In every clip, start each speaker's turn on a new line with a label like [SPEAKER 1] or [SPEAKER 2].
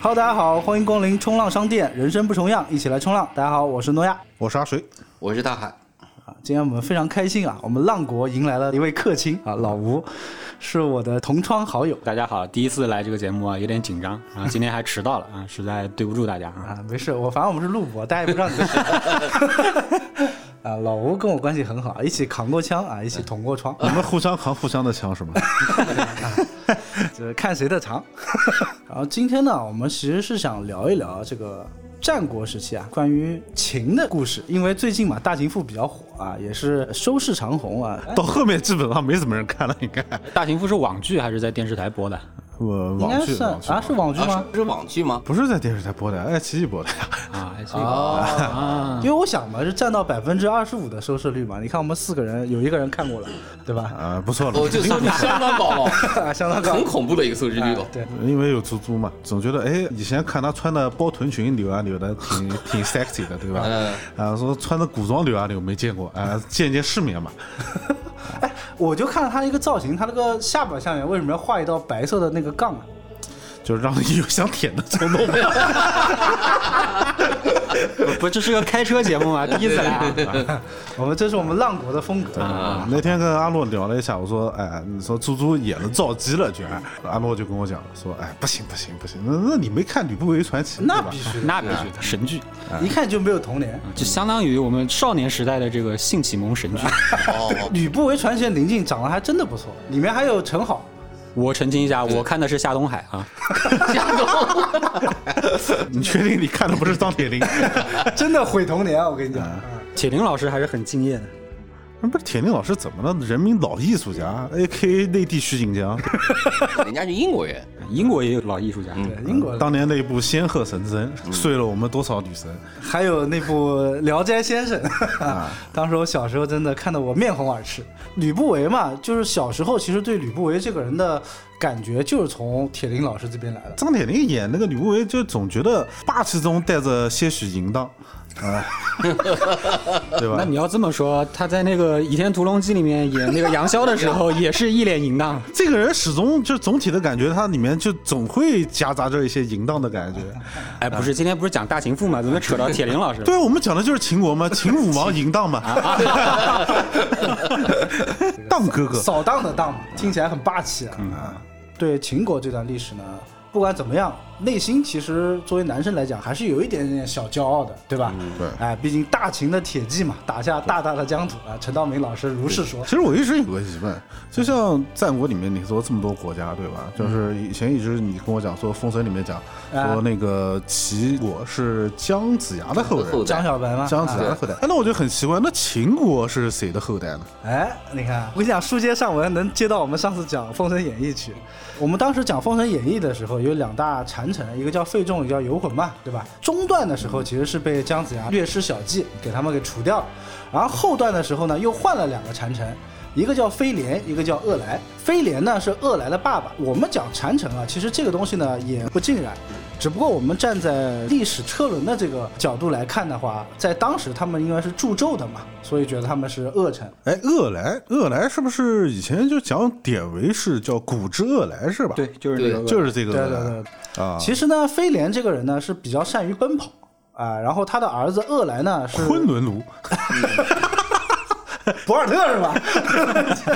[SPEAKER 1] Hello，大家好，欢迎光临冲浪商店，人生不重样，一起来冲浪。大家好，我是诺亚。
[SPEAKER 2] 我是阿水，
[SPEAKER 3] 我是大海，
[SPEAKER 1] 啊今天我们非常开心啊，我们浪国迎来了一位客卿啊，老吴，是我的同窗好友
[SPEAKER 4] 大家好，第一次来这个节目啊，有点紧张， 然后今天还迟到了啊，实在对不住大家啊。
[SPEAKER 1] 啊，没事，我反正我们是录播，大家也不知道你是谁 啊。老吴跟我关系很好，一起扛过枪啊，一起捅过窗，
[SPEAKER 2] 你们互相扛互相的枪是 吗？
[SPEAKER 1] 就是看谁的长。然后今天呢，我们其实是想聊一聊这个战国时期啊，关于秦的故事，因为最近嘛，大秦赋比较火啊，也是收视长虹啊。
[SPEAKER 2] 到后面基本上没怎么人看了，应该。
[SPEAKER 4] 大秦赋是网剧还是在电视台播的？
[SPEAKER 2] 我
[SPEAKER 1] 应
[SPEAKER 2] 网
[SPEAKER 1] 该
[SPEAKER 2] 剧
[SPEAKER 1] 算
[SPEAKER 2] 网剧
[SPEAKER 1] 啊，是网剧
[SPEAKER 3] 啊
[SPEAKER 1] 吗？
[SPEAKER 3] 是是网剧吗？
[SPEAKER 2] 不是在电视台播的，爱哎奇艺播的呀。
[SPEAKER 4] 啊，还是
[SPEAKER 3] 哦，
[SPEAKER 4] 啊
[SPEAKER 1] 因为我想嘛，是占到百分之二十五的收视率嘛。你看我们四个人有一个人看过了，对吧？
[SPEAKER 2] 啊，不错了，
[SPEAKER 3] 我就
[SPEAKER 2] 因
[SPEAKER 3] 算是相当高了，
[SPEAKER 1] 啊，相当高
[SPEAKER 3] 嗯很。恐怖的一个收视率了
[SPEAKER 1] 啊。对，
[SPEAKER 2] 为因为有猪猪嘛，总觉得哎，以前看他穿的包臀裙扭啊扭的，挺挺 sexy 的，对 吧？
[SPEAKER 3] 嗯
[SPEAKER 2] 啊，说穿的古装扭啊扭没见过啊，见见世面嘛。
[SPEAKER 1] 哎我就看了他一个造型，他那个下巴下面为什么要画一道白色的那个杠啊？
[SPEAKER 2] 就是让你有想舔的冲动。
[SPEAKER 4] 不不，这是个开车节目 啊，第一次来啊。
[SPEAKER 1] 我们这是我们浪国的风格
[SPEAKER 3] 嗯
[SPEAKER 2] 啊那天跟阿洛聊了一下，我说，哎，你说猪猪演的造基了，居然。阿洛就跟我讲说，哎，不行不行不行，那那你没看《吕不韦传奇》
[SPEAKER 1] 那
[SPEAKER 2] 对吧
[SPEAKER 1] 必须的，
[SPEAKER 4] 那必须的，神剧，
[SPEAKER 1] 一看就没有童年。
[SPEAKER 4] 就相当于我们少年时代的这个性启蒙神剧。
[SPEAKER 3] 哦，
[SPEAKER 1] 吕不韦传奇的宁静长得还真的不错，里面还有陈好。
[SPEAKER 4] 我澄清一下，我看的是夏东海啊，
[SPEAKER 3] 吓到了
[SPEAKER 2] 你确定你看的不是张铁林？
[SPEAKER 1] 真的毁童年啊，我跟你讲。
[SPEAKER 3] 嗯
[SPEAKER 4] 铁林老师还是很敬业的。
[SPEAKER 2] 那不是铁林老师怎么了？人民老艺术家，A K A 内地徐锦江，
[SPEAKER 3] 人家是英国人，
[SPEAKER 4] 啊英国也有老艺术家，
[SPEAKER 1] 对，英国的
[SPEAKER 2] 当年那部《仙鹤神针》睡了我们多少女神？
[SPEAKER 1] 还有那部《聊斋先生》 当时我小时候真的看得我面红耳赤。吕不韦嘛，就是小时候其实对吕不韦这个人的感觉就是从铁林老师这边来的。
[SPEAKER 2] 张铁林演那个吕不韦，就总觉得霸气中带着些许淫荡，啊，对
[SPEAKER 4] 那
[SPEAKER 2] 吧？
[SPEAKER 4] 你要这么说，他在那个《倚天屠龙记》里面演那个杨逍的时候，也是一脸淫荡。
[SPEAKER 2] 这个人始终就总体的感觉，他里面就总会夹杂着一些淫荡的感觉。
[SPEAKER 4] 哎，不是，今天不是讲大秦赋嘛，怎么扯到铁林老师了？
[SPEAKER 2] 对，我们讲的就是秦国嘛，秦武王淫荡嘛， 荡哥哥。
[SPEAKER 1] 扫荡的荡嘛，听起来很霸气啊。对秦国这段历史呢，不管怎么样，内心其实作为男生来讲，还是有一点点小骄傲的，对吧？
[SPEAKER 2] 对
[SPEAKER 1] 哎，毕竟大秦的铁骑嘛，打下大大的疆土啊。陈道明老师如是说
[SPEAKER 2] 其。实我一直有个疑问，就像战国里面你说这么多国家，对吧？就是以前一直你跟我讲说《封神》里面讲
[SPEAKER 1] 啊
[SPEAKER 2] 说那个齐国是姜子牙的后
[SPEAKER 3] 后
[SPEAKER 2] 人，
[SPEAKER 3] 代
[SPEAKER 1] 江小白嘛，
[SPEAKER 2] 姜子牙
[SPEAKER 1] 啊
[SPEAKER 2] 的后代。哎，那我就很奇怪，那秦国是谁的后代呢？
[SPEAKER 1] 哎，你看，我跟你讲，书接上文能接到我们上次讲《封神演义》去。我们当时讲《封神演义》的时候，有两大传承，一个叫费仲，一个叫游魂嘛，对吧？中段的时候其实是被姜子牙略施小计，给他们给除掉了。然后后段的时候呢，又换了两个传承，一个叫飞廉，一个叫恶来。飞廉呢是恶来的爸爸。我们讲传承啊，其实这个东西呢也不尽然。只不过我们站在历史车轮的这个角度来看的话，在当时他们应该是助纣的嘛，所以觉得他们是恶臣。
[SPEAKER 2] 哎，恶来，恶来是不是以前就讲典韦是叫古之恶来是吧？
[SPEAKER 4] 对，，就是这个，
[SPEAKER 2] 就是这个
[SPEAKER 1] 对
[SPEAKER 2] 恶
[SPEAKER 1] 对
[SPEAKER 2] 来
[SPEAKER 1] 对，
[SPEAKER 2] 啊。
[SPEAKER 1] 其实呢，飞廉这个人呢是比较善于奔跑啊、然后他的儿子恶来呢 是
[SPEAKER 2] 昆仑奴，
[SPEAKER 1] 博尔特是吧？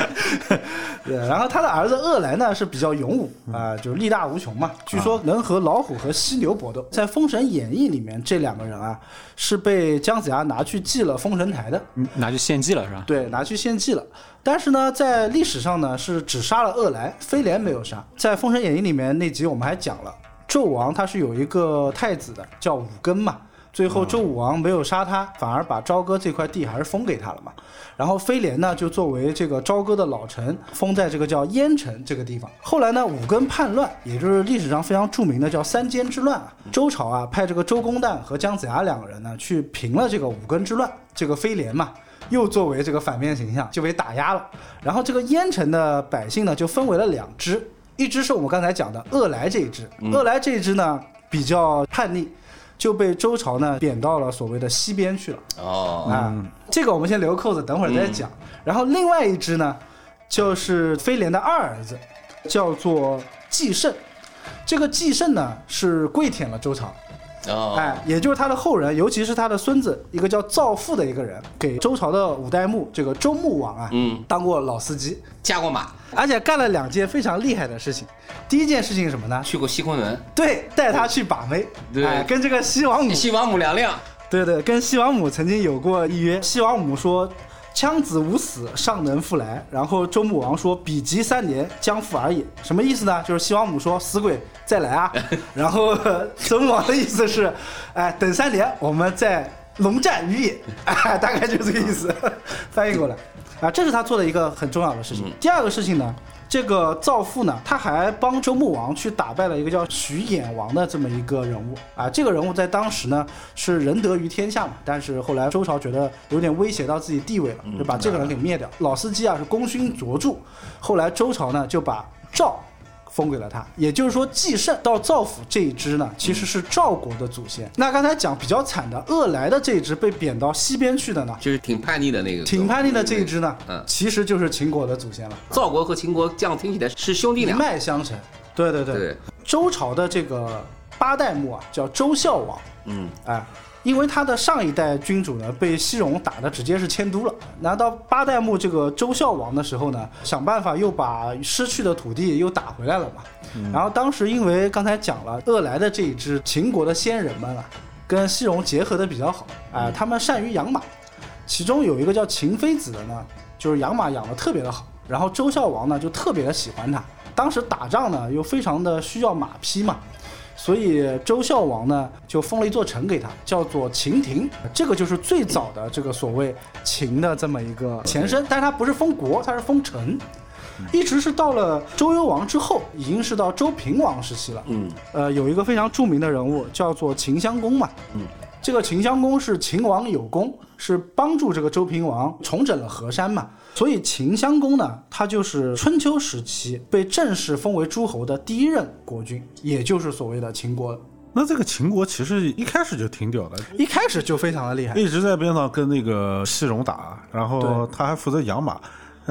[SPEAKER 1] 对，然后他的儿子恶来呢是比较勇武啊、就是力大无穷嘛。据说能和老虎和犀牛搏斗。在《封神演义》里面，这两个人啊是被姜子牙拿去祭了封神台的，
[SPEAKER 4] 拿去嗯献祭了是吧？
[SPEAKER 1] 对，拿去献祭了。但是呢，在历史上呢是只杀了恶来，飞廉没有杀。在《封神演义》里面那集我们还讲了，纣王他是有一个太子的，叫武庚嘛。最
[SPEAKER 4] 嗯
[SPEAKER 1] 后周武王没有杀他，反而把朝歌这块地还是封给他了嘛。然后飞廉呢，就作为这个朝歌的老臣，封在这个叫燕城这个地方。后来呢，武庚叛乱，也就是历史上非常著名的叫三监之乱啊。周朝啊，派这个周公旦和姜子牙两个人呢，去平了这个武庚之乱，这个飞廉嘛。又作为这个反面形象就被打压了。然后这个燕城的百姓呢，就分为了两支，一支是我们刚才讲的恶来这一支，恶来这一支呢比较叛逆，就被周朝呢贬到了所谓的西边去了。
[SPEAKER 3] 哦，
[SPEAKER 1] 啊，这个我们先留扣子，等会儿再讲。然后另外一只呢，就是飞廉的二儿子，叫做季胜。这个季胜呢是跪舔了周朝，
[SPEAKER 3] 啊，
[SPEAKER 1] 哎，也就是他的后人，尤其是他的孙子，一个叫赵父的一个人，给周朝的五代目这个周穆王啊，
[SPEAKER 3] 嗯，
[SPEAKER 1] 当过老司机，
[SPEAKER 3] 加过马，
[SPEAKER 1] 而且干了两件非常厉害的事情。第一件事情是什么呢？
[SPEAKER 3] 去过西昆仑，
[SPEAKER 1] 对，带他去把妹，
[SPEAKER 3] 对
[SPEAKER 1] 哎，跟这个西王母，
[SPEAKER 3] 西王母娘娘，
[SPEAKER 1] 对对，跟西王母曾经有过一约。西王母说：“枪子无死，尚能复来。”然后周穆王说：“彼及三年，将复而已。”什么意思呢？就是西王母说：“死鬼，再来啊！” 然后呃周穆王的意思是：“哎，等三年，我们再龙战于野。” 哎，大概就是这个意思，翻译过来。啊，这是他做的一个很重要的事情。第二个事情呢，这个赵父呢，他还帮周穆王去打败了一个叫徐衍王的这么一个人物啊。这个人物在当时呢是仁德于天下嘛，但是后来周朝觉得有点威胁到自己地位了，就把这个人给灭掉。老司机啊是功勋卓著，后来周朝呢就把赵。封给了他，也就是说，季胜到赵府这一支呢，其实是赵国的祖先。那刚才讲比较惨的，恶来的这一支被贬到西边去的呢，
[SPEAKER 3] 就是挺叛逆的那个，
[SPEAKER 1] 挺叛逆的这一支呢，
[SPEAKER 3] 嗯
[SPEAKER 1] 其实就是秦国的祖先了，
[SPEAKER 3] 赵国和秦国这样听起来是兄弟
[SPEAKER 1] 一
[SPEAKER 3] 俩，
[SPEAKER 1] 脉相承。对对对，
[SPEAKER 3] 对，
[SPEAKER 1] 周朝的这个八代目啊，叫周孝王，
[SPEAKER 3] 嗯，
[SPEAKER 1] 哎，因为他的上一代君主呢被西戎打的直接是迁都了，拿到八代目这个周孝王的时候呢，想办法又把失去的土地又打回来了嘛。然后当时因为刚才讲了，恶来的这一支秦国的先人们啊，跟西戎结合的比较好，哎、他们善于养马，其中有一个叫秦非子的呢，就是养马养的特别的好，然后周孝王呢就特别的喜欢他。当时打仗呢又非常的需要马匹嘛，所以周孝王呢就封了一座城给他，叫做秦庭，这个就是最早的这个所谓秦的这么一个前身，但是它不是封国，它是封城。一直是到了周幽王之后，已经是到周平王时期了。
[SPEAKER 3] 嗯，
[SPEAKER 1] 呃，有一个非常著名的人物叫做秦襄公嘛。嗯，这个秦襄公是秦王有功，是帮助这个周平王重整了河山嘛。所以秦襄公呢，他就是春秋时期被正式封为诸侯的第一任国君，也就是所谓的秦国。
[SPEAKER 2] 那这个秦国其实一开始就挺屌的，
[SPEAKER 1] 一开始就非常的厉害。
[SPEAKER 2] 一直在边上跟那个西戎打，然后他还负责养马。嗯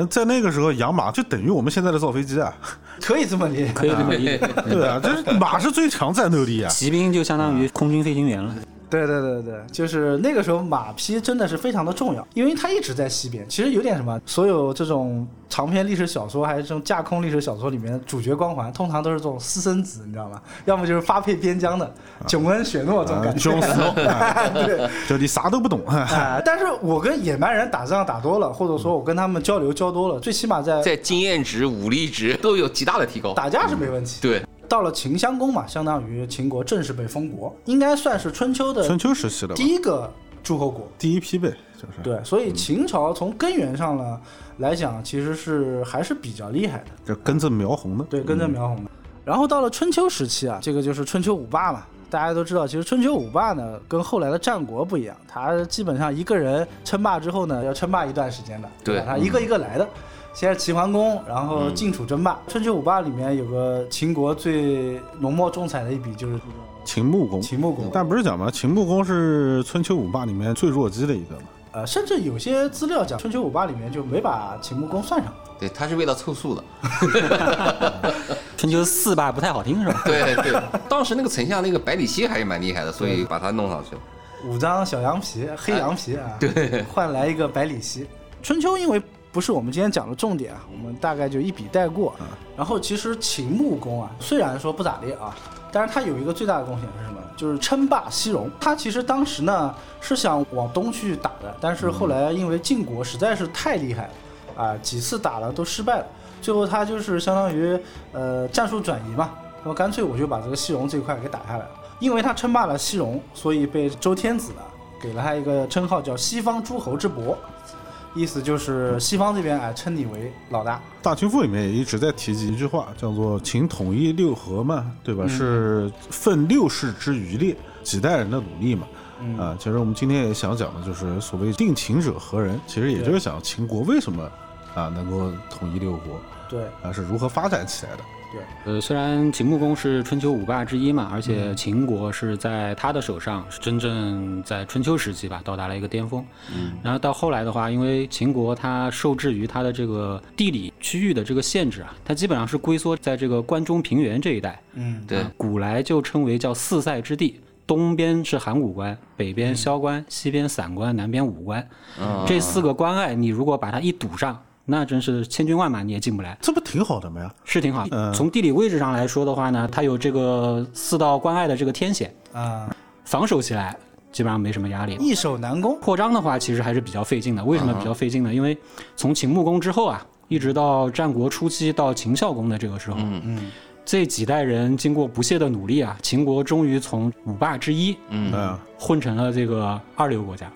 [SPEAKER 2] 在那个时候养马就等于我们现在的造 飞机啊，
[SPEAKER 1] 可以这么理解，
[SPEAKER 4] 可以这么理解。
[SPEAKER 2] 对啊，这是马是最强战斗力啊。
[SPEAKER 4] 骑兵就相当于空军飞行员了。
[SPEAKER 1] 对对对对，就是那个时候马匹真的是非常的重要，因为它一直在西边。其实有点什么，所有这种长篇历史小说还是这种架空历史小说里面，主角光环通常都是这种私生子，你知道吗？ 要么就是发配边疆的，迥恩雪诺这种
[SPEAKER 2] 啊
[SPEAKER 1] 感觉。
[SPEAKER 2] ，Jon Snow，
[SPEAKER 1] 对，
[SPEAKER 2] 就你啥都不懂，哎
[SPEAKER 1] 啊、但是我跟野蛮人打仗打多了，或者说我跟他们交流交多了，最起码在
[SPEAKER 3] 在经验值、武力值都有极大的提高，
[SPEAKER 1] 打架是没问题。
[SPEAKER 3] 对，
[SPEAKER 1] 到了秦襄公嘛，相当于秦国正式被封国，应该算是春秋的
[SPEAKER 2] 春秋时期的吧
[SPEAKER 1] 第一个诸侯国。
[SPEAKER 2] 第一批呗，就是。
[SPEAKER 1] 对，所以秦朝从根源上呢来讲，其实是还是比较厉害的，
[SPEAKER 2] 这根正苗红的，
[SPEAKER 1] 对，根正苗红的。然后到了春秋时期啊，这个就是春秋五霸嘛。大家都知道，其实春秋五霸呢，跟后来的战国不一样，他基本上一个人称霸之后呢，要称霸一段时间的，
[SPEAKER 3] 对
[SPEAKER 1] 吧他一个一个来的。先是齐桓公，然后晋楚争霸。春秋五霸里面有个秦国最浓墨重彩的一笔，就是
[SPEAKER 2] 秦穆公。
[SPEAKER 1] 秦穆公。
[SPEAKER 2] 但不是讲嘛，秦穆公是春秋五霸里面最弱鸡的一个嘛。
[SPEAKER 1] 呃，甚至有些资料讲，春秋五霸里面就没把秦穆公算上。
[SPEAKER 3] 对，他是为了凑数的，
[SPEAKER 4] 春秋四霸不太好听是吧？
[SPEAKER 3] 对对，当时那个丞相那个百里奚还是蛮厉害的，所以把他弄上去了，
[SPEAKER 1] 五张小羊皮，黑羊皮啊，对，换来一个百里奚。春秋因为不是我们今天讲的重点啊，我们大概就一笔带过。然后其实秦穆公啊，虽然说不咋地啊，但是他有一个最大的贡献是什么呢？就是称霸西戎。他其实当时呢是想往东去打的，但是后来因为晋国实在是太厉害了啊，几次打了都失败了，最后他就是相当于呃战术转移嘛，那么干脆我就把这个西戎这块给打下来了。因为他称霸了西戎，所以被周天子呢给了他一个称号叫西方诸侯之伯，意思就是西方这边哎称你为老大。
[SPEAKER 2] 大秦赋里面也一直在提及一句话，叫做“秦统一六合”嘛，对吧？是奋六世之余烈，几代人的努力嘛。啊，其实我们今天也想讲的就是所谓“定秦者何人”，其实也就是想秦国为什么啊能够统一六国。
[SPEAKER 1] 对
[SPEAKER 2] 啊是如何发展起来的。
[SPEAKER 1] 对，
[SPEAKER 4] 呃，虽然秦穆公是春秋五霸之一嘛，而且秦国是在他的手上是真正在春秋时期吧到达了一个巅峰。然后到后来的话，因为秦国它受制于它的这个地理区域的这个限制啊，它基本上是龟缩在这个关中平原这一带。
[SPEAKER 1] 嗯
[SPEAKER 3] 对
[SPEAKER 4] 啊，古来就称为叫四塞之地。东边是函谷关，北边萧关，西边散关，南边武关。
[SPEAKER 3] 嗯
[SPEAKER 4] 这四个关隘，你如果把它一堵上，那真是千军万马你也进不来。
[SPEAKER 2] 这不挺好的吗？
[SPEAKER 4] 是挺好。
[SPEAKER 2] 嗯
[SPEAKER 4] 从地理位置上来说的话呢，它有这个四道关隘的这个天险，
[SPEAKER 1] 啊，
[SPEAKER 4] 防守起来基本上没什么压力。
[SPEAKER 1] 易守难攻。
[SPEAKER 4] 扩张的话，其实还是比较费劲的。为
[SPEAKER 1] 啊
[SPEAKER 4] 什么比较费劲呢？因为从秦穆公之后啊，一直到战国初期到秦孝公的这个时候，
[SPEAKER 1] 嗯
[SPEAKER 4] 这几代人经过不懈的努力啊，秦国终于从五霸之一
[SPEAKER 3] 嗯
[SPEAKER 2] 嗯，
[SPEAKER 4] 混成了这个二流国家，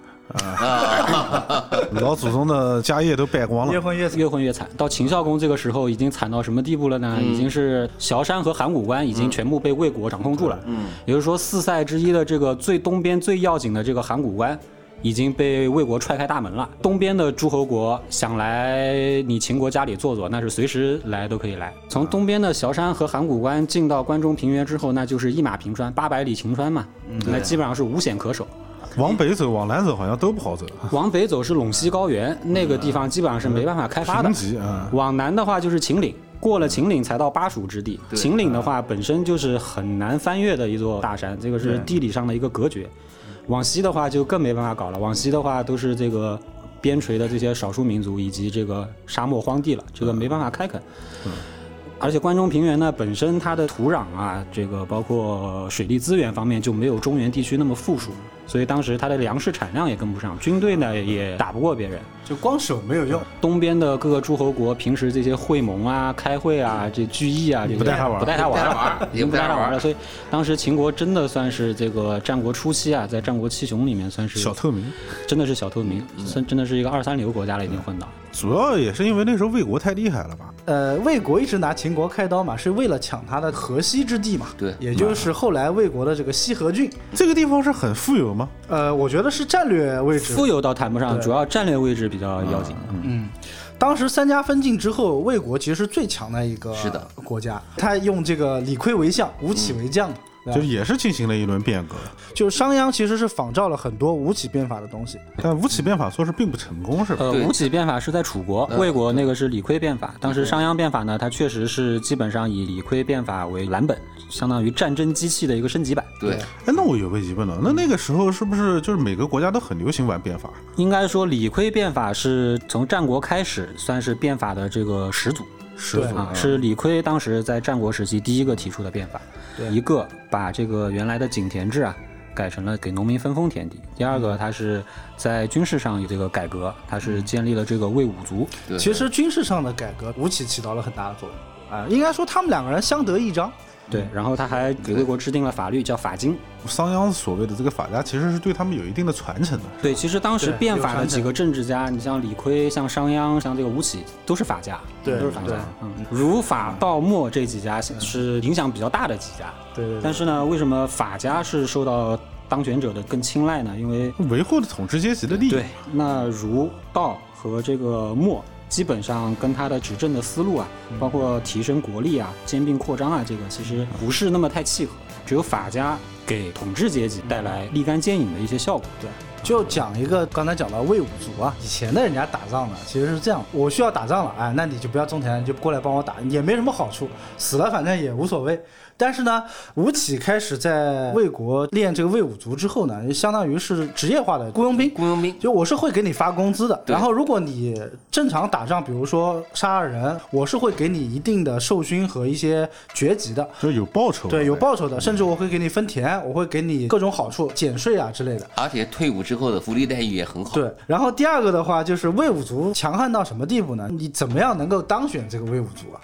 [SPEAKER 2] 老祖宗的家业都败光
[SPEAKER 1] 越
[SPEAKER 2] 了。
[SPEAKER 1] 混越惨。
[SPEAKER 4] 越混越惨。到秦孝公这个时候，已经惨到什么地步了呢？已经是崤山和函谷关已经全部被魏国掌控住了。
[SPEAKER 3] 嗯
[SPEAKER 4] 也就是说，四塞之一的这个最东边最要紧的这个函谷关，已经被魏国踹开大门了。东边的诸侯国想来你秦国家里坐坐，那是随时来都可以来。从东边的崤山和函谷关进到关中平原之后，那就是一马平川，八百里秦川嘛，那基本上是无险可守。
[SPEAKER 2] 往北走，往南走，好像都不好走。
[SPEAKER 4] 往北走是陇西高原，那个地方基本上是没办法开发的
[SPEAKER 2] 贫。瘠啊，
[SPEAKER 4] 往南的话就是秦岭，过了秦岭才到巴蜀之地。
[SPEAKER 3] 对
[SPEAKER 4] 秦岭的话本身就是很难翻越的一座大山，这个是地理上的一个隔绝。往西的话就更没办法搞了，往西的话都是这个边陲的这些少数民族以及这个沙漠荒地了，这个没办法开垦。而且关中平原呢，本身它的土壤啊，这个包括水利资源方面就没有中原地区那么富庶，所以当时它的粮食产量也跟不上，军队呢也打不过别人。
[SPEAKER 1] 就光守没有用，
[SPEAKER 4] 东边的各个诸侯国平时这些会盟啊、开会啊、这聚义啊，这些
[SPEAKER 2] 不带他玩儿
[SPEAKER 4] 不带他玩儿
[SPEAKER 3] 不带他玩儿
[SPEAKER 4] 了，已经不带他玩
[SPEAKER 3] 也不带他玩儿
[SPEAKER 4] 儿了。所以当时秦国真的算是这个战国初期啊，在战国七雄里面算是
[SPEAKER 2] 小嗯透明，
[SPEAKER 4] 真的是小透明，算真的是一个二三流国家了，已经混到。
[SPEAKER 2] 主要也是因为那时候魏国太厉害了吧？
[SPEAKER 1] 呃，魏国一直拿秦国开刀嘛，是为了抢他的河西之地嘛，
[SPEAKER 3] 对
[SPEAKER 1] 也就是后来魏国的这个西河郡。
[SPEAKER 2] 这个地方是很富有吗？
[SPEAKER 1] 呃，我觉得是战略
[SPEAKER 2] 嗯
[SPEAKER 1] 位置。
[SPEAKER 4] 富有倒谈不上，
[SPEAKER 1] 对
[SPEAKER 4] 主要战略位置比较要紧。
[SPEAKER 1] 嗯，当时三家分晋之后，魏国其实是最强的一个
[SPEAKER 3] 是的
[SPEAKER 1] 国家，他用这个李悝为相，吴起为将嘛。
[SPEAKER 3] 嗯
[SPEAKER 1] 对
[SPEAKER 2] 就
[SPEAKER 1] 吧
[SPEAKER 2] 是也是进行了一轮变革，
[SPEAKER 1] 就商鞅其实是仿照了很多吴起变法的东西，
[SPEAKER 2] 但吴起变法说是并不成功，是吧？
[SPEAKER 1] 嗯
[SPEAKER 4] 呃，
[SPEAKER 3] 对
[SPEAKER 4] 吴起变法是在楚国，魏国那个是李悝变法。当时商鞅变法呢，它确实是基本上以李悝变法为蓝本，相当于战争机器的一个升级版。
[SPEAKER 3] 对，
[SPEAKER 2] 哎，那我有个疑问了，那那个时候是不是就是每个国家都很流行玩变法？
[SPEAKER 4] 应该说，李悝变法是从战国开始算是变法的这个始祖
[SPEAKER 2] 是
[SPEAKER 1] 对
[SPEAKER 4] 啊，是李悝当时在战国时期第一个提出的变法，一个把这个原来的井田制啊。改成了给农民分封田地。第二个，它是在军事上有这个改革，它是建立了这个魏武卒。
[SPEAKER 3] 对
[SPEAKER 1] 其实军事上的改革，吴起起到了很大的作用。啊、应该说他们两个人相得益彰。
[SPEAKER 4] 对，然后他还给魏国制定了法律，叫法经。
[SPEAKER 2] 商鞅所谓的这个法家，其实是对他们有一定的传承的。
[SPEAKER 4] 对，其实当时
[SPEAKER 1] 对
[SPEAKER 4] 变
[SPEAKER 1] 有
[SPEAKER 4] 法的
[SPEAKER 1] 传承
[SPEAKER 4] 几个政治家，你像李悝、像商鞅、像这个吴起，都是法家，
[SPEAKER 1] 对
[SPEAKER 4] 都是法家
[SPEAKER 1] 对。嗯
[SPEAKER 4] 嗯，儒法道墨这几家是影响比较大的几家。
[SPEAKER 1] 对对
[SPEAKER 4] 但是呢，为什么法家是受到当权者的更青睐呢？因为
[SPEAKER 2] 维护了统治阶级的利益。
[SPEAKER 4] 对，那儒道和这个墨。基本上跟他的执政的思路啊，
[SPEAKER 1] 嗯
[SPEAKER 4] 包括提升国力啊、兼并扩张啊，这个其实不是那么太契合。只有法家给统治阶级带来立竿见影的一些效果。
[SPEAKER 1] 对，就讲一个刚才讲到魏武卒啊，以前的人家打仗呢，其实是这样，我需要打仗了，哎，那你就不要种田，你就过来帮我打，也没什么好处，死了反正也无所谓。但是呢，吴起开始在魏国练这个魏武卒之后呢，相当于是职业化的雇佣兵。
[SPEAKER 3] 雇佣兵
[SPEAKER 1] 就我是会给你发工资的，
[SPEAKER 3] 对
[SPEAKER 1] 然后如果你正常打仗，比如说杀人，我是会给你一定的授勋和一些爵级的，
[SPEAKER 2] 就是有报酬。
[SPEAKER 1] 对，有。报酬的，甚至我会给你分田，我会给你各种好处，减税啊之类的。
[SPEAKER 3] 而且退伍之后的福利待遇也很好。
[SPEAKER 1] 对，然后第二个的话就是魏武卒强悍到什么地步呢？你怎么样能够当选这个魏武卒啊？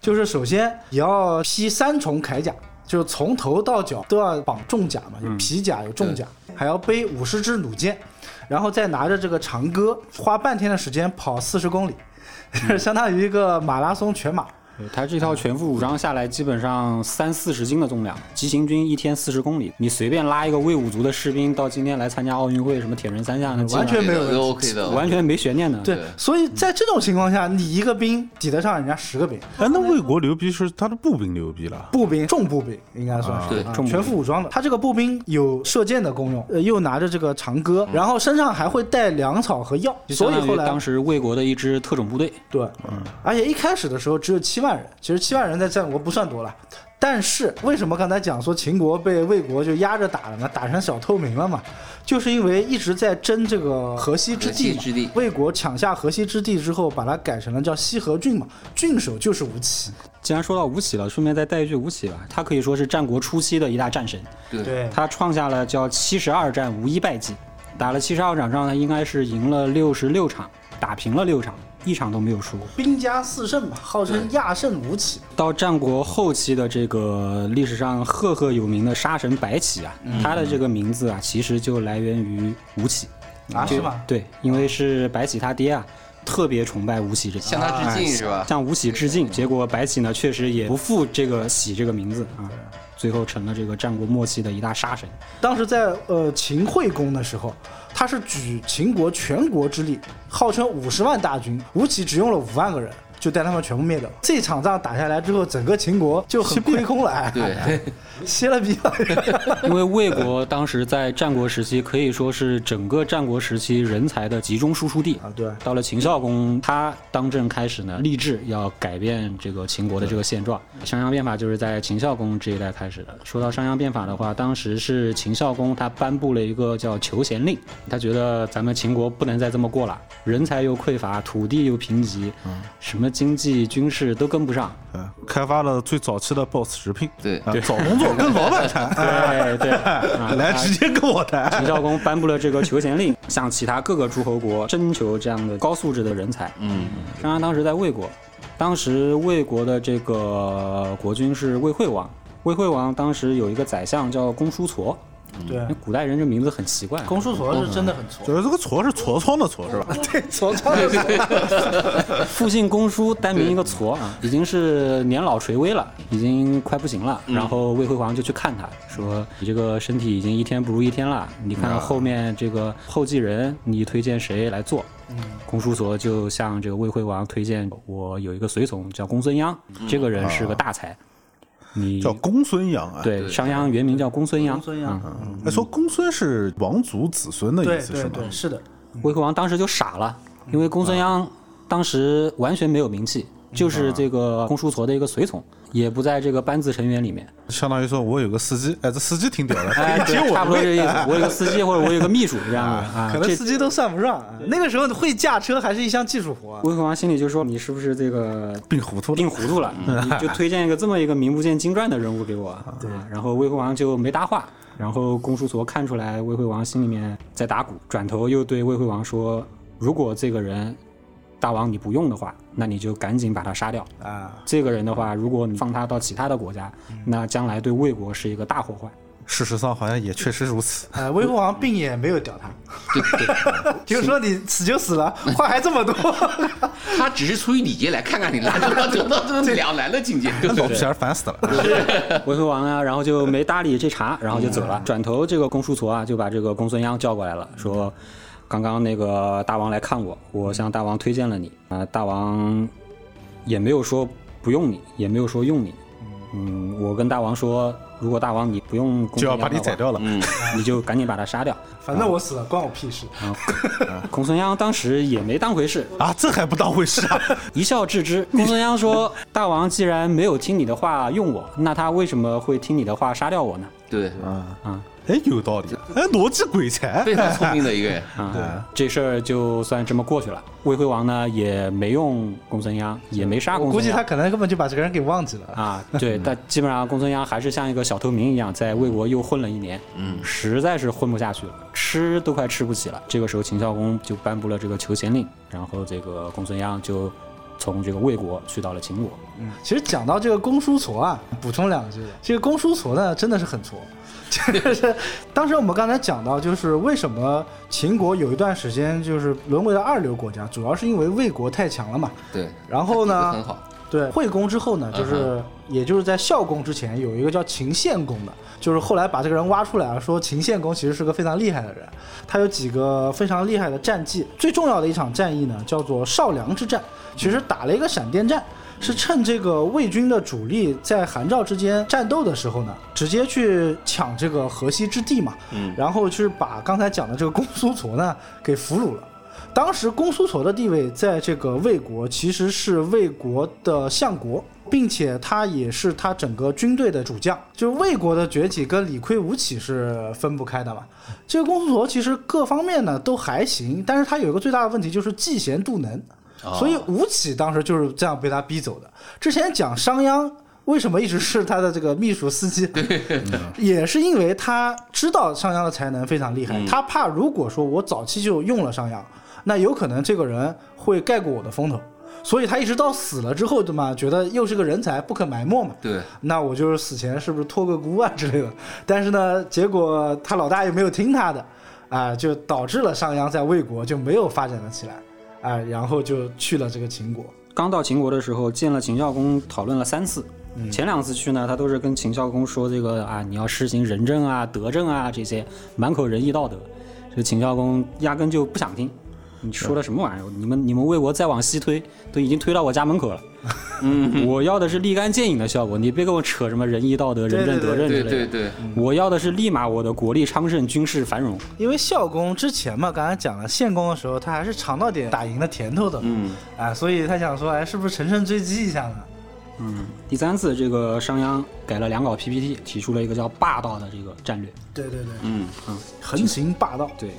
[SPEAKER 1] 就是首先也要披三重铠甲，就是从头到脚都要绑重甲嘛，有皮甲有重甲，还要背五十支弩箭，然后再拿着这个 长戈，花半天的时间跑四十公里，相当于一个马拉松全马。
[SPEAKER 4] 对他
[SPEAKER 1] 嗯
[SPEAKER 4] 这套全副武装下来，基本上三四十斤的重量，急行军一天四十公里，你随便拉一个魏武族的士兵到今天来参加奥运会，什么铁人三项，那基本
[SPEAKER 1] 完全没有
[SPEAKER 3] 这个都 OK 的，
[SPEAKER 4] 完全没悬念的。
[SPEAKER 1] 对
[SPEAKER 3] 对，
[SPEAKER 1] 所以在这种情况下，你一个兵抵得上人家十个兵，
[SPEAKER 2] 哎，那魏国牛逼是他的步兵牛逼了，
[SPEAKER 1] 步兵重步兵应该算是、
[SPEAKER 3] 对
[SPEAKER 1] 啊
[SPEAKER 4] 重步兵嗯
[SPEAKER 1] 全副武装的。他这个步兵有射箭的功用，呃，又拿着这个长戈，然后身上还会带粮草和药，
[SPEAKER 4] 就
[SPEAKER 1] 所
[SPEAKER 4] 嗯相
[SPEAKER 1] 以
[SPEAKER 4] 当
[SPEAKER 1] 后
[SPEAKER 4] 于
[SPEAKER 1] 来
[SPEAKER 4] 当时嗯魏国的一支特种部队，
[SPEAKER 1] 对，而且一开始的时候只有七万人，其实七万人在战国不算多了。但是为什么刚才讲说秦国被魏国就压着打了呢？打成小透明了嘛，就是因为一直在争这个河西之地嘛
[SPEAKER 3] 河西之地
[SPEAKER 1] 魏国抢下河西之地之后，把它改成了叫西河郡嘛，郡守就是吴起。
[SPEAKER 4] 既然说到吴起了，顺便再带一句吴起吧，他可以说是战国初期的一大战神，
[SPEAKER 3] 对
[SPEAKER 1] 对
[SPEAKER 4] 他创下了叫七十二战无一败绩，打了七十二场仗，他应该是赢了六十六场，打平了六场，一场都没有输。
[SPEAKER 1] 兵家四胜嘛，号称亚胜吴起。
[SPEAKER 4] 到战国后期的这个历史上赫赫有名的杀神白起啊，
[SPEAKER 3] 嗯
[SPEAKER 4] 他的这个名字啊，其实就来源于吴起
[SPEAKER 1] 啊
[SPEAKER 4] 就是
[SPEAKER 1] 吗
[SPEAKER 4] 对，因为是白起他爹啊，特别崇拜吴起这个，
[SPEAKER 3] 向他啊致敬
[SPEAKER 4] 哎
[SPEAKER 3] 是吧
[SPEAKER 4] 向吴起致敬。结果白起呢，确实也不负这个起这个名字啊，最后成了这个战国末期的一大杀神。
[SPEAKER 1] 当时在呃秦惠公的时候，他是举秦国全国之力，号称五十万大军，吴起只用了五万个人。就带他们全部灭掉。这场仗打下来之后，整个秦国就很亏空了，哎，
[SPEAKER 3] 对，
[SPEAKER 1] 歇了逼了。
[SPEAKER 4] 因为魏国当时在战国时期可以说是整个战国时期人才的集中输出地
[SPEAKER 1] 啊对
[SPEAKER 4] 到了秦孝公他当政开始呢，立志要改变这个秦国的这个现状。
[SPEAKER 1] 嗯
[SPEAKER 4] 商鞅变法就是在秦孝公这一代开始的。说到商鞅变法的话，当时是秦孝公他颁布了一个叫求贤令，他觉得咱们秦国不能再这么过了，人才又匮乏，土地又贫瘠，
[SPEAKER 1] 嗯
[SPEAKER 4] 什么经济军事都跟不 上。
[SPEAKER 2] 啊，开发了最早期的 BOSS 直聘，
[SPEAKER 3] 对
[SPEAKER 2] 啊，找 工作跟老板谈，
[SPEAKER 4] 对对，啊
[SPEAKER 2] 来
[SPEAKER 4] 他
[SPEAKER 2] 直接跟我谈，
[SPEAKER 4] 秦孝公颁布了这个求贤令， 向其他各个诸侯国征求这样的高素质的人才。
[SPEAKER 3] 嗯，
[SPEAKER 4] 商鞅当时在魏国，当时魏国的这个国君是魏惠王。魏惠王当时有一个宰相叫公叔痤，
[SPEAKER 1] 对，
[SPEAKER 4] 古代人这名字很奇怪啊。
[SPEAKER 1] 公叔痤是真的很挫，
[SPEAKER 2] 就是这个痤是痤疮的痤是吧？
[SPEAKER 1] 对，痤疮的 痤
[SPEAKER 4] 复姓公叔单名一个痤啊，已经是年老垂危了，已经快不行了。然后魏惠王就去看他，说：“你这个身体已经一天不如一天了，你看后面这个后继人，你推荐谁来做？”公叔痤就向这个魏惠王推荐，我有一个随从叫公孙鞅，这个人是个大才。你
[SPEAKER 2] 叫公孙阳啊，，
[SPEAKER 4] 对商鞅原名叫公孙鞅，
[SPEAKER 1] 公孙鞅
[SPEAKER 4] 啊
[SPEAKER 2] 哎，说公孙是王族子孙的意
[SPEAKER 1] 对
[SPEAKER 2] 思
[SPEAKER 1] 对
[SPEAKER 2] 是吗？
[SPEAKER 1] 对，是的，
[SPEAKER 4] 魏惠王当时就傻了，因为
[SPEAKER 1] 嗯
[SPEAKER 4] 公
[SPEAKER 1] 啊
[SPEAKER 4] 孙鞅当时完全没有名气，就是这个公叔痤的一个随从，也不在这个班子成员 里面。
[SPEAKER 2] 相当于说我有个司机，哎，这司机挺屌的，
[SPEAKER 4] 哎，
[SPEAKER 2] 接
[SPEAKER 4] 对，
[SPEAKER 2] 我
[SPEAKER 4] 差
[SPEAKER 2] 的
[SPEAKER 4] 不多这
[SPEAKER 2] 位
[SPEAKER 4] 意 思。我有个司机或者我有个秘书这样的啊
[SPEAKER 1] 可。能
[SPEAKER 4] 这
[SPEAKER 1] 司机都算不上。啊那个时候会驾车还是一项技术活啊，
[SPEAKER 4] 魏惠王心里就说：“你是不是这 个
[SPEAKER 2] 病糊涂了，
[SPEAKER 4] 定糊涂了？
[SPEAKER 1] 嗯
[SPEAKER 4] 你就推荐一个这么一个名不见经传的人物给我。”
[SPEAKER 1] 啊
[SPEAKER 4] 对。然后魏惠王就没搭话。然后公叔痤看出来魏惠王心里面在打鼓，转头又对魏惠王说：“如果这个人，大王你不用的话，那你就赶紧把他杀掉。”
[SPEAKER 1] 啊，
[SPEAKER 4] 这个人的话，如果你放他到其他的国家，那将来对魏国是一个大祸患。
[SPEAKER 2] 事实上好像也确实如此。
[SPEAKER 1] 呃，魏惠王并也没有屌他，就是说你死就死了，话还这么多，
[SPEAKER 3] 他只是出于礼节来看看你拉着他走到这么两难的境界，对
[SPEAKER 2] 老皮儿烦死了，
[SPEAKER 4] 魏惠王啊，然后就没搭理这茬，然后就走
[SPEAKER 2] 嗯
[SPEAKER 4] 了。转头这个公叔痤啊，就把这个公孙鞅叫过来了，
[SPEAKER 2] 嗯
[SPEAKER 4] 说：“刚刚那个大王来看我，我向大王推荐了你啊、大王也没有说不用你，也没有说用你。嗯，我跟大王说，如果大王你不用公孙鞅
[SPEAKER 2] 就要把你
[SPEAKER 4] 的话嗯
[SPEAKER 2] 宰，掉了。
[SPEAKER 4] 你就赶紧把他杀掉。”
[SPEAKER 1] 反正我死了，关我屁事。
[SPEAKER 2] 嗯
[SPEAKER 4] 公孙鞅当时也没当回事，
[SPEAKER 2] 啊，这还不当回事啊？
[SPEAKER 4] 一笑置之。公孙鞅说：“大王既然没有听你的话用我，那他为什么会听你的话杀掉我呢
[SPEAKER 3] 对，
[SPEAKER 2] 哎，有道理，哎，逻辑鬼才，
[SPEAKER 3] 非常聪明的 一个人，？”
[SPEAKER 1] 嗯
[SPEAKER 4] 啊，这事儿就算这么过去了。魏惠王呢也没用公孙鞅，也没杀
[SPEAKER 1] 我
[SPEAKER 4] 公
[SPEAKER 1] 估
[SPEAKER 4] 孙
[SPEAKER 1] 计他
[SPEAKER 4] 鞅。
[SPEAKER 1] 可能根本就把这个人给忘记了。
[SPEAKER 4] 啊， 对，但基本上公孙鞅还是像一个小透明一样，在魏国又混了一年，嗯，实在是混不下去了，吃都快吃不起了。这个时候，秦孝公就颁布了这个求贤令，然后这个公孙鞅就从这个魏国去到了秦国。
[SPEAKER 1] 其实讲到这个公叔痤啊，补充两句，这个公叔痤呢真的是很矬， 就是当时我们刚才讲到，就是为什么秦国有一段时间就是沦为了二流国家，主要是因为魏国太强了嘛。
[SPEAKER 3] 对，
[SPEAKER 1] 然后呢
[SPEAKER 3] 很好，
[SPEAKER 1] 对，惠公之后呢，就是也就是在孝公之前有一个叫秦献公的，就是后来把这个人挖出来啊，说秦献公其实是个非常厉害的人，他有几个非常厉害的战绩，最重要的一场战役呢叫做少梁之战，其实打了一个闪电战。是趁这个魏军的主力在韩赵之间战斗的时候呢，直接去抢这个河西之地嘛，
[SPEAKER 3] 嗯
[SPEAKER 1] 然后去把刚才讲的这个公苏痤呢给俘虏了。当时公苏痤的地位在这个魏国其实是魏国的相国，并且他也是他整个军队的主将。就是魏国的崛起跟李悝、吴起是分不开的嘛。这个公苏痤其实各方面呢都还行，但是他有一个最大的问题就是嫉贤妒能。所以吴起当时就是这样被他逼走的。之前讲商鞅为什么一直是他的这个秘书司机，也是因为他知道商鞅的才能非常厉害，他怕如果说我早期就用了商鞅，那有可能这个人会盖过我的风头。所以他一直到死了之后，对吗？觉得又是个人才，不可埋没嘛。
[SPEAKER 3] 对，
[SPEAKER 1] 那我就是死前是不是托个孤啊之类的？但是呢，结果他老大也没有听他的，啊、就导致了商鞅在魏国就没有发展了起来，啊、然后就去了这个秦国。
[SPEAKER 4] 刚到秦国的时候，见了秦孝公讨论了三次。
[SPEAKER 3] 嗯
[SPEAKER 4] 前两次去呢，他都是跟秦孝公说这个啊，你要施行仁政啊、德政啊这些，满口仁义道德。这秦孝公压根就不想听，你说的什么玩意儿？你们你们魏国再往西推，都已经推到我家门口了。嗯，我要的是立竿见影的效果，你别跟我扯什么仁义道德、仁政
[SPEAKER 1] 对
[SPEAKER 4] 德政
[SPEAKER 3] 对
[SPEAKER 4] 之类的。嗯
[SPEAKER 3] 对对，
[SPEAKER 4] 我要的是立马我的国力昌盛、军事繁荣。
[SPEAKER 1] 因为孝公之前嘛，刚才讲了，献公的时候他还是尝到点打赢的甜头的，
[SPEAKER 3] 嗯，
[SPEAKER 1] 啊、所以他想说，哎，是不是乘胜追击一下呢？
[SPEAKER 4] 第三次，这个商鞅改了两稿 PPT，提出了一个叫霸道的这个战略。
[SPEAKER 1] 对对对，
[SPEAKER 3] 嗯，
[SPEAKER 1] 横行霸道。
[SPEAKER 4] 对，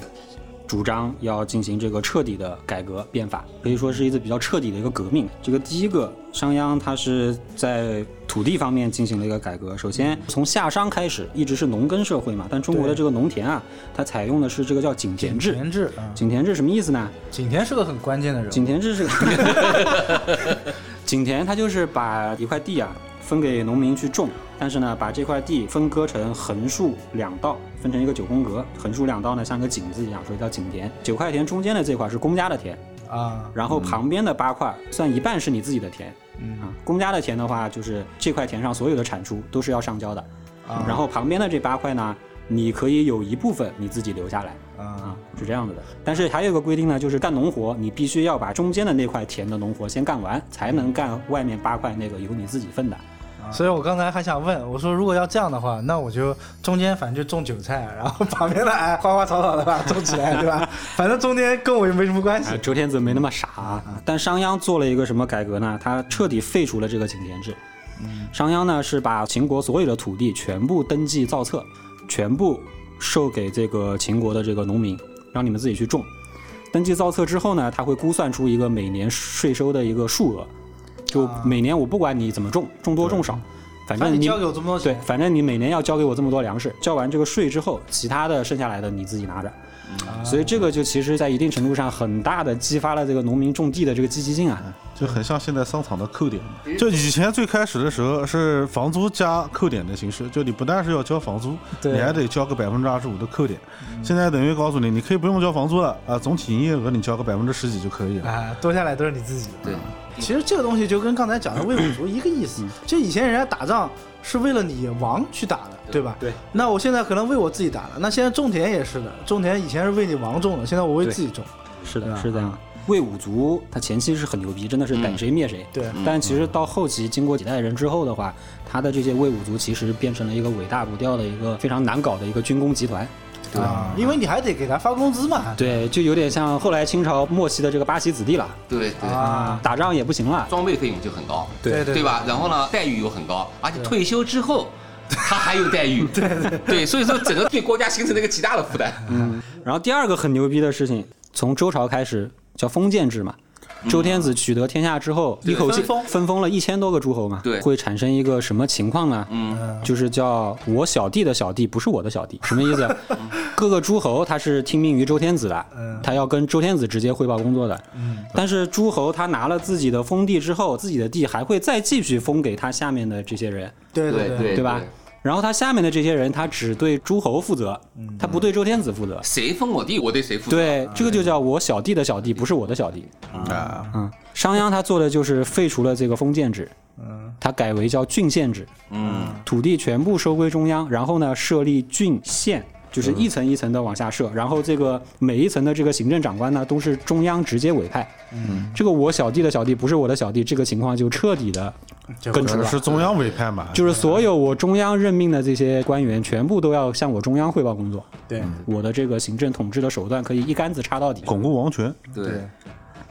[SPEAKER 4] 主张要进行这个彻底的改革变法，可以说是一次比较彻底的一个革命。这个第一个，商鞅他是在土地方面进行了一个改革。首先从夏商开始，一直是农耕社会嘛，但中国的这个农田啊，它采用的是这个叫井田制。
[SPEAKER 1] 田制啊，
[SPEAKER 4] 井田制什么意思呢？
[SPEAKER 1] 景田是个很关键的人物。
[SPEAKER 4] 井田制是， 井田它就是把一块地啊分给农民去种，但是呢，把这块地分割成横竖两道，分成一个九宫格，横竖两道呢像个井字一样，所以叫井田。九块田中间的这块是公家的田，
[SPEAKER 1] 啊，
[SPEAKER 4] 然后旁边的八块算一半是你自己的田。
[SPEAKER 1] 嗯
[SPEAKER 4] 啊，公家的田的话，就是这块田上所有的产出都是要上交的，
[SPEAKER 1] 啊
[SPEAKER 4] 然后旁边的这八块呢，你可以有一部分你自己留下来。
[SPEAKER 1] 啊
[SPEAKER 4] 啊，是这样子的。但是还有一个规定呢，就是干农活，你必须要把中间的那块田的农活先干完，才能干外面八块那个由你自己份的。
[SPEAKER 1] 啊所以我刚才还想问，我说如果要这样的话，那我就中间反正就种韭菜，然后旁边的哎花花草草的吧种起来，对吧？反正中间跟我也没什么关系嗯
[SPEAKER 4] 啊，。周天子没那么傻啊。但商鞅做了一个什么改革呢？他彻底废除了这个井田制。
[SPEAKER 1] 嗯
[SPEAKER 4] 商鞅呢是把秦国所有的土地全部登记造册，全部授给这个秦国的这个农民，让你们自己去种。登记造册之后呢，他会估算出一个每年税收的一个数额，就
[SPEAKER 1] 啊
[SPEAKER 4] 每年我不管你怎么种，种多种少，反
[SPEAKER 1] 那
[SPEAKER 4] 正哎你
[SPEAKER 1] 交给我这么多
[SPEAKER 4] 对
[SPEAKER 1] 钱，，
[SPEAKER 4] 反正你每年要交给我这么多粮食，交完这个税之后，其他的剩下来的你自己拿着。啊所以这个就其实，在一定程度上，很大的激发了这个农民种地的这个积极性啊。
[SPEAKER 2] 就很像现在商场的扣点嘛。就以前最开始的时候是房租加扣点的形式，就你不但是要交房租，
[SPEAKER 1] 对
[SPEAKER 2] 你还得交个百分之二十五的扣点。现在等于告诉你，你可以不用交房租了啊，总体营业额你交个百分之十几就可以了。
[SPEAKER 1] 啊，多下来都是你自己。
[SPEAKER 3] 对，
[SPEAKER 1] 其实这个东西就跟刚才讲的魏武卒一个意思，就以前人家打仗是为了你王去打的，对吧？
[SPEAKER 4] 对。
[SPEAKER 1] 那我现在可能为我自己打了，那现在种田也是的，种田以前是为你王种的，现在我为自己种。
[SPEAKER 4] 是的，是这样。啊嗯魏武卒他前期是很牛逼，真的是逮谁灭谁。
[SPEAKER 1] 对
[SPEAKER 4] 但其实到后期，经过几代人之后的话，他的这些魏武卒其实变成了一个伟大不掉的一个非常难搞的一个军工集团。
[SPEAKER 1] 对啊，因为你还得给他发工资嘛。
[SPEAKER 4] 对，就有点像后来清朝末期的这个八旗子弟了，
[SPEAKER 3] 对对，
[SPEAKER 1] 啊，
[SPEAKER 4] 打仗也不行了。
[SPEAKER 3] 装备费用就很高，
[SPEAKER 4] 对
[SPEAKER 1] 对
[SPEAKER 3] 对吧？然后呢，待遇又很高，而且退休之后。他还有待遇，对对所以说整个对国家形成了一个极大的负担。
[SPEAKER 4] 然后第二个很牛逼的事情，从周朝开始叫封建制嘛。周天子取得天下之后，一口
[SPEAKER 1] 嗯
[SPEAKER 4] 气
[SPEAKER 1] 分封
[SPEAKER 4] 分封了一千多个诸侯嘛，
[SPEAKER 3] 对
[SPEAKER 4] 会产生一个什么情况呢？
[SPEAKER 1] 嗯
[SPEAKER 4] 就是叫我小弟的小弟不是我的小弟，什么意思？各个诸侯他是听命于周天子的
[SPEAKER 1] 嗯，
[SPEAKER 4] 他要跟周天子直接汇报工作的。但是诸侯他拿了自己的封地之后，自己的地还会再继续封给他下面的这些人，
[SPEAKER 1] 对对
[SPEAKER 3] 对
[SPEAKER 4] 对吧？然后他下面的这些人，他只对诸侯负责，
[SPEAKER 1] 嗯
[SPEAKER 4] 他不对周天子负责。
[SPEAKER 3] 谁封我地，我对谁负责。
[SPEAKER 4] 对，这个就叫我小弟的小弟，不是我的小弟。
[SPEAKER 2] 啊，
[SPEAKER 4] 嗯，商鞅他做的就是废除了这个封建制，
[SPEAKER 1] 嗯，
[SPEAKER 4] 他改为叫郡县制，
[SPEAKER 3] 嗯，
[SPEAKER 4] 土地全部收归中央，然后呢设立郡县，就是一层一层的往下设，然后这个每一层的这个行政长官呢都是中央直接委派。嗯，这个我小弟的小弟不是我的小弟，这个情况就彻底的
[SPEAKER 1] 就
[SPEAKER 4] 根除
[SPEAKER 2] 这
[SPEAKER 4] 了。
[SPEAKER 2] 是中央委派嘛？
[SPEAKER 4] 就是所有我中央任命的这些官员，全部都要向我中央汇报工作。
[SPEAKER 1] 对，
[SPEAKER 4] 我的这个行政统治的手段可以一竿子插到底。
[SPEAKER 2] 巩固王权，
[SPEAKER 3] 对，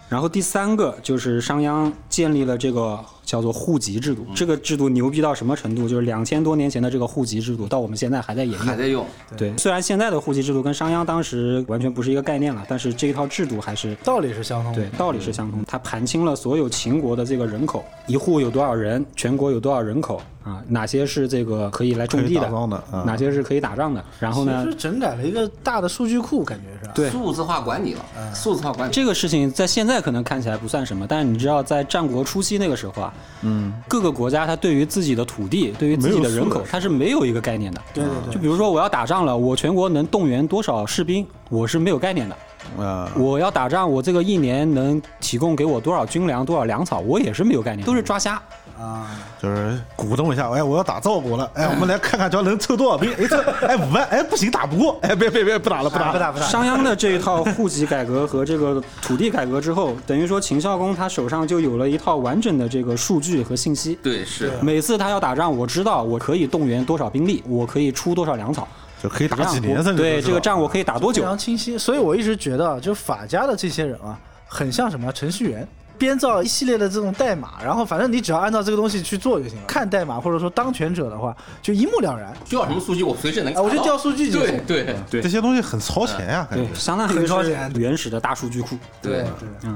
[SPEAKER 4] 然后第三个就是商鞅建立了这个叫做户籍制度，
[SPEAKER 2] 嗯
[SPEAKER 4] 这个制度牛逼到什么程度？就是两千多年前的这个户籍制度，到我们现在还在沿
[SPEAKER 3] 还
[SPEAKER 4] 用。
[SPEAKER 3] 在用，
[SPEAKER 4] 对，虽然现在的户籍制度跟商鞅当时完全不是一个概念了，但是这一套制度还是
[SPEAKER 1] 道理是相通的。
[SPEAKER 4] 对，道理是相
[SPEAKER 2] 嗯
[SPEAKER 4] 通。它盘清了所有秦国的这个人口，一户有多少人，全国有多少人口啊？哪些是这个可以来种地
[SPEAKER 2] 可以
[SPEAKER 4] 的
[SPEAKER 2] 打仗的啊？
[SPEAKER 4] 哪些是可以打仗的？然后呢
[SPEAKER 1] 其？实整改了一个大的数据库，感觉是吧？
[SPEAKER 4] 对
[SPEAKER 3] 数字化管理了，数字化管理。
[SPEAKER 4] 这个事情在现在可能看起来不算什么，但是你知道，在战国初期那个时候啊，嗯，各个国家它对于自己的土地、对于自己的人口，它是没有一个概念的。
[SPEAKER 1] 对对对
[SPEAKER 4] 就比如说，我要打仗了，我全国能动员多少士兵，我是没有概念的。
[SPEAKER 2] 啊，
[SPEAKER 4] 我要打仗，我这个一年能提供给我多少军粮、多少粮草，我也是没有概 念，都是抓瞎。
[SPEAKER 1] 啊，
[SPEAKER 2] 就是鼓动一下，哎，我要打赵国 了，哎，我们来看看，只要能凑多少兵，哎，这，哎，五万，哎，不行，打不过， 哎，别别别，不打了，不打了，
[SPEAKER 1] 不打不打，
[SPEAKER 4] 商鞅的这一套户籍改革和这个土地改革之后，等于说秦孝公他手上就有了一套完整的这个数据和信息。
[SPEAKER 3] 对，是
[SPEAKER 4] 每次他要打仗，我知道我可以动员多少兵力，我可以出多少粮草，
[SPEAKER 2] 就可以打
[SPEAKER 4] 这样
[SPEAKER 2] 几
[SPEAKER 4] 我
[SPEAKER 2] 年，甚至
[SPEAKER 4] 对
[SPEAKER 2] 都知
[SPEAKER 4] 这个
[SPEAKER 2] 道
[SPEAKER 4] 仗我可以打多
[SPEAKER 1] 非
[SPEAKER 4] 久？
[SPEAKER 1] 常
[SPEAKER 2] 啊
[SPEAKER 1] 清晰。所以我一直觉得啊，就法家的这些人啊，很像什么程序员。编造一系列的这种代码，然后反正你只要按照这个东西去做就行了。看代码或者说当权者的话，就一目了然。
[SPEAKER 3] 需要什么数据，我随时能
[SPEAKER 1] 啊，
[SPEAKER 3] 查到。
[SPEAKER 1] 我就调数据就
[SPEAKER 3] 对
[SPEAKER 1] 行。
[SPEAKER 3] 对
[SPEAKER 4] 对
[SPEAKER 2] 这些东西很超前呀，感
[SPEAKER 4] 对
[SPEAKER 2] 觉，。
[SPEAKER 4] 相当于
[SPEAKER 1] 很超
[SPEAKER 4] 是
[SPEAKER 1] 前
[SPEAKER 4] 原始的大数据库，
[SPEAKER 3] 对，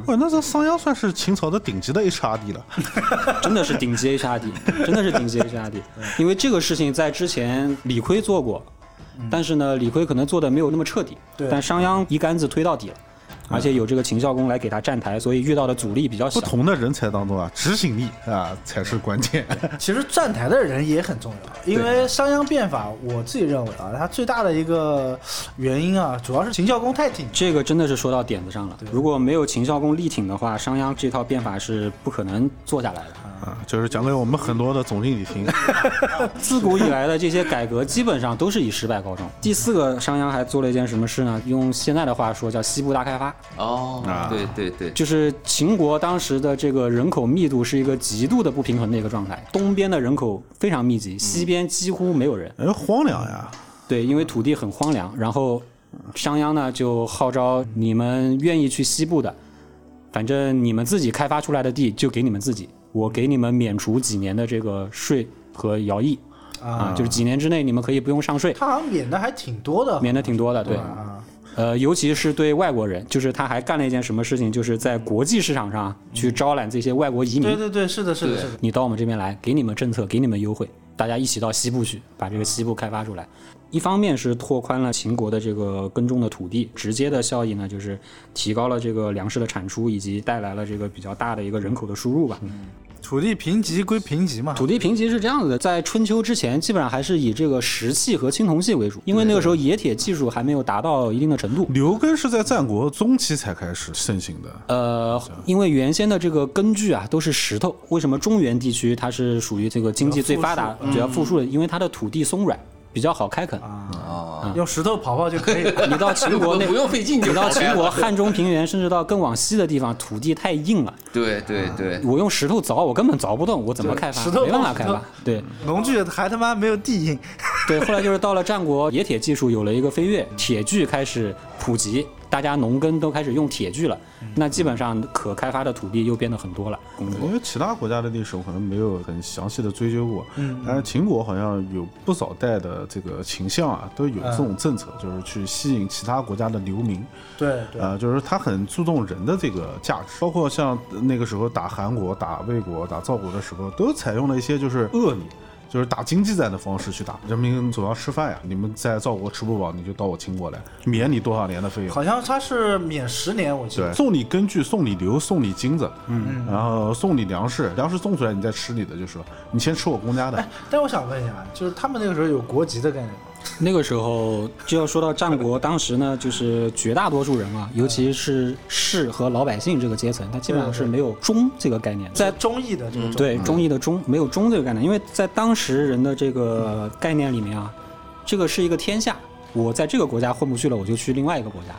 [SPEAKER 2] 哇，那这商鞅算是秦朝的顶级的 HRD 了，
[SPEAKER 4] 真的是顶级 HRD，真的是顶级 HRD。因为这个事情在之前李悝做过，
[SPEAKER 2] 嗯
[SPEAKER 4] 但是呢，李悝可能做的没有那么彻底
[SPEAKER 1] 对，
[SPEAKER 4] 但商鞅一竿子推到底了，而且有这个秦孝公来给他站台，所以遇到的阻力比较
[SPEAKER 2] 不
[SPEAKER 4] 小。
[SPEAKER 2] 同的人才当中啊，执行力啊才是关键。
[SPEAKER 1] 其实站台的人也很重要，因为商鞅变法，我自己认为啊，它最大的一个原因啊，主要是秦孝公太挺
[SPEAKER 4] 这个真的是说到点子上了。如果没有秦孝公力挺的话，商鞅这套变法是不可能做下来的。
[SPEAKER 2] 啊，就是讲给我们很多的总经理听，
[SPEAKER 4] 自古以来的这些改革，基本上都是以失败告终。第四个，商鞅还做了一件什么事呢？用现在的话说，叫西部大开发。
[SPEAKER 3] 哦，对对对，
[SPEAKER 4] 就是秦国当时的这个人口密度是一个极度的不平衡的一个状态，东边的人口非常密集，西边几乎没有人。
[SPEAKER 2] 哎，荒凉呀，
[SPEAKER 4] 对，因为土地很荒凉，然后商鞅呢就号召你们愿意去西部的，反正你们自己开发出来的地就给你们自己，我给你们免除几年的这个税和徭役啊，就是几年之内你们可以不用上税，
[SPEAKER 1] 他好像免的还挺多的，
[SPEAKER 4] 免的挺多的，对。
[SPEAKER 1] 啊，
[SPEAKER 4] 呃，尤其是对外国人，就是他还干了一件什么事情，就是在国际市场上去招揽这些外国移民
[SPEAKER 1] 嗯对。对对，是的，是的，
[SPEAKER 3] 对
[SPEAKER 1] 是的，
[SPEAKER 4] 你到我们这边来，给你们政策，给你们优惠，大家一起到西部去，把
[SPEAKER 1] 啊
[SPEAKER 4] 这个西部开发出来。一方面是拓宽了秦国的这个耕种的土地，直接的效益呢就是提高了这个粮食的产出，以及带来了这个比较大的一个人口的输入吧。
[SPEAKER 1] 嗯土地评级归评级嘛，
[SPEAKER 4] 土地评级是这样子的，在春秋之前，基本上还是以这个石器和青铜器为主，因为那个时候冶铁技术还没有达到一定的程度。
[SPEAKER 2] 刘根是在战国中期才开始盛行的，
[SPEAKER 4] 呃，因为原先的这个根据啊都是石头，为什么中原地区它是属于这个经济最发达、比较富庶嗯啊的？因为它的土地松软，比较好开垦。
[SPEAKER 3] 哦，
[SPEAKER 1] 用石头刨刨就可以了。
[SPEAKER 4] 你到 秦国那，
[SPEAKER 3] 不用费劲就
[SPEAKER 4] 你到
[SPEAKER 3] 好了
[SPEAKER 4] 秦
[SPEAKER 3] 呀
[SPEAKER 4] 国汉中平原，甚至到更往西的地方，土地太硬了，
[SPEAKER 3] 对对对，
[SPEAKER 4] 我用石头凿，我根本凿不动，我怎么
[SPEAKER 1] 对
[SPEAKER 4] 开发？
[SPEAKER 1] 石头
[SPEAKER 4] 没办法
[SPEAKER 1] 碰石
[SPEAKER 4] 开
[SPEAKER 1] 头
[SPEAKER 4] 发。对
[SPEAKER 1] 农具还他妈没有地硬，
[SPEAKER 4] 对，后来就是到了战国，冶铁技术有了一个飞跃，铁具开始普及，大家农耕都开始用铁具了，那基本上可开发的土地又变得很多了。
[SPEAKER 2] 嗯因为其他国家的历史我可能没有很详细的追究过，但是秦国好像有不少代的这个秦相啊，都有这种政策，就是去吸引其他国家的流民，
[SPEAKER 1] 对 对，
[SPEAKER 2] 啊，就是他很注重人的这个价值，包括像那个时候打韩国、打魏国、打赵国的时候，都采用了一些就是恶你。就是打经济战的方式去打。人民总要吃饭呀，你们在赵国吃不饱，你就到我秦国来，免你多少年的费用。
[SPEAKER 1] 好像他是免十年，我记
[SPEAKER 2] 对，
[SPEAKER 1] 得。
[SPEAKER 2] 送你根据，送你牛，送你金子，嗯，然后送你粮食，粮食送出来，你再吃你的就是了。你先吃我公家 的
[SPEAKER 1] 哎，，但我想问一下，就是他们那个时候有国籍的概念吗？
[SPEAKER 4] 那个时候就要说到战国，当时呢，就是绝大多数人啊，尤其是士和老百姓这个阶层，他基本上是没有忠这个概念的。在嗯
[SPEAKER 1] 在忠义的这个
[SPEAKER 2] 嗯
[SPEAKER 1] 忠，
[SPEAKER 4] 对忠义的忠没有忠这个概念，因为在当时人的这个概念里面啊，这个是一个天下，我在这个国家混不去了，我就去另外一个国家。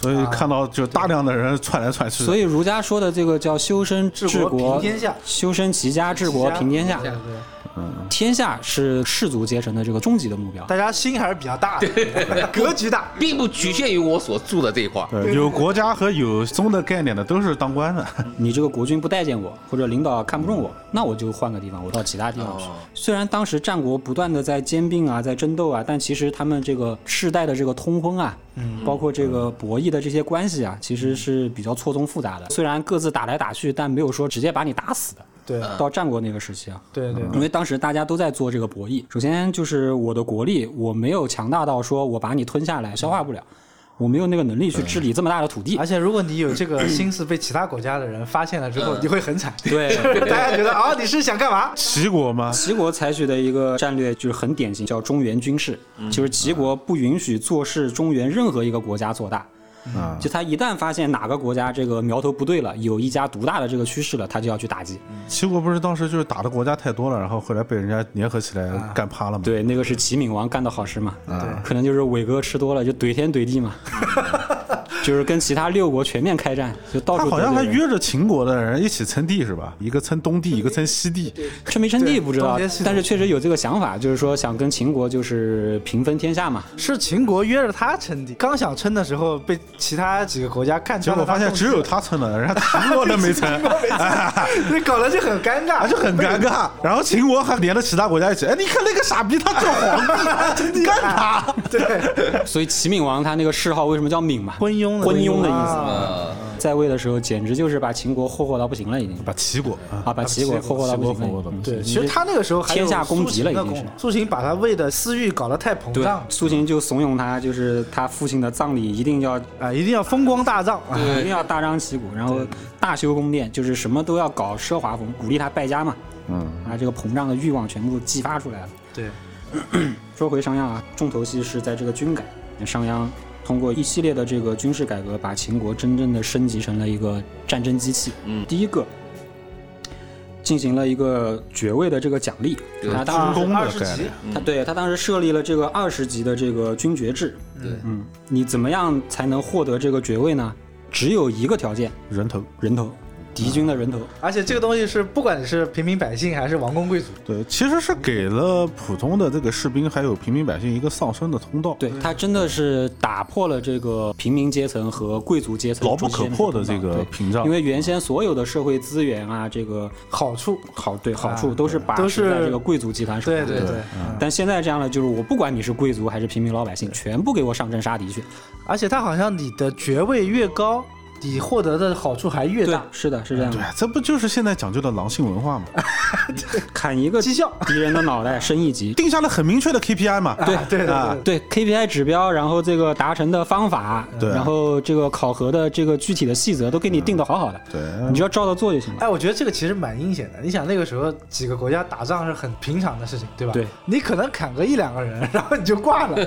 [SPEAKER 2] 所以看到就大量的人窜来窜去。
[SPEAKER 4] 所以儒家说的这个叫嗯修身
[SPEAKER 1] 治
[SPEAKER 4] 治
[SPEAKER 1] 国平
[SPEAKER 4] 国
[SPEAKER 1] 天下
[SPEAKER 4] 修身齐家治国平天下
[SPEAKER 1] 对。对对
[SPEAKER 4] 天下是士族阶层的这个终极的目标。
[SPEAKER 1] 大家心还是比较大的， 格局大。
[SPEAKER 3] 并不局限于我所住的这一块儿。
[SPEAKER 2] 对，有国家和有宗的概念的都是当官 的，
[SPEAKER 4] 你这个国君不待见我，或者领导看不中我，那我就换个地方，我到其他地方去。虽然当时战国不断的在兼并啊，在争斗啊，但其实他们这个世代的这个通婚啊，包括这个博弈的这些关系啊，其实是比较错综复杂的。虽然各自打来打去，但没有说直接把你打死的。
[SPEAKER 1] 对
[SPEAKER 4] 到战国那个时期啊，
[SPEAKER 1] 对对，
[SPEAKER 2] 嗯
[SPEAKER 4] 因为当时大家都在做这个博弈。首先就是我的国力，我没有强大到说我把你吞下来，消化不了，我没有那个能力去治理这么大的土地
[SPEAKER 1] 而。且如果你有这个 心思，被其他国家的人发现了之后，
[SPEAKER 2] 嗯
[SPEAKER 1] 你会很惨。
[SPEAKER 4] 对，
[SPEAKER 1] 大家觉得啊，你是想干嘛？
[SPEAKER 2] 齐国嘛，
[SPEAKER 4] 齐国采取的一个战略就是很典型，叫中原军事，就是齐国不允许坐视中原任何一个国家做大。
[SPEAKER 2] 啊，
[SPEAKER 4] 就他一旦发现哪个国家这个苗头不对了，有一家独大的这个趋势了，他就要去打击。
[SPEAKER 2] 齐国不是当时就是打的国家太多了，然后后来被人家联合起来干趴了嘛。
[SPEAKER 4] 对，那个是齐闵王干的好事嘛，可能就是伟哥吃多了就怼天怼地嘛，就是跟其他六国全面开战，就到
[SPEAKER 2] 他
[SPEAKER 4] 处
[SPEAKER 2] 好像
[SPEAKER 4] 得
[SPEAKER 2] 还
[SPEAKER 4] 罪人
[SPEAKER 2] 约着秦国的人一起称帝是吧？一个称东帝，一个称西帝。
[SPEAKER 4] 称没称帝
[SPEAKER 1] 对
[SPEAKER 4] 不知道
[SPEAKER 1] 中间系统，
[SPEAKER 4] 但是确实有这个想法，就是说想跟秦国就是平分天下嘛。
[SPEAKER 1] 是秦国约着他称帝，刚想称的时候被其他几个国家看
[SPEAKER 2] 结
[SPEAKER 1] 穿
[SPEAKER 2] 果
[SPEAKER 1] 了他
[SPEAKER 2] 发
[SPEAKER 1] 动机了，
[SPEAKER 2] 现只有他称了，人 家秦国都没称，
[SPEAKER 1] 那搞得就很尴尬，
[SPEAKER 2] 啊就很尴尬。然后秦国还连着其他国家一起，哎，你看那个傻逼，他叫皇帝，干他！
[SPEAKER 1] 对，
[SPEAKER 4] 所以齐闵王他那个谥号为什么叫闵嘛？
[SPEAKER 1] 昏庸的
[SPEAKER 4] 昏庸的意思。
[SPEAKER 1] 啊
[SPEAKER 3] 呃，
[SPEAKER 4] 在位的时候，简直就是把秦国霍霍到不行了，已经
[SPEAKER 2] 把齐国啊，
[SPEAKER 4] 啊，把齐国霍霍到
[SPEAKER 2] 齐
[SPEAKER 4] 不
[SPEAKER 2] 国
[SPEAKER 4] 行
[SPEAKER 2] 和
[SPEAKER 4] 了
[SPEAKER 2] 我。的
[SPEAKER 1] 对，其实他那个时候还有
[SPEAKER 4] 天下公敌
[SPEAKER 1] 苏秦
[SPEAKER 4] 了
[SPEAKER 1] 的
[SPEAKER 4] 已经是
[SPEAKER 1] 功劳苏秦把他为的私欲搞得太膨
[SPEAKER 4] 对
[SPEAKER 1] 胀，
[SPEAKER 4] 苏秦就怂恿他，就是他父亲的葬礼一定要
[SPEAKER 1] 啊，一定要风光大葬啊，
[SPEAKER 4] 一定要大张旗鼓，然后大修宫殿，就是什么都要搞奢华风，鼓励他败家嘛。
[SPEAKER 2] 嗯，
[SPEAKER 4] 啊，这个膨胀的欲望全部激发出来了。
[SPEAKER 1] 对，
[SPEAKER 4] 说回商鞅啊，重头戏是在这个军改。商鞅通过一系列的这个军事改革，把秦国真正的升级成了一个战争机器。
[SPEAKER 3] 嗯
[SPEAKER 4] 第一个进行了一个爵位的这个奖励，
[SPEAKER 3] 对嗯
[SPEAKER 4] 他当
[SPEAKER 1] 二
[SPEAKER 4] 时
[SPEAKER 2] 公的
[SPEAKER 1] 二十
[SPEAKER 2] 概
[SPEAKER 1] 级
[SPEAKER 2] 念，
[SPEAKER 4] 他对他当时设立了这个二十级的这个军爵制。
[SPEAKER 3] 对，
[SPEAKER 4] 嗯，你怎么样才能获得这个爵位呢？只有一个条件，
[SPEAKER 2] 人头。
[SPEAKER 4] 人头，敌军的人头。
[SPEAKER 1] 而且这个东西是不管你是平民百姓还是王公贵族，
[SPEAKER 2] 对，其实是给了普通的这个士兵还有平民百姓一个上升的通道，
[SPEAKER 4] 对他真的是打破了这个平民阶层和贵族阶层
[SPEAKER 2] 牢不可破的这
[SPEAKER 4] 中间
[SPEAKER 2] 个
[SPEAKER 4] 的
[SPEAKER 2] 屏
[SPEAKER 4] 通道对
[SPEAKER 2] 障
[SPEAKER 4] 因。为原先所有的社会资源啊，这个
[SPEAKER 1] 好处，
[SPEAKER 4] 好对好
[SPEAKER 2] 哎
[SPEAKER 4] 处都是把
[SPEAKER 1] 都
[SPEAKER 4] 持在
[SPEAKER 1] 是
[SPEAKER 4] 这个贵族集团手
[SPEAKER 1] 对
[SPEAKER 4] 上。
[SPEAKER 1] 对
[SPEAKER 3] 对
[SPEAKER 1] 对，嗯
[SPEAKER 4] 但现在这样了，就是我不管你是贵族还是平民老百姓，全部给我上阵杀敌去。
[SPEAKER 1] 而且他好像你的爵位越高，你获得的好处还越
[SPEAKER 4] 对
[SPEAKER 1] 大，，
[SPEAKER 4] 是的，是这样
[SPEAKER 2] 对
[SPEAKER 4] 的。，
[SPEAKER 2] 哎这不就是现在讲究的狼性文化吗？
[SPEAKER 4] 砍一个
[SPEAKER 1] 绩效
[SPEAKER 4] 敌人的脑袋升一级，
[SPEAKER 2] 定下了很明确的 KPI 嘛。
[SPEAKER 4] 对
[SPEAKER 1] 啊对对
[SPEAKER 2] 啊
[SPEAKER 1] 对，
[SPEAKER 4] 对 KPI 指标，然后这个达成的方法，
[SPEAKER 2] 对
[SPEAKER 4] 然后这个考核的这个具体的细则都给你定的好好的，
[SPEAKER 2] 对
[SPEAKER 4] 你只要照着做就行了。
[SPEAKER 1] 哎，我觉得这个其实蛮阴险的。你想那个时候几个国家打仗是很平常的事情，对吧？
[SPEAKER 4] 对，。
[SPEAKER 1] 你可能砍个一两个人， 然后你就挂了。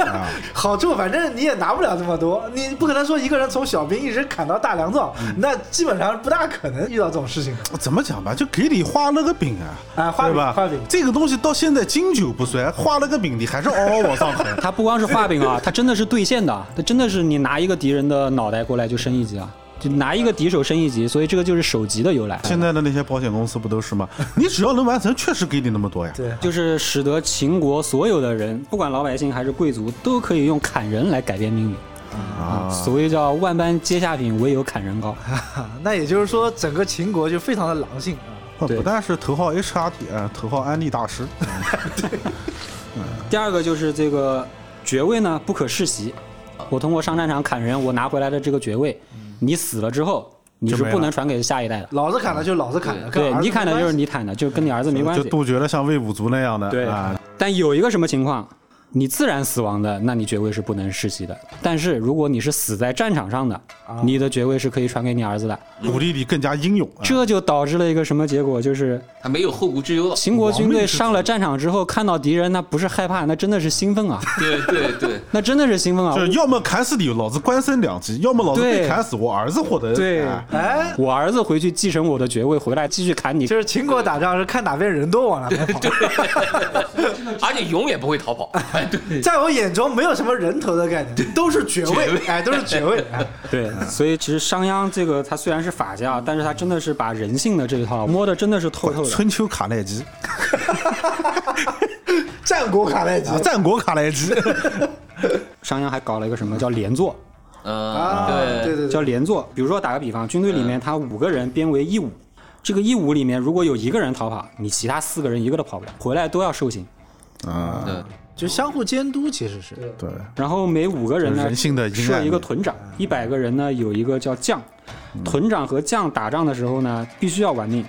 [SPEAKER 2] 啊，
[SPEAKER 1] 好处反正你也拿不了这么多，你不可能说一个人从小兵一直砍到大良造，那基本上不大可能遇到这种事情的。
[SPEAKER 2] 怎么讲吧，就给你画了个饼啊，
[SPEAKER 1] 啊画饼
[SPEAKER 2] 对吧？
[SPEAKER 1] 画饼
[SPEAKER 2] 这个东西到现在经久不衰，画了个饼，你还是嗷嗷往上腾
[SPEAKER 4] 它不光是画饼啊，它真的是兑现的，它真的是你拿一个敌人的脑袋过来就升一级啊，就拿一个敌手升一级，所以这个就是首级的由来。
[SPEAKER 2] 现在的那些保险公司不都是吗？你只要能完成，确实给你那么多呀。
[SPEAKER 1] 对，
[SPEAKER 4] 就是使得秦国所有的人，不管老百姓还是贵族，都可以用砍人来改变命运啊，所谓叫万般皆下品，唯有砍人高。
[SPEAKER 1] 啊那也就是说整个秦国就非常的狼性啊。
[SPEAKER 2] 不
[SPEAKER 4] 对
[SPEAKER 2] 不但是头号 HRT，呃，头号安利大师，
[SPEAKER 4] 第二个就是这个爵位呢不可世袭，我通过上战场砍人，我拿回来的这个爵位，你死了之后，你是
[SPEAKER 2] 就没了
[SPEAKER 4] 不能传给下一代的。
[SPEAKER 1] 老子砍了就老子砍了，跟
[SPEAKER 4] 对
[SPEAKER 1] 儿子
[SPEAKER 4] 你砍的
[SPEAKER 1] 没
[SPEAKER 4] 就
[SPEAKER 1] 关系
[SPEAKER 4] 是你砍的，就跟你儿子没关
[SPEAKER 2] 就
[SPEAKER 4] 系。
[SPEAKER 2] 杜绝了像魏武卒那样的
[SPEAKER 4] 对
[SPEAKER 2] 啊，
[SPEAKER 4] 但有一个什么情况，你自然死亡的，那你爵位是不能世袭的。但是如果你是死在战场上的，
[SPEAKER 2] 啊
[SPEAKER 4] 你的爵位是可以传给你儿子的。
[SPEAKER 2] 鼓励你更加英勇。啊
[SPEAKER 4] 这就导致了一个什么结果？就是
[SPEAKER 3] 他没有后顾之忧了。
[SPEAKER 4] 秦国军队上了战场之后，看到敌人，那不是害怕，那真的是兴 奋啊，
[SPEAKER 3] 对对对，
[SPEAKER 4] 那真的是兴奋啊！
[SPEAKER 2] 就是要么砍死你，老子官升两级；要么老子被
[SPEAKER 4] 对
[SPEAKER 2] 砍死，我儿子获得。
[SPEAKER 4] 对
[SPEAKER 2] 啊
[SPEAKER 1] 哎，
[SPEAKER 4] 我儿子回去继承我的爵位，回来继续砍你。
[SPEAKER 1] 就是秦国打仗是看哪边人多往哪边跑，
[SPEAKER 3] 而且永远不会逃跑。哎，对，
[SPEAKER 1] 在我眼中没有什么人头的概念，都是爵
[SPEAKER 3] 爵
[SPEAKER 1] 位，
[SPEAKER 3] 位
[SPEAKER 1] 哎，都是爵位， 哎
[SPEAKER 4] 对，
[SPEAKER 2] 嗯
[SPEAKER 4] 所以其实商鞅这个他虽然是法家，但是他真的是把人性的这一套摸的真的是透透的。
[SPEAKER 2] 春秋卡耐基，
[SPEAKER 1] 战国卡耐基
[SPEAKER 2] 啊战国卡耐 基，
[SPEAKER 4] 商鞅还搞了一个什么叫连坐，
[SPEAKER 1] 啊，对
[SPEAKER 3] 嗯，
[SPEAKER 1] 对对，
[SPEAKER 4] 叫连坐。比如说打个比方，军队里
[SPEAKER 2] 嗯
[SPEAKER 4] 面他五个人编为一伍，这个一伍里面如果有一个人逃跑，你其他四个人一个都跑不了，回来都要受刑。
[SPEAKER 2] 啊，
[SPEAKER 3] 嗯，
[SPEAKER 1] 就相互监督其实是，
[SPEAKER 2] 对，
[SPEAKER 4] 然后每五个人呢，
[SPEAKER 2] 人性的嗯阴
[SPEAKER 4] 设
[SPEAKER 2] 暗
[SPEAKER 4] 一个
[SPEAKER 2] 面
[SPEAKER 4] 屯长，一百个人呢有一个叫将，屯长和将打仗的时候呢必须要玩命。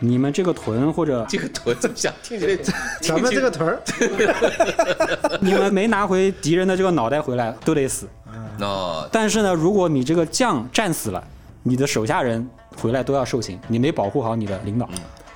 [SPEAKER 4] 你们这个屯或者
[SPEAKER 3] 这个头怎么想？听起来，
[SPEAKER 1] 咱们这个屯儿，
[SPEAKER 4] 你们没拿回敌人的这个脑袋回来都得死。
[SPEAKER 3] 哦，
[SPEAKER 4] 但是呢，如果你这个将战死了，你的手下人回来都要受刑，你没保护好你的领导。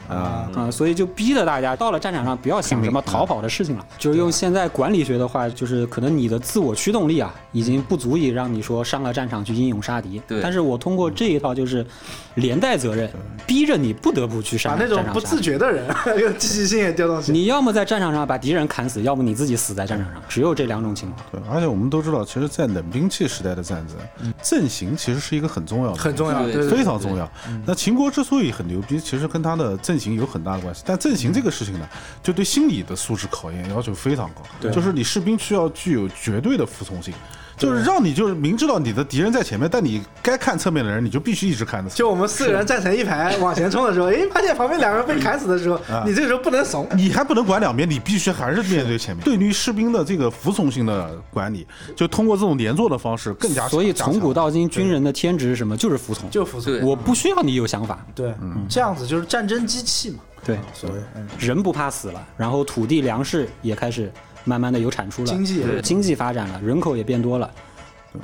[SPEAKER 2] 啊，
[SPEAKER 4] 啊、所以就逼着大家到了战场上不要想什么逃跑的事情了。就是用现在管理学的话，就是可能你的自我驱动力啊，已经不足以让你说上了战场去英勇杀敌。
[SPEAKER 3] 对
[SPEAKER 4] 但是我通过这一套就是连带责任，逼着你不得不去
[SPEAKER 1] 把
[SPEAKER 4] 上
[SPEAKER 1] 那
[SPEAKER 4] 战
[SPEAKER 1] 种
[SPEAKER 4] 场
[SPEAKER 1] 不
[SPEAKER 4] 杀
[SPEAKER 1] 自觉的人， 用积极性也调动起来。
[SPEAKER 4] 你要么在战场上把敌人砍死，要么你自己死在战场上，只有这两种情况。
[SPEAKER 2] 对，而且我们都知道，其实，在冷兵器时代的战争，
[SPEAKER 4] 嗯
[SPEAKER 2] 阵型其实是一个很重要的，
[SPEAKER 1] 很重要，
[SPEAKER 3] 对
[SPEAKER 1] 对
[SPEAKER 2] 非常重要。那秦国之所以很牛逼，其实跟他的阵型有很大的关系。但阵型这个事情呢，就对心理的素质考验要求非常高，就是你士兵需要具有绝对的服从性，就是让你就是明知道你的敌人在前面，但你该看侧面的人，你就必须一直看着。
[SPEAKER 1] 就我们四个人站成一排往前冲的时候，诶，发现旁边两个人被砍死的时候，你这个时候不能怂，
[SPEAKER 2] 你还不能管两边，你必须还是面对前面。对于士兵的这个服从性的管理，就通过这种连坐的方式更加。
[SPEAKER 4] 所以
[SPEAKER 2] 加
[SPEAKER 4] 从
[SPEAKER 2] 强
[SPEAKER 4] 古到今，军人的天职是什么？就是服从。
[SPEAKER 1] 就服从。
[SPEAKER 3] 对
[SPEAKER 4] 我不需要你有想法。
[SPEAKER 1] 对，这样子就是战争机器嘛。
[SPEAKER 4] 对，
[SPEAKER 1] 所谓嗯
[SPEAKER 4] 人不怕死了，然后土地粮食也开始慢慢的有产出了，
[SPEAKER 1] 经济也
[SPEAKER 4] 对经济发展了，人口也变多了，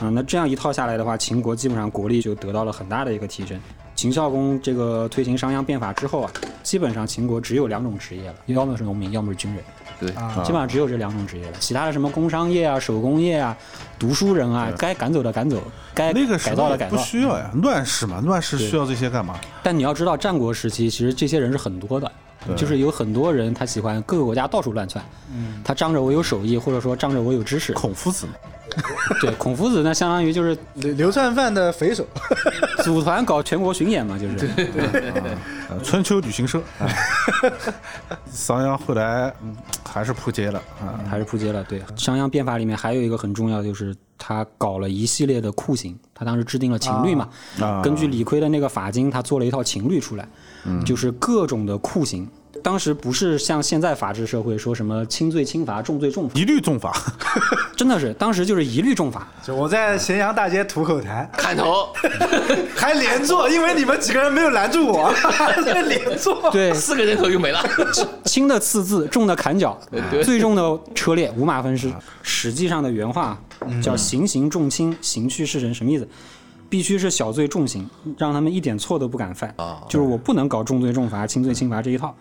[SPEAKER 4] 啊、那这样一套下来的话，秦国基本上国力就得到了很大的一个提升。秦孝公这个推行商鞅变法之后啊，基本上秦国只有两种职业了，要么是农民，要么是军人，
[SPEAKER 3] 对，
[SPEAKER 4] 基
[SPEAKER 2] 啊
[SPEAKER 4] 本上只有这两种职业了。其他的什么工商业啊、手工业啊、读书人啊，该赶走的赶走，该
[SPEAKER 2] 那个时
[SPEAKER 4] 改造
[SPEAKER 2] 候
[SPEAKER 4] 的
[SPEAKER 2] 也
[SPEAKER 4] 改
[SPEAKER 2] 不
[SPEAKER 4] 造。嗯
[SPEAKER 2] 需要呀，乱世嘛，乱世需要这些干嘛？。
[SPEAKER 4] 但你要知道，战国时期其实这些人是很多的，就是有很多人他喜欢各个国家到处乱窜，嗯，他仗着我有手艺，或者说仗着我有知识
[SPEAKER 2] 孔夫子嘛，
[SPEAKER 4] 对，孔夫子呢，相当 于就是
[SPEAKER 1] 流流窜犯的匪首，
[SPEAKER 4] 组团搞全国巡演嘛，就是
[SPEAKER 2] 呃春秋旅行社。啊 商鞅后来嗯还是扑街了啊，
[SPEAKER 4] 还是扑街了。对，商鞅变法里面还有一个很重要，就是他搞了一系列的酷刑，他当时制定了刑律嘛，
[SPEAKER 2] 啊嗯
[SPEAKER 4] 根据李悝的那个法经，他做了一套刑律出来，就是各种的酷刑。当时不是像现在法治社会说什么轻罪轻罚，重罪重罚，
[SPEAKER 2] 一律重罚。
[SPEAKER 4] 真的是当时就是一律重罚。
[SPEAKER 1] 就我在咸阳大街吐口痰，
[SPEAKER 3] 砍头，
[SPEAKER 1] 还连坐，因为你们几个人没有拦住我， 这连坐。
[SPEAKER 4] 对，
[SPEAKER 3] 四个人头就没了。
[SPEAKER 4] 轻的刺字，重的砍脚
[SPEAKER 3] 对，
[SPEAKER 4] 最重的车裂，五马分尸。史记上的原话叫“行刑重轻，刑去世人”，什么意思？必须是小罪重刑，让他们一点错都不敢犯。就是我不能搞重罪重罚、轻罪轻罚这一套，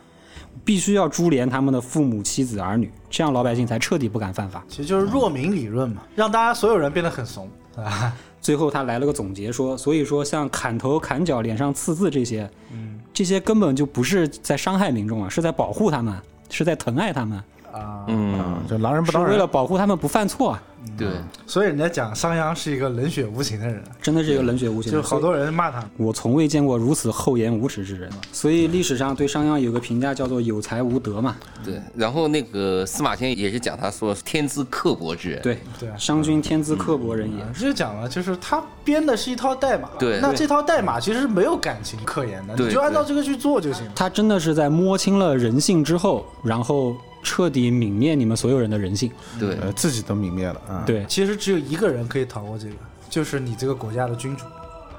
[SPEAKER 4] 必须要株连他们的父母、妻子、儿女，这样老百姓才彻底不敢犯法。
[SPEAKER 1] 其实就是弱民理论嘛，让大家所有人变得很怂啊。
[SPEAKER 4] 最后他来了个总结说，所以说像砍头、砍脚、脸上刺字这些，这些根本就不是在伤害民众啊，是在保护他们，是在疼爱他们，
[SPEAKER 2] 嗯，就狼人不
[SPEAKER 4] 是
[SPEAKER 2] 当
[SPEAKER 4] 为
[SPEAKER 2] 人
[SPEAKER 4] 了。保护他们不犯错啊。
[SPEAKER 3] 嗯对，
[SPEAKER 1] 所以人家讲商鞅是一个冷血无情的人，
[SPEAKER 4] 真的是一个冷血无情
[SPEAKER 1] 就
[SPEAKER 4] 的，
[SPEAKER 1] 好多人骂他。
[SPEAKER 4] 我从未见过如此厚颜无耻之人。啊所以历史上对商鞅有个评价叫做有才无德嘛。
[SPEAKER 3] 对，然后那个司马迁也是讲他说天资刻薄之人，
[SPEAKER 4] 对嗯
[SPEAKER 1] 对啊
[SPEAKER 4] 商君天资刻薄人也。
[SPEAKER 1] 这就讲了，就是他编的是一套代码，
[SPEAKER 3] 对
[SPEAKER 1] 那这套代码其实是没有感情可言的，
[SPEAKER 3] 对
[SPEAKER 1] 你就按照这个去做就行了。
[SPEAKER 4] 他真的是在摸清了人性之后，然后彻底泯灭你们所有人的人性。
[SPEAKER 3] 对
[SPEAKER 2] 呃，自己都泯灭了啊！
[SPEAKER 4] 对
[SPEAKER 1] 其实只有一个人可以逃过这个，就是你这个国家的君主。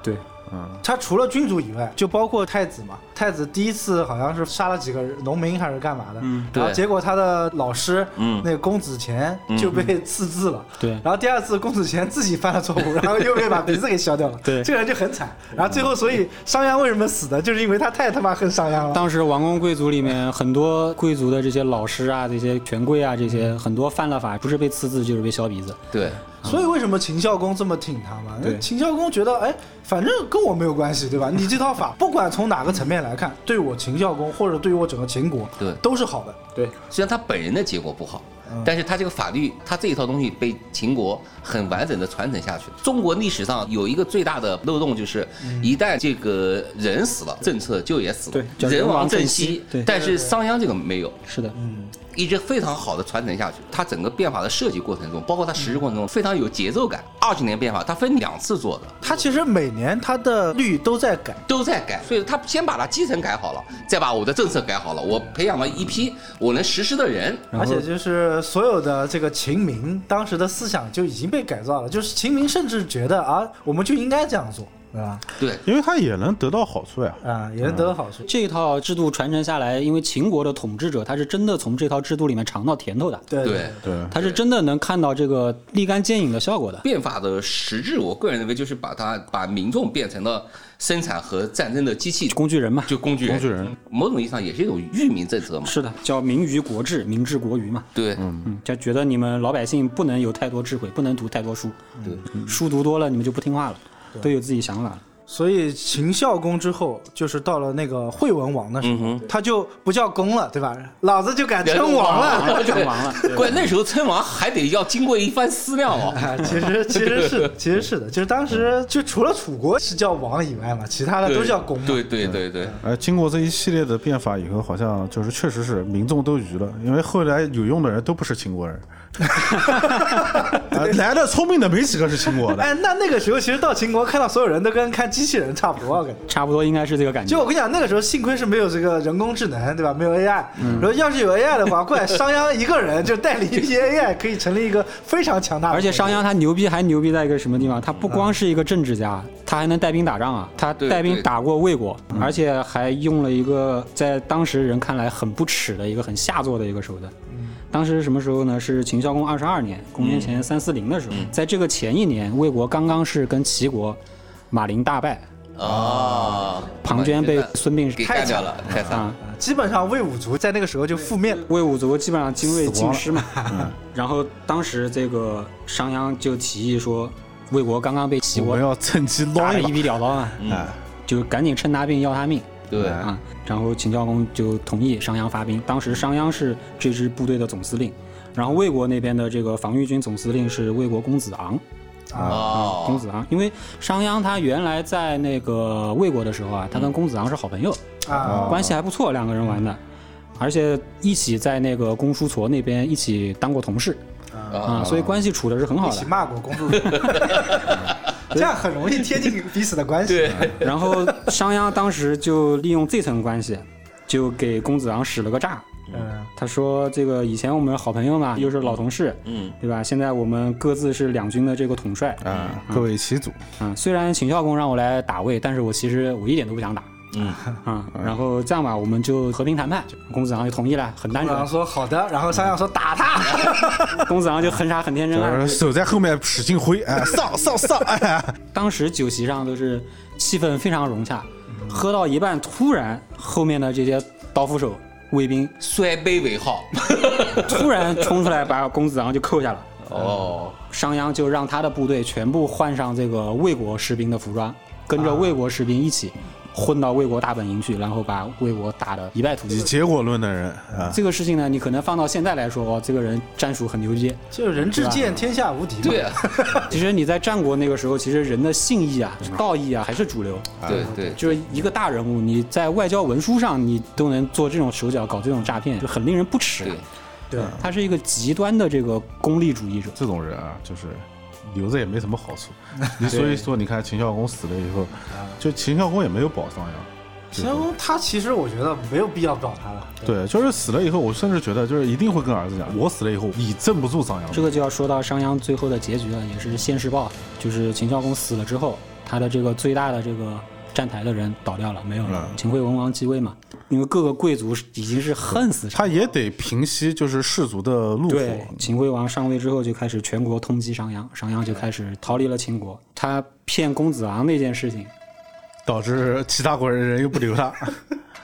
[SPEAKER 4] 对，
[SPEAKER 2] 嗯，
[SPEAKER 1] 他除了君主以外，就包括太子嘛。太子第一次好像是杀了几个农民还是干嘛的，
[SPEAKER 4] 嗯
[SPEAKER 1] 然后
[SPEAKER 3] 对
[SPEAKER 1] 结果他的老师，
[SPEAKER 3] 嗯
[SPEAKER 1] 那个公子虔
[SPEAKER 3] 嗯
[SPEAKER 1] 就被赐字了。
[SPEAKER 4] 对
[SPEAKER 1] 然后第二次公子虔自己犯了错误， 然后又被把鼻子给削掉了。
[SPEAKER 4] 对
[SPEAKER 1] 这个人就很惨。然后最后，所以商鞅为什么死的，就是因为他太他妈恨商鞅了。
[SPEAKER 4] 当时王公贵族里面很多贵族的这些老师啊、这些权贵啊、这些很多犯了法，不是被刺字就是被削鼻子。
[SPEAKER 3] 对，
[SPEAKER 1] 所以为什么秦孝公这么挺他嘛？
[SPEAKER 4] 对
[SPEAKER 1] 秦孝公觉得，哎，反正跟我没有关系，对 吧？你这套法，不管从哪个层面来看，对我秦孝公或者对于我整个秦国，
[SPEAKER 3] 对
[SPEAKER 1] 都是好的。
[SPEAKER 4] 对，
[SPEAKER 3] 虽然他本人的结果不好
[SPEAKER 1] 嗯，
[SPEAKER 3] 但是他这个法律，他这一套东西被秦国很完整的传承下去。中国历史上有一个最大的漏洞，就是一旦这个人死了，政策就也死了
[SPEAKER 4] 对，叫人
[SPEAKER 3] 亡
[SPEAKER 4] 亡
[SPEAKER 3] 政
[SPEAKER 4] 政
[SPEAKER 3] 息
[SPEAKER 4] 息。对
[SPEAKER 3] 但是商鞅这个没有，
[SPEAKER 4] 是的，
[SPEAKER 3] 一直非常好的传承下去。它整个变法的设计过程中，包括它实施过程中，非常有节奏感。二十年变法，它分两次做的，
[SPEAKER 1] 他其实每年他的律都在改，
[SPEAKER 3] 都在改，所以他先把它基层改好了，再把我的政策改好了，我培养了一批我能实施的人。
[SPEAKER 4] 然
[SPEAKER 1] 而
[SPEAKER 4] 后
[SPEAKER 1] 且就是所有的这个秦民当时的思想就已经被改造了，就是秦民甚至觉得啊，我们就应该这样做，对吧？
[SPEAKER 3] 对，
[SPEAKER 2] 因为他也能得到好处呀。
[SPEAKER 1] 啊，
[SPEAKER 4] 嗯
[SPEAKER 1] 也能得到好处。
[SPEAKER 4] 这一套制度传承下来，因为秦国的统治者他是真的从这套制度里面尝到甜头的，
[SPEAKER 1] 对
[SPEAKER 3] 对，
[SPEAKER 2] 对，
[SPEAKER 4] 他是真的能看到这个立竿见影的效果的。
[SPEAKER 3] 变法的实质，我个人认为就是把它把民众变成了生产和战争的机器，
[SPEAKER 4] 工具人嘛，
[SPEAKER 3] 就工具人。
[SPEAKER 2] 工具人
[SPEAKER 3] 某种意义上也是一种裕民政策嘛。
[SPEAKER 4] 是的，叫民于国治，民治国于嘛。
[SPEAKER 3] 对，
[SPEAKER 4] 嗯，就觉得你们老百姓不能有太多智慧，不能读太多书，嗯
[SPEAKER 3] 对，
[SPEAKER 4] 书读多了你们就不听话了，都有自己想法了。
[SPEAKER 1] 所以秦孝公之后，就是到了那个惠文王的时候，他就不叫公了，对吧？老子就敢称王了。
[SPEAKER 4] 了称王了对
[SPEAKER 3] 关键那时候称王还得要经过一番思量哦。
[SPEAKER 1] 啊，其实其实是其实是的，就是当时就除了楚国是叫王以外嘛，其他啊的都叫公嘛。
[SPEAKER 3] 对对对对，
[SPEAKER 4] 嗯
[SPEAKER 2] 哎，经过这一系列的变法以后，好像就是确实是民众都愚了，因为后来有用的人都不是秦国 人，啊来的聪明的没几个是秦国的。
[SPEAKER 1] 哎，那那个时候其实到秦国看到所有人都跟看机器人差不多，我感觉。
[SPEAKER 4] 差不多应该是这个感觉。
[SPEAKER 1] 就我跟你讲，那个时候幸亏是没有这个人工智能，对吧？没有 AI。然后要是有 AI 的话，怪商鞅一个人就带领一批 AI，可以成立一个非常强大的。
[SPEAKER 4] 而且商鞅他牛逼还牛逼在一个什么地方？他不光是一个政治家，他还能带兵打仗啊！他
[SPEAKER 3] 嗯对
[SPEAKER 4] 带兵
[SPEAKER 3] 对嗯
[SPEAKER 4] 打过魏国，而且还用了一个在当时人看来很不耻的一个很下作的一个手段。
[SPEAKER 3] 嗯
[SPEAKER 4] 当时是什么时候呢？是秦孝公二十二年，公元前三四零的
[SPEAKER 3] 嗯
[SPEAKER 4] 时候。在这个前一年，魏国刚刚是跟齐国马陵大败，
[SPEAKER 3] 啊，
[SPEAKER 4] 庞涓被孙膑
[SPEAKER 3] 给嗯
[SPEAKER 4] 杀
[SPEAKER 3] 干掉了，太惨了
[SPEAKER 4] 啊。。
[SPEAKER 1] 基本上魏武卒在那个时候就覆灭了。
[SPEAKER 4] 魏武卒基本上精锐尽失 嘛。
[SPEAKER 3] 嗯
[SPEAKER 4] 然后当时这个商鞅就提议说，魏国刚刚被齐
[SPEAKER 2] 我
[SPEAKER 4] 国
[SPEAKER 2] 们要趁机捞
[SPEAKER 4] 打得
[SPEAKER 2] 一
[SPEAKER 4] 一笔了当啊，
[SPEAKER 3] 嗯
[SPEAKER 2] 把，哎，
[SPEAKER 4] 就赶紧趁他病要他命
[SPEAKER 3] 对，
[SPEAKER 4] 啊。然后秦孝公就同意商鞅发兵，当时商鞅是这支部队的总司令。然后魏国那边的这个防御军总司令是魏国公子昂，啊
[SPEAKER 3] 哦，
[SPEAKER 4] 公子昂，因为商鞅他原来在那个魏国的时候啊，他跟公子昂是好朋友，
[SPEAKER 1] 啊，
[SPEAKER 4] 关系还不错，两个人玩的，而且一起在那个公输痤那边一起当过同事啊，所以关系处的是很好
[SPEAKER 1] 一
[SPEAKER 4] 的
[SPEAKER 1] 起。骂过公 主，这样很容易贴近彼此的关系。
[SPEAKER 3] 对，
[SPEAKER 4] 然后商鞅当时就利用这层关系，就给公子昂使了个诈。
[SPEAKER 1] 嗯，
[SPEAKER 4] 他说：“这个以前我们好朋友嘛，又是老同事，
[SPEAKER 3] 嗯，
[SPEAKER 4] 对吧？现在我们各自是两军的这个统帅
[SPEAKER 2] 啊，各为其主，
[SPEAKER 4] 啊。虽然秦孝公让我来打魏，但是我其实我一点都不想打。”
[SPEAKER 3] 嗯
[SPEAKER 4] 啊，然后这样吧，我们就和平谈判。公子昂就同意了，很单
[SPEAKER 1] 公子昂
[SPEAKER 4] 纯。
[SPEAKER 1] 说好的，然后商鞅说打他。
[SPEAKER 4] 公子昂就很傻很天 真啊，
[SPEAKER 2] 手在后面使劲挥，哎，上上上，哎，
[SPEAKER 4] 当时酒席上都是气氛非常融洽，喝到一半，突然后面的这些刀斧手、卫兵
[SPEAKER 3] 摔杯为号，
[SPEAKER 4] 突然冲出来，把公子昂就扣下了。
[SPEAKER 3] 哦，
[SPEAKER 4] 商鞅就让他的部队全部换上这个魏国士兵的服装，跟着魏国士兵一起混到魏国大本营去，然后把魏国打得一败涂
[SPEAKER 2] 以
[SPEAKER 4] 地。
[SPEAKER 2] 结果论的人啊，
[SPEAKER 4] 这个事情呢，你可能放到现在来说，哦，这个人战术很牛逼。
[SPEAKER 1] 就是人之见天下无敌嘛。
[SPEAKER 3] 对啊，
[SPEAKER 4] 其实你在战国那个时候，其实人的信义啊、道义啊还是主流。
[SPEAKER 3] 对对，
[SPEAKER 4] 就是一个大人物，你在外交文书上你都能做这种手脚，搞这种诈骗，就很令人不齿。啊
[SPEAKER 3] 对，
[SPEAKER 1] 对，
[SPEAKER 4] 他是一个极端的这个功利主义者。
[SPEAKER 2] 这种人啊，就是留着也没什么好 处。你所以说，你看秦孝公死了以后，
[SPEAKER 4] 啊
[SPEAKER 2] 就秦孝公也没有保商鞅，
[SPEAKER 1] 秦孝公他其实我觉得没有必要找他了。
[SPEAKER 2] 对，就是死了以后，我甚至觉得就是一定会跟儿子讲，我死了以后你镇不住商鞅的。
[SPEAKER 4] 这个就要说到商鞅最后的结局了，也是现世报，就是秦孝公死了之后，他的这个最大的这个站台的人倒掉了，没有了
[SPEAKER 2] 嗯，
[SPEAKER 4] 秦惠文王继位嘛，因为各个贵族已经是恨死
[SPEAKER 2] 他也得平息就是氏族的怒
[SPEAKER 4] 对
[SPEAKER 2] 火，，
[SPEAKER 4] 秦惠王上位之后就开始全国通缉商鞅，商鞅就开始逃离了秦国。他骗公子昂那件事情，
[SPEAKER 2] 导致其他国人人又不 留他。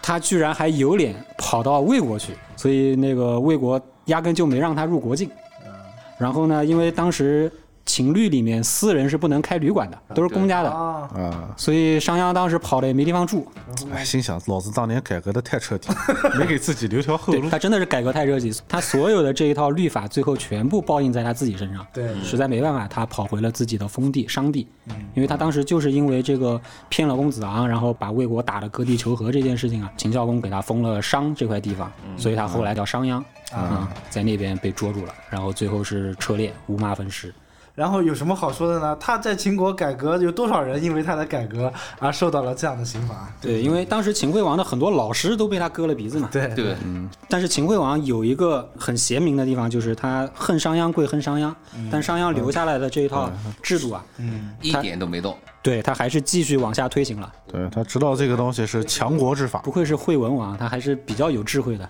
[SPEAKER 4] 他居然还有脸跑到魏国去，所以那个魏国压根就没让他入国境。然后呢，因为当时秦律里面私人是不能开旅馆的，都是公家的，
[SPEAKER 1] 啊，
[SPEAKER 2] 啊、
[SPEAKER 4] 所以商鞅当时跑了也没地方住。
[SPEAKER 2] 哎，心想老子当年改革的太彻 底，没给自己留条后
[SPEAKER 4] 对
[SPEAKER 2] 路。
[SPEAKER 4] 他真的是改革太热情，他所有的这一套律法最后全部报应在他自己身上。
[SPEAKER 1] 对，
[SPEAKER 4] 实在没办法，他跑回了自己的封地商地，因为他当时就是因为这个骗了公子昂，然后把魏国打得割地求和这件事情啊，秦孝公给他封了商这块地方，所以他后来叫商鞅嗯啊，在那边被捉住了，然后最后是车裂，五马分尸。
[SPEAKER 1] 然后有什么好说的呢？他在秦国改革，有多少人因为他的改革而受到了这样的刑罚？
[SPEAKER 4] 对，因为当时秦惠王的很多老师都被他割了鼻子嘛。
[SPEAKER 1] 对，
[SPEAKER 3] 对，
[SPEAKER 4] 但是秦惠王有一个很贤明的地方，就是他恨商鞅归恨商鞅，但商鞅留下来的这一套制度啊，
[SPEAKER 3] 一
[SPEAKER 4] 他
[SPEAKER 3] 点都没动。
[SPEAKER 4] 对他还是继续往下推行了。
[SPEAKER 2] 对他知道这个东西是强国之法
[SPEAKER 4] 不，愧是惠文王，他还是比较有智慧的。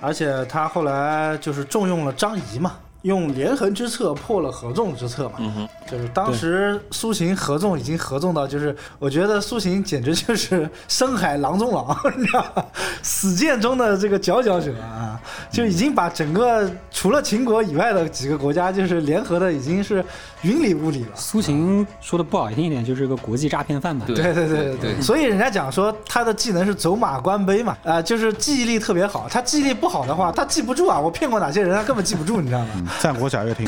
[SPEAKER 1] 而且他后来就是重用了张仪嘛，用连横之策破了合纵之策嘛。就是当时苏秦合纵已经合纵到，就是我觉得苏秦简直就是深海郎中 郎，你知道吧？死谏中的这个佼佼者啊，就已经把整个除了秦国以外的几个国家，就是联合的已经是云里雾里了。
[SPEAKER 4] 苏秦说的不好听一点，就是个国际诈骗犯吧。
[SPEAKER 3] 对
[SPEAKER 1] 对对对
[SPEAKER 3] 对
[SPEAKER 1] 所以人家讲说他的技能是走马观碑嘛，啊、就是记忆力特别好。他记忆力不好的话，他记不住啊，我骗过哪些人，他根本记不住，你知道吗？
[SPEAKER 2] 嗯战国假乐听。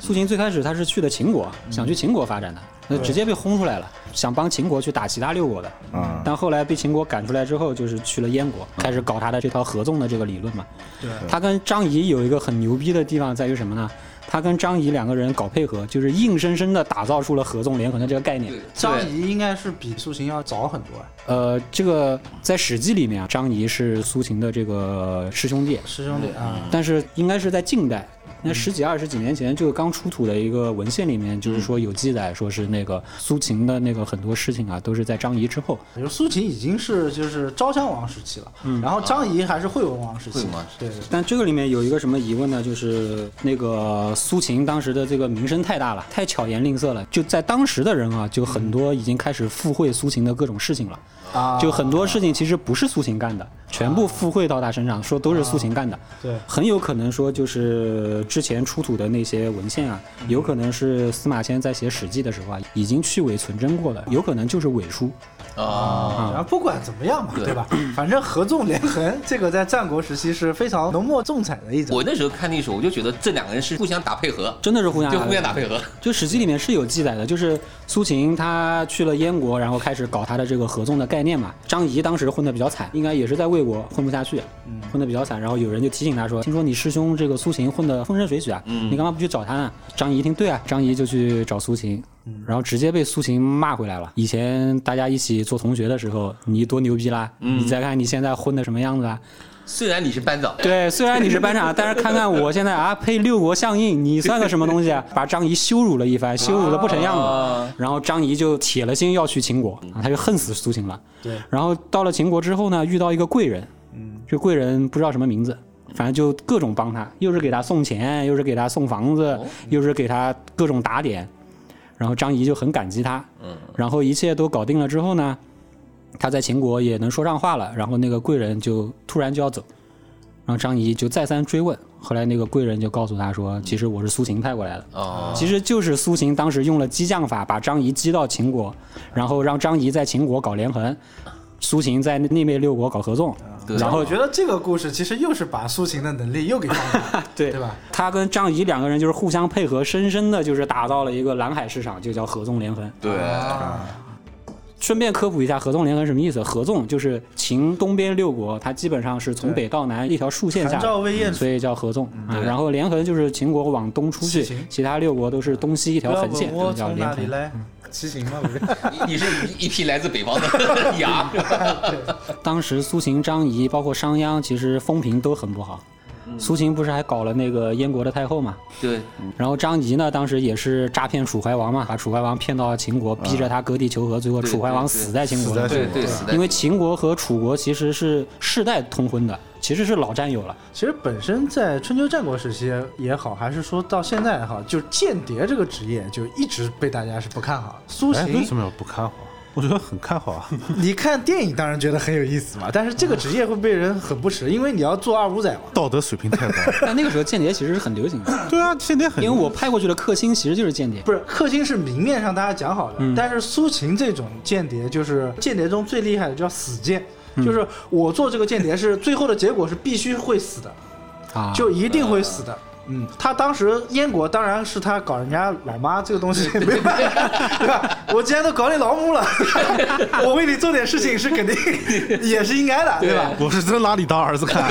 [SPEAKER 4] 苏秦最开始他是去的秦国，想去秦国发展的，那直接被轰出来了，想帮秦国去打其他六国的。
[SPEAKER 2] 啊、
[SPEAKER 4] 但后来被秦国赶出来之后，就是去了燕国，开始搞他的这套合纵的这个理论嘛。
[SPEAKER 1] 对
[SPEAKER 4] 他跟张仪有一个很牛逼的地方在于什么呢？他跟张仪两个人搞配合，就是硬生生的打造出了合纵连横的这个概念
[SPEAKER 3] 对。，
[SPEAKER 1] 张
[SPEAKER 3] 对
[SPEAKER 1] 仪应该是比苏秦要早很多、啊，
[SPEAKER 4] 呃，这个在《史记》里面啊，张仪是苏秦的这个师兄弟，
[SPEAKER 1] 师兄弟啊，
[SPEAKER 4] 但是应该是在近代，那十几二十几年前就刚出土的一个文献里面，就是说有记载，说是那个苏秦的那个很多事情啊，都是在张仪之后。
[SPEAKER 1] 比如苏秦已经是就是昭襄王时期了，然后张仪还是惠文王时期
[SPEAKER 3] 惠文王时，
[SPEAKER 1] 对对
[SPEAKER 4] 但这个里面有一个什么疑问呢？就是那个苏秦当时的这个名声太大了，太巧言令色了，就在当时的人啊，就很多已经开始附会苏秦的各种事情了。
[SPEAKER 1] 啊，
[SPEAKER 4] 就很多事情其实不是苏秦干的，全部附会到他身上，说都是苏秦干的。
[SPEAKER 1] 对
[SPEAKER 4] 很有可能说就是之前出土的那些文献啊，有可能是司马迁在写《史记》的时候啊，已经去伪存真过了，有可能就是伪书。
[SPEAKER 3] 啊，
[SPEAKER 1] 然后不管怎么样嘛，对吧？反正合纵连横这个在战国时期是非常浓墨重彩的一种
[SPEAKER 3] 我。那时候看历史，我就觉得这两个人是互相打配合，
[SPEAKER 4] 真的是互相
[SPEAKER 3] 就互相打配合。
[SPEAKER 4] 就《史记》里面是有记载的，就是苏秦他去了燕国，然后开始搞他的这个合纵的概念嘛。张仪当时混得比较惨，应该也是在魏国混不下去，混得比较惨。然后有人就提醒他说：“听说你师兄这个苏秦混得风生水起啊，你干嘛不去找他呢？”张仪一听，对啊，张仪就去找苏秦。然后直接被苏秦骂回来了。以前大家一起做同学的时候，你多牛逼啦！你再看你现在混的什么样子啊？
[SPEAKER 3] 虽然你是班长，
[SPEAKER 4] 对，虽然你是班长，但是看看我现在啊，配六国相印，你算个什么东西啊？把张仪羞辱了一番，羞辱的不成样子
[SPEAKER 3] 啊。
[SPEAKER 4] 然后张仪就铁了心要去秦国，啊他就恨死苏秦了。
[SPEAKER 1] 对，
[SPEAKER 4] 然后到了秦国之后呢，遇到一个贵人，这贵人不知道什么名字。反正就各种帮他，又是给他送钱，又是给他送房子，又是给他各种打点，然后张仪就很感激他。然后一切都搞定了之后呢，他在秦国也能说上话了，然后那个贵人就突然就要走，然后张仪就再三追问，后来那个贵人就告诉他说，其实我是苏秦派过来的。
[SPEAKER 3] 哦，
[SPEAKER 4] 其实就是苏秦当时用了激将法，把张仪激到秦国，然后让张仪在秦国搞连横，苏秦在内内六国搞合纵，
[SPEAKER 3] 对
[SPEAKER 4] 然后
[SPEAKER 1] 我觉得这个故事其实又是把苏秦的能力又给放大，
[SPEAKER 4] 对
[SPEAKER 1] 对吧？
[SPEAKER 4] 他跟张仪两个人就是互相配合，深深的就是打造了一个蓝海市场，就叫合纵连横。
[SPEAKER 3] 对，
[SPEAKER 1] 啊，
[SPEAKER 4] 顺便科普一下合纵连横什么意思？合纵就是秦东边六国，它基本上是从北到南一条 竖线
[SPEAKER 1] 韩
[SPEAKER 4] 下
[SPEAKER 1] 赵
[SPEAKER 4] 来。
[SPEAKER 1] 魏燕楚
[SPEAKER 4] 所以叫合纵啊，
[SPEAKER 3] 对
[SPEAKER 4] 然后连横就是秦国往东出
[SPEAKER 1] 西
[SPEAKER 4] 去
[SPEAKER 1] 嗯秦，
[SPEAKER 4] 其他六国都是东西一条横线，
[SPEAKER 1] 我
[SPEAKER 4] 就叫
[SPEAKER 1] 从
[SPEAKER 4] 连
[SPEAKER 1] 哪里
[SPEAKER 4] 横。
[SPEAKER 1] 来？ 骑行吗？不是？
[SPEAKER 3] 你你是一一批来自北方 的牙，
[SPEAKER 4] 当时苏秦、张仪，包括商鞅，其实风评都很不好。
[SPEAKER 3] 嗯
[SPEAKER 4] 苏秦不是还搞了那个燕国的太后嘛？
[SPEAKER 3] 对，
[SPEAKER 4] 然后张仪呢，当时也是诈骗楚怀王嘛，把楚怀王骗到秦国，逼着他割地求和，最后
[SPEAKER 3] 对
[SPEAKER 4] 楚怀王
[SPEAKER 3] 对
[SPEAKER 4] 死在秦国
[SPEAKER 2] 死在
[SPEAKER 4] 了。
[SPEAKER 2] 秦
[SPEAKER 3] 对
[SPEAKER 2] 国
[SPEAKER 3] 对，死在
[SPEAKER 4] 因为秦国和楚国其实是世代通婚的，其实是老战友了。
[SPEAKER 1] 其实本身在春秋战国时期也好，还是说到现在也好，就间谍这个职业就一直被大家是不看好。苏
[SPEAKER 2] 哎，为什
[SPEAKER 1] 秦，
[SPEAKER 2] 么要不看好？我觉得很看好啊。
[SPEAKER 1] 你看电影当然觉得很有意思嘛，但是这个职业会被人很不耻，因为你要做二五仔嘛。
[SPEAKER 2] 道德水平太高。
[SPEAKER 4] 但那个时候间谍其实是很流 行的，
[SPEAKER 2] 对啊，间谍很
[SPEAKER 4] 因为我派过去的克星其实就是间谍。
[SPEAKER 1] 不是，氪金是明面上大家讲好的，
[SPEAKER 4] 嗯
[SPEAKER 1] 但是苏秦这种间谍，就是间谍中最厉害的叫死间，就是我做这个间谍是最后的结果是必须会死的，
[SPEAKER 4] 啊，
[SPEAKER 1] 就一定会死的。嗯，他当时燕国当然是他搞人家老妈这个东西没办法， 对吧？我既然都搞你老母了，我为你做点事情是肯定也是应该的，对吧？
[SPEAKER 2] 我是真拿你当儿子看，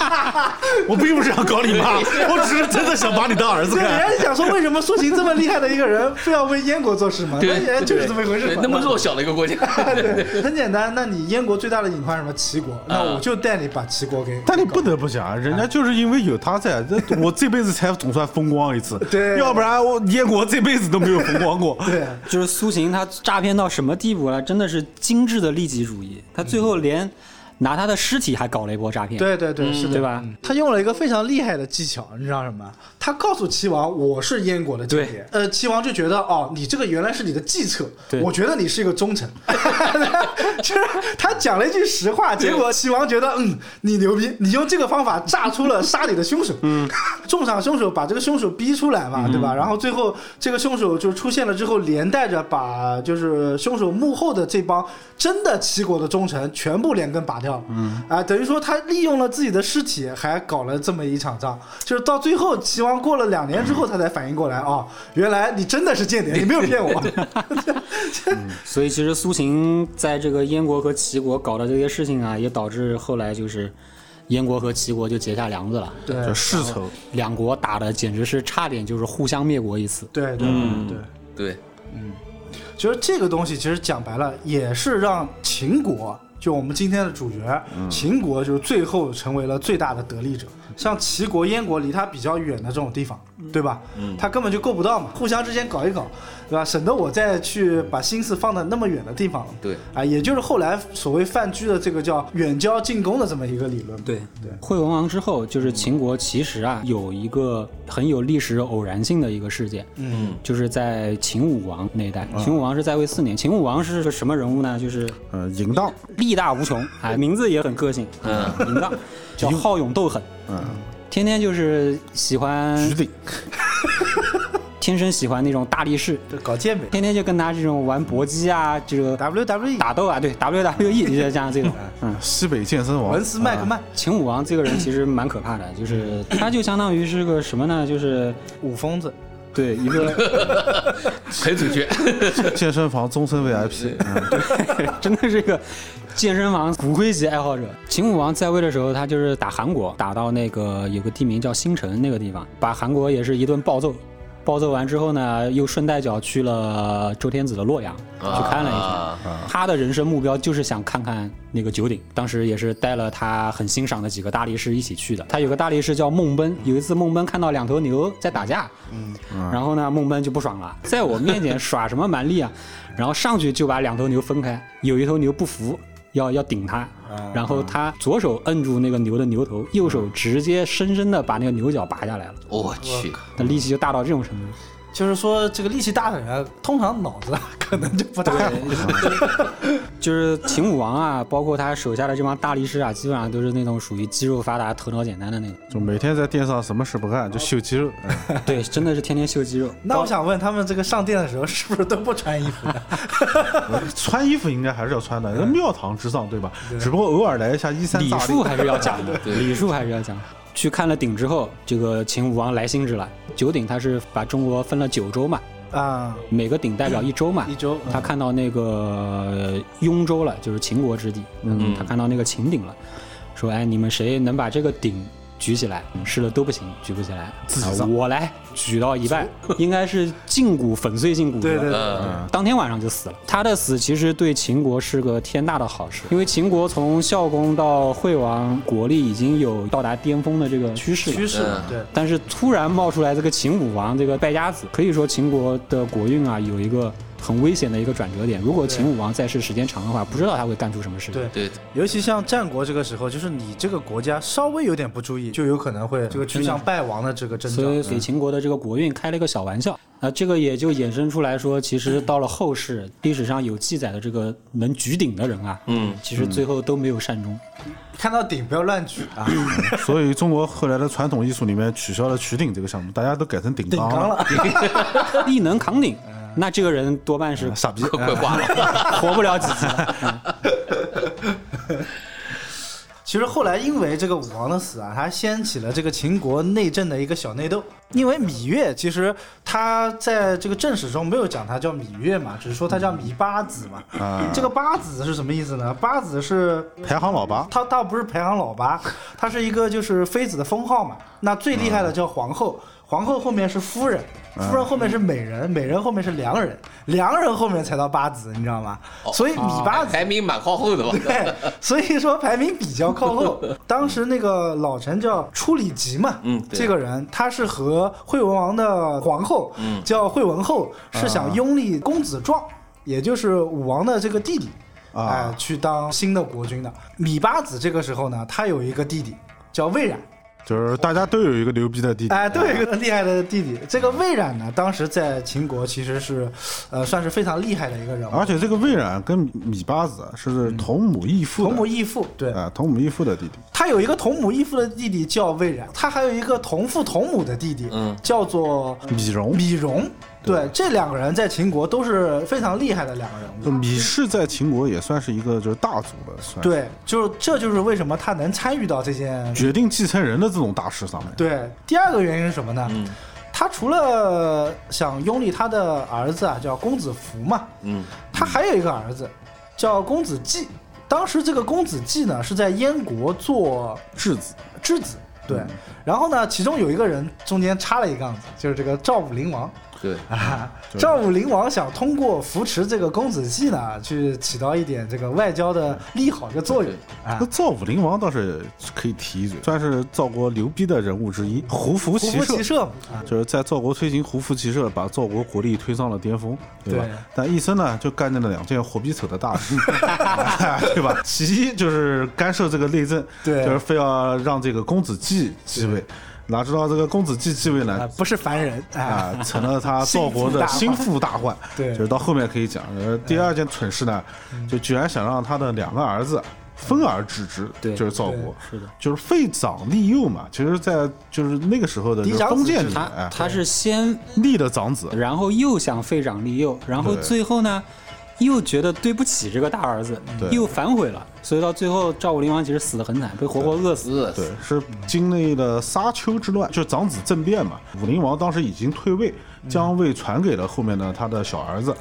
[SPEAKER 2] 我并不是想搞你 妈，我只是真的想把你当儿子
[SPEAKER 1] 所以人
[SPEAKER 2] 看。
[SPEAKER 1] 家想说，为什么苏秦这么厉害的一个人，非要为燕国做事嘛？那
[SPEAKER 3] 对
[SPEAKER 1] 显然就是这么一回事
[SPEAKER 3] 对
[SPEAKER 1] 嘛。
[SPEAKER 3] 那么弱小的一个 国家，
[SPEAKER 1] 对，很简单。那你燕国最大的隐患是什么？齐国。那我就带你把齐国给。
[SPEAKER 2] 但你不得不讲，人家就是因为有 他在，这我这辈子才总算风光一次。
[SPEAKER 1] 对
[SPEAKER 2] 要不然我燕国这辈子都没有风光过。
[SPEAKER 1] 对，
[SPEAKER 4] 就是苏秦他诈骗到什么地步了？真的是精致的利己主义，他最后连拿他的尸体还搞了一波诈骗。
[SPEAKER 1] 对对对，是的，
[SPEAKER 4] 对吧
[SPEAKER 1] 嗯？他用了一个非常厉害的技巧，你知道什么？他告诉齐王我是燕国的间谍，呃，齐王就觉得哦，你这个原来是你的计策
[SPEAKER 4] 对，
[SPEAKER 1] 我觉得你是一个忠臣。 就是他讲了一句实话，结果齐王觉得嗯，你牛逼，你用这个方法炸出了杀你的凶手， 嗯，重赏凶手，把这个凶手逼出来嘛，对吧？然后最后这个凶手就出现了之后，连带着把就是凶手幕后的这帮真的齐国的忠臣全部连根拔掉了，嗯，啊、等于说他利用了自己的尸体，还搞了这么一场仗，就是到最后齐王过了两年之后，他才反应过来，哦，原来你真的是间谍，你没有骗 我，
[SPEAKER 4] 所以其实苏秦在这个燕国和齐国搞的这些事情啊，也导致后来就是燕国和齐国就结下梁子了，
[SPEAKER 1] 对
[SPEAKER 2] 叫世仇，
[SPEAKER 4] 两国打的简直是差点就是互相灭国一次。
[SPEAKER 1] 对对对。
[SPEAKER 3] 对，
[SPEAKER 1] 其实这个东西其实讲白了，也是让秦国，就我们今天的主角，秦国就是最后成为了最大的得利者。像齐国、燕国离他比较远的这种地方，对吧？他根本就够不到嘛，互相之间搞一搞，对吧？省得我再去把心思放在那么远的地方了。
[SPEAKER 3] 对
[SPEAKER 1] 啊，也就是后来所谓范雎的这个叫远交近攻的这么一个理论。
[SPEAKER 4] 对
[SPEAKER 1] 对，
[SPEAKER 4] 惠文王之后，就是秦国其实啊有一个很有历史偶然性的一个事件，
[SPEAKER 3] 嗯，
[SPEAKER 4] 就是在秦武王那一代，秦武王是在位四年，秦武王是个什么人物呢？就是
[SPEAKER 2] 呃，淫荡，
[SPEAKER 4] 力大无穷，哎，名字也很个性，
[SPEAKER 3] 嗯，
[SPEAKER 4] 淫荡，叫好勇斗狠，
[SPEAKER 2] 嗯，
[SPEAKER 4] 天天就是喜欢，
[SPEAKER 2] 徐鼎，
[SPEAKER 4] 天生喜欢那种大力士，
[SPEAKER 1] 对，搞健美
[SPEAKER 4] 天天就跟他这种玩搏击啊，这个
[SPEAKER 1] ，WWE，
[SPEAKER 4] 打斗啊，对 WWE 就像这种， 嗯。
[SPEAKER 2] 西北健身王
[SPEAKER 1] 文，斯麦克曼，
[SPEAKER 4] 秦武王这个人其实蛮可怕的，就是他就相当于是个什么呢？就是
[SPEAKER 1] 武疯子。
[SPEAKER 4] 对一个
[SPEAKER 3] 很准 确，
[SPEAKER 2] 健身房终身 VIP，嗯
[SPEAKER 4] 真的是一个健身房骨灰级爱好者。秦武王在位的时候，他就是打韩国，打到那个有个地名叫新城那个地方，把韩国也是一顿暴揍。暴揍完之后呢，又顺带脚去了周天子的洛阳，去看了一圈。
[SPEAKER 3] 啊
[SPEAKER 4] 他的人生目标就是想看看那个九鼎，当时也是带了他很欣赏的几个大力士一起去的。他有个大力士叫孟奔，有一次孟奔看到两头牛在打架，嗯，然后呢，孟奔就不爽了，在我面前耍什么蛮力啊，然后上去就把两头牛分开，有一头牛不服。要要顶他，然后他左手摁住那个牛的牛头，右手直接深深的把那个牛角拔下来了，
[SPEAKER 3] 我去，
[SPEAKER 4] 那力气就大到这种程度。
[SPEAKER 1] 就是说，这个力气大的人，通常脑子 可能就不大好。
[SPEAKER 4] 就是秦武王啊，包括他手下的这帮大力士啊，基本上都是那种属于肌肉发达、头脑简单的那种。
[SPEAKER 2] 就每天在殿上什么事不干就 秀肌肉，嗯
[SPEAKER 4] 对，真的是天天秀肌肉。
[SPEAKER 1] 那我想问，他们这个上殿的时候是不是都不穿衣 服的？
[SPEAKER 2] 呃穿衣服应该还是要穿的，那庙堂之上对吧？只不过偶尔来一下衣衫
[SPEAKER 4] 礼
[SPEAKER 2] 炸裂
[SPEAKER 4] 数。还是要讲的，
[SPEAKER 3] 对
[SPEAKER 4] 礼数还是要讲。去看了鼎之后，这个秦武王来兴致了。九鼎他是把中国分了九州嘛，
[SPEAKER 1] 啊，
[SPEAKER 4] 每个鼎代表一州嘛。
[SPEAKER 1] 一周，嗯
[SPEAKER 4] 他看到那个雍州
[SPEAKER 1] 嗯
[SPEAKER 4] 了，就是秦国之地，嗯，他看到那个秦鼎了，说：“哎，你们谁能把这个鼎举起来，试了都不行，举不起来，
[SPEAKER 2] 自己
[SPEAKER 4] 啊
[SPEAKER 2] 造
[SPEAKER 4] 我来举到 一半，应该是胫骨粉碎胫骨折，
[SPEAKER 1] 对对对，
[SPEAKER 3] 嗯，
[SPEAKER 4] 当天晚上就死了。他的死其实对秦国是个天大的好事，因为秦国从孝公到惠王，国力已经有到达巅峰的这个趋势了。
[SPEAKER 1] 趋势嘛，对，嗯
[SPEAKER 4] 但是突然冒出来这个秦武王这个败家子，可以说秦国的国运啊有一个很危险的一个转折点。如果秦武王在世时间长的话，不知道他会干出什么事情。
[SPEAKER 1] 对
[SPEAKER 3] 对，
[SPEAKER 1] 尤其像战国这个时候，就是你这个国家稍微有点不注意，就有可能会这个趋向败亡的这个征兆。
[SPEAKER 4] 所以给秦国的这个国运开了一个小玩笑。那这个也就衍生出来说，其实到了后世历史上有记载的这个能举鼎的人啊，
[SPEAKER 3] 嗯，
[SPEAKER 4] 其实最后都没有善终。
[SPEAKER 1] 看到顶不要乱举啊，
[SPEAKER 2] 所以中国后来的传统艺术里面取消了曲鼎这个项目，大家都改成顶
[SPEAKER 1] 顶
[SPEAKER 2] 缸
[SPEAKER 1] 缸
[SPEAKER 2] 了。
[SPEAKER 1] 了，
[SPEAKER 4] 力能扛鼎，那这个人多 半是
[SPEAKER 2] 傻逼，
[SPEAKER 3] 快挂 了。
[SPEAKER 4] 活不了几次。
[SPEAKER 1] 其实后来因为这个武王的死啊，他掀起了这个秦国内政的一个小内斗。因为芈月其实他在这个正史中没有讲他叫芈月嘛，只是说他叫芈八子嘛。这个八子是什么意思呢？八子是
[SPEAKER 2] 排行老八，
[SPEAKER 1] 他倒不是排行老八，他是一个就是妃子的封号嘛。那最厉害的叫皇后，皇后后面是夫人，夫人后面是美人，美人后面是良人，良人后面才到八子，你知道吗？所以芈八子
[SPEAKER 3] 排名蛮靠后的 吧？
[SPEAKER 1] 对，所以说排名比较靠后。当时那个老臣叫初里吉嘛，
[SPEAKER 3] 嗯对
[SPEAKER 1] 这个人他是和惠文王的皇后，叫惠文后，是想拥立公子壮，也就是武王的这个弟弟，
[SPEAKER 2] 啊
[SPEAKER 1] 哎，去当新的国君的。芈八子这个时候呢，他有一个弟弟叫魏冉，
[SPEAKER 2] 就是大家都有一个牛逼的弟弟。
[SPEAKER 1] 哎，都有一个厉害的弟弟。这个魏冉呢，当时在秦国其实是，呃，算是非常厉害的一个人物
[SPEAKER 2] 而，且这个魏冉跟芈八子啊是同母异父的，
[SPEAKER 1] 同母异父，对。
[SPEAKER 2] 啊，同母异父的弟弟。
[SPEAKER 1] 他有一个同母异父的弟弟叫魏冉，他还有一个同父同母的弟弟，
[SPEAKER 3] 嗯
[SPEAKER 1] 叫做
[SPEAKER 2] 芈戎，
[SPEAKER 1] 芈戎。对，这两个人在秦国都是非常厉害的两个人物。
[SPEAKER 2] 就芈氏在秦国也算是一个就是大族了，
[SPEAKER 3] 嗯
[SPEAKER 2] 算是
[SPEAKER 1] 对，就是这就是为什么他能参与到这件。
[SPEAKER 2] 决定继承人的这种大事上面。
[SPEAKER 1] 对，第二个原因是什么呢？
[SPEAKER 3] 嗯
[SPEAKER 1] 他除了想拥立他的儿子啊，叫公子服嘛，
[SPEAKER 3] 嗯，
[SPEAKER 1] 他还有一个儿子叫公子季。当时这个公子季呢是在燕国做
[SPEAKER 2] 质子
[SPEAKER 1] 质子，对。然后呢，其中有一个人中间插了一杠子，就是这个赵武灵王
[SPEAKER 3] 对，
[SPEAKER 1] 啊。
[SPEAKER 2] 对
[SPEAKER 1] 赵武灵王想通过扶持这个公子季呢，去起到一点这个外交的利好的作用啊
[SPEAKER 2] 那。赵武灵王倒是可以提一嘴，算是赵国牛逼的人物之一。胡服
[SPEAKER 1] 胡
[SPEAKER 2] 骑
[SPEAKER 1] 服
[SPEAKER 2] 射
[SPEAKER 1] 骑射嘛啊，
[SPEAKER 2] 就是在赵国推行胡服骑射，把赵国国力推上了巅峰，对吧？
[SPEAKER 1] 对
[SPEAKER 2] 但一生呢，就干尽了两件火逼丑的大事， 对吧？其一就是干涉这个内政，
[SPEAKER 1] 对
[SPEAKER 2] 就是非要让这个公子季继位。哪知道这个公子季继位呢
[SPEAKER 1] 啊，，不是凡人啊。
[SPEAKER 2] 啊，成了他赵国的心腹大患。
[SPEAKER 1] 对
[SPEAKER 2] 就是到后面可以讲。呃，第二件蠢事呢，就居然想让他的两个儿子。分而治之，
[SPEAKER 4] 对
[SPEAKER 2] 就是赵国，
[SPEAKER 4] 对是的，
[SPEAKER 2] 就是废长立幼嘛。其实，在就是那个时候的
[SPEAKER 1] 嫡
[SPEAKER 2] 就是
[SPEAKER 1] 长子
[SPEAKER 2] 封建
[SPEAKER 1] 制
[SPEAKER 2] 里面，
[SPEAKER 4] 他
[SPEAKER 2] 哎
[SPEAKER 4] 他是先，
[SPEAKER 2] 立的长子，
[SPEAKER 4] 然后又想废长立幼，然后
[SPEAKER 2] 对
[SPEAKER 4] 最后呢，又觉得对不起这个大儿子
[SPEAKER 2] 对，
[SPEAKER 4] 又反悔了。所以到最后，赵武灵王其实死得很惨，被活活饿死。
[SPEAKER 3] 饿
[SPEAKER 2] 对
[SPEAKER 3] 死，，
[SPEAKER 2] 是经历了沙丘之乱，就是长子政变嘛。武灵王当时已经退位，将位传给了后面的他的小儿子，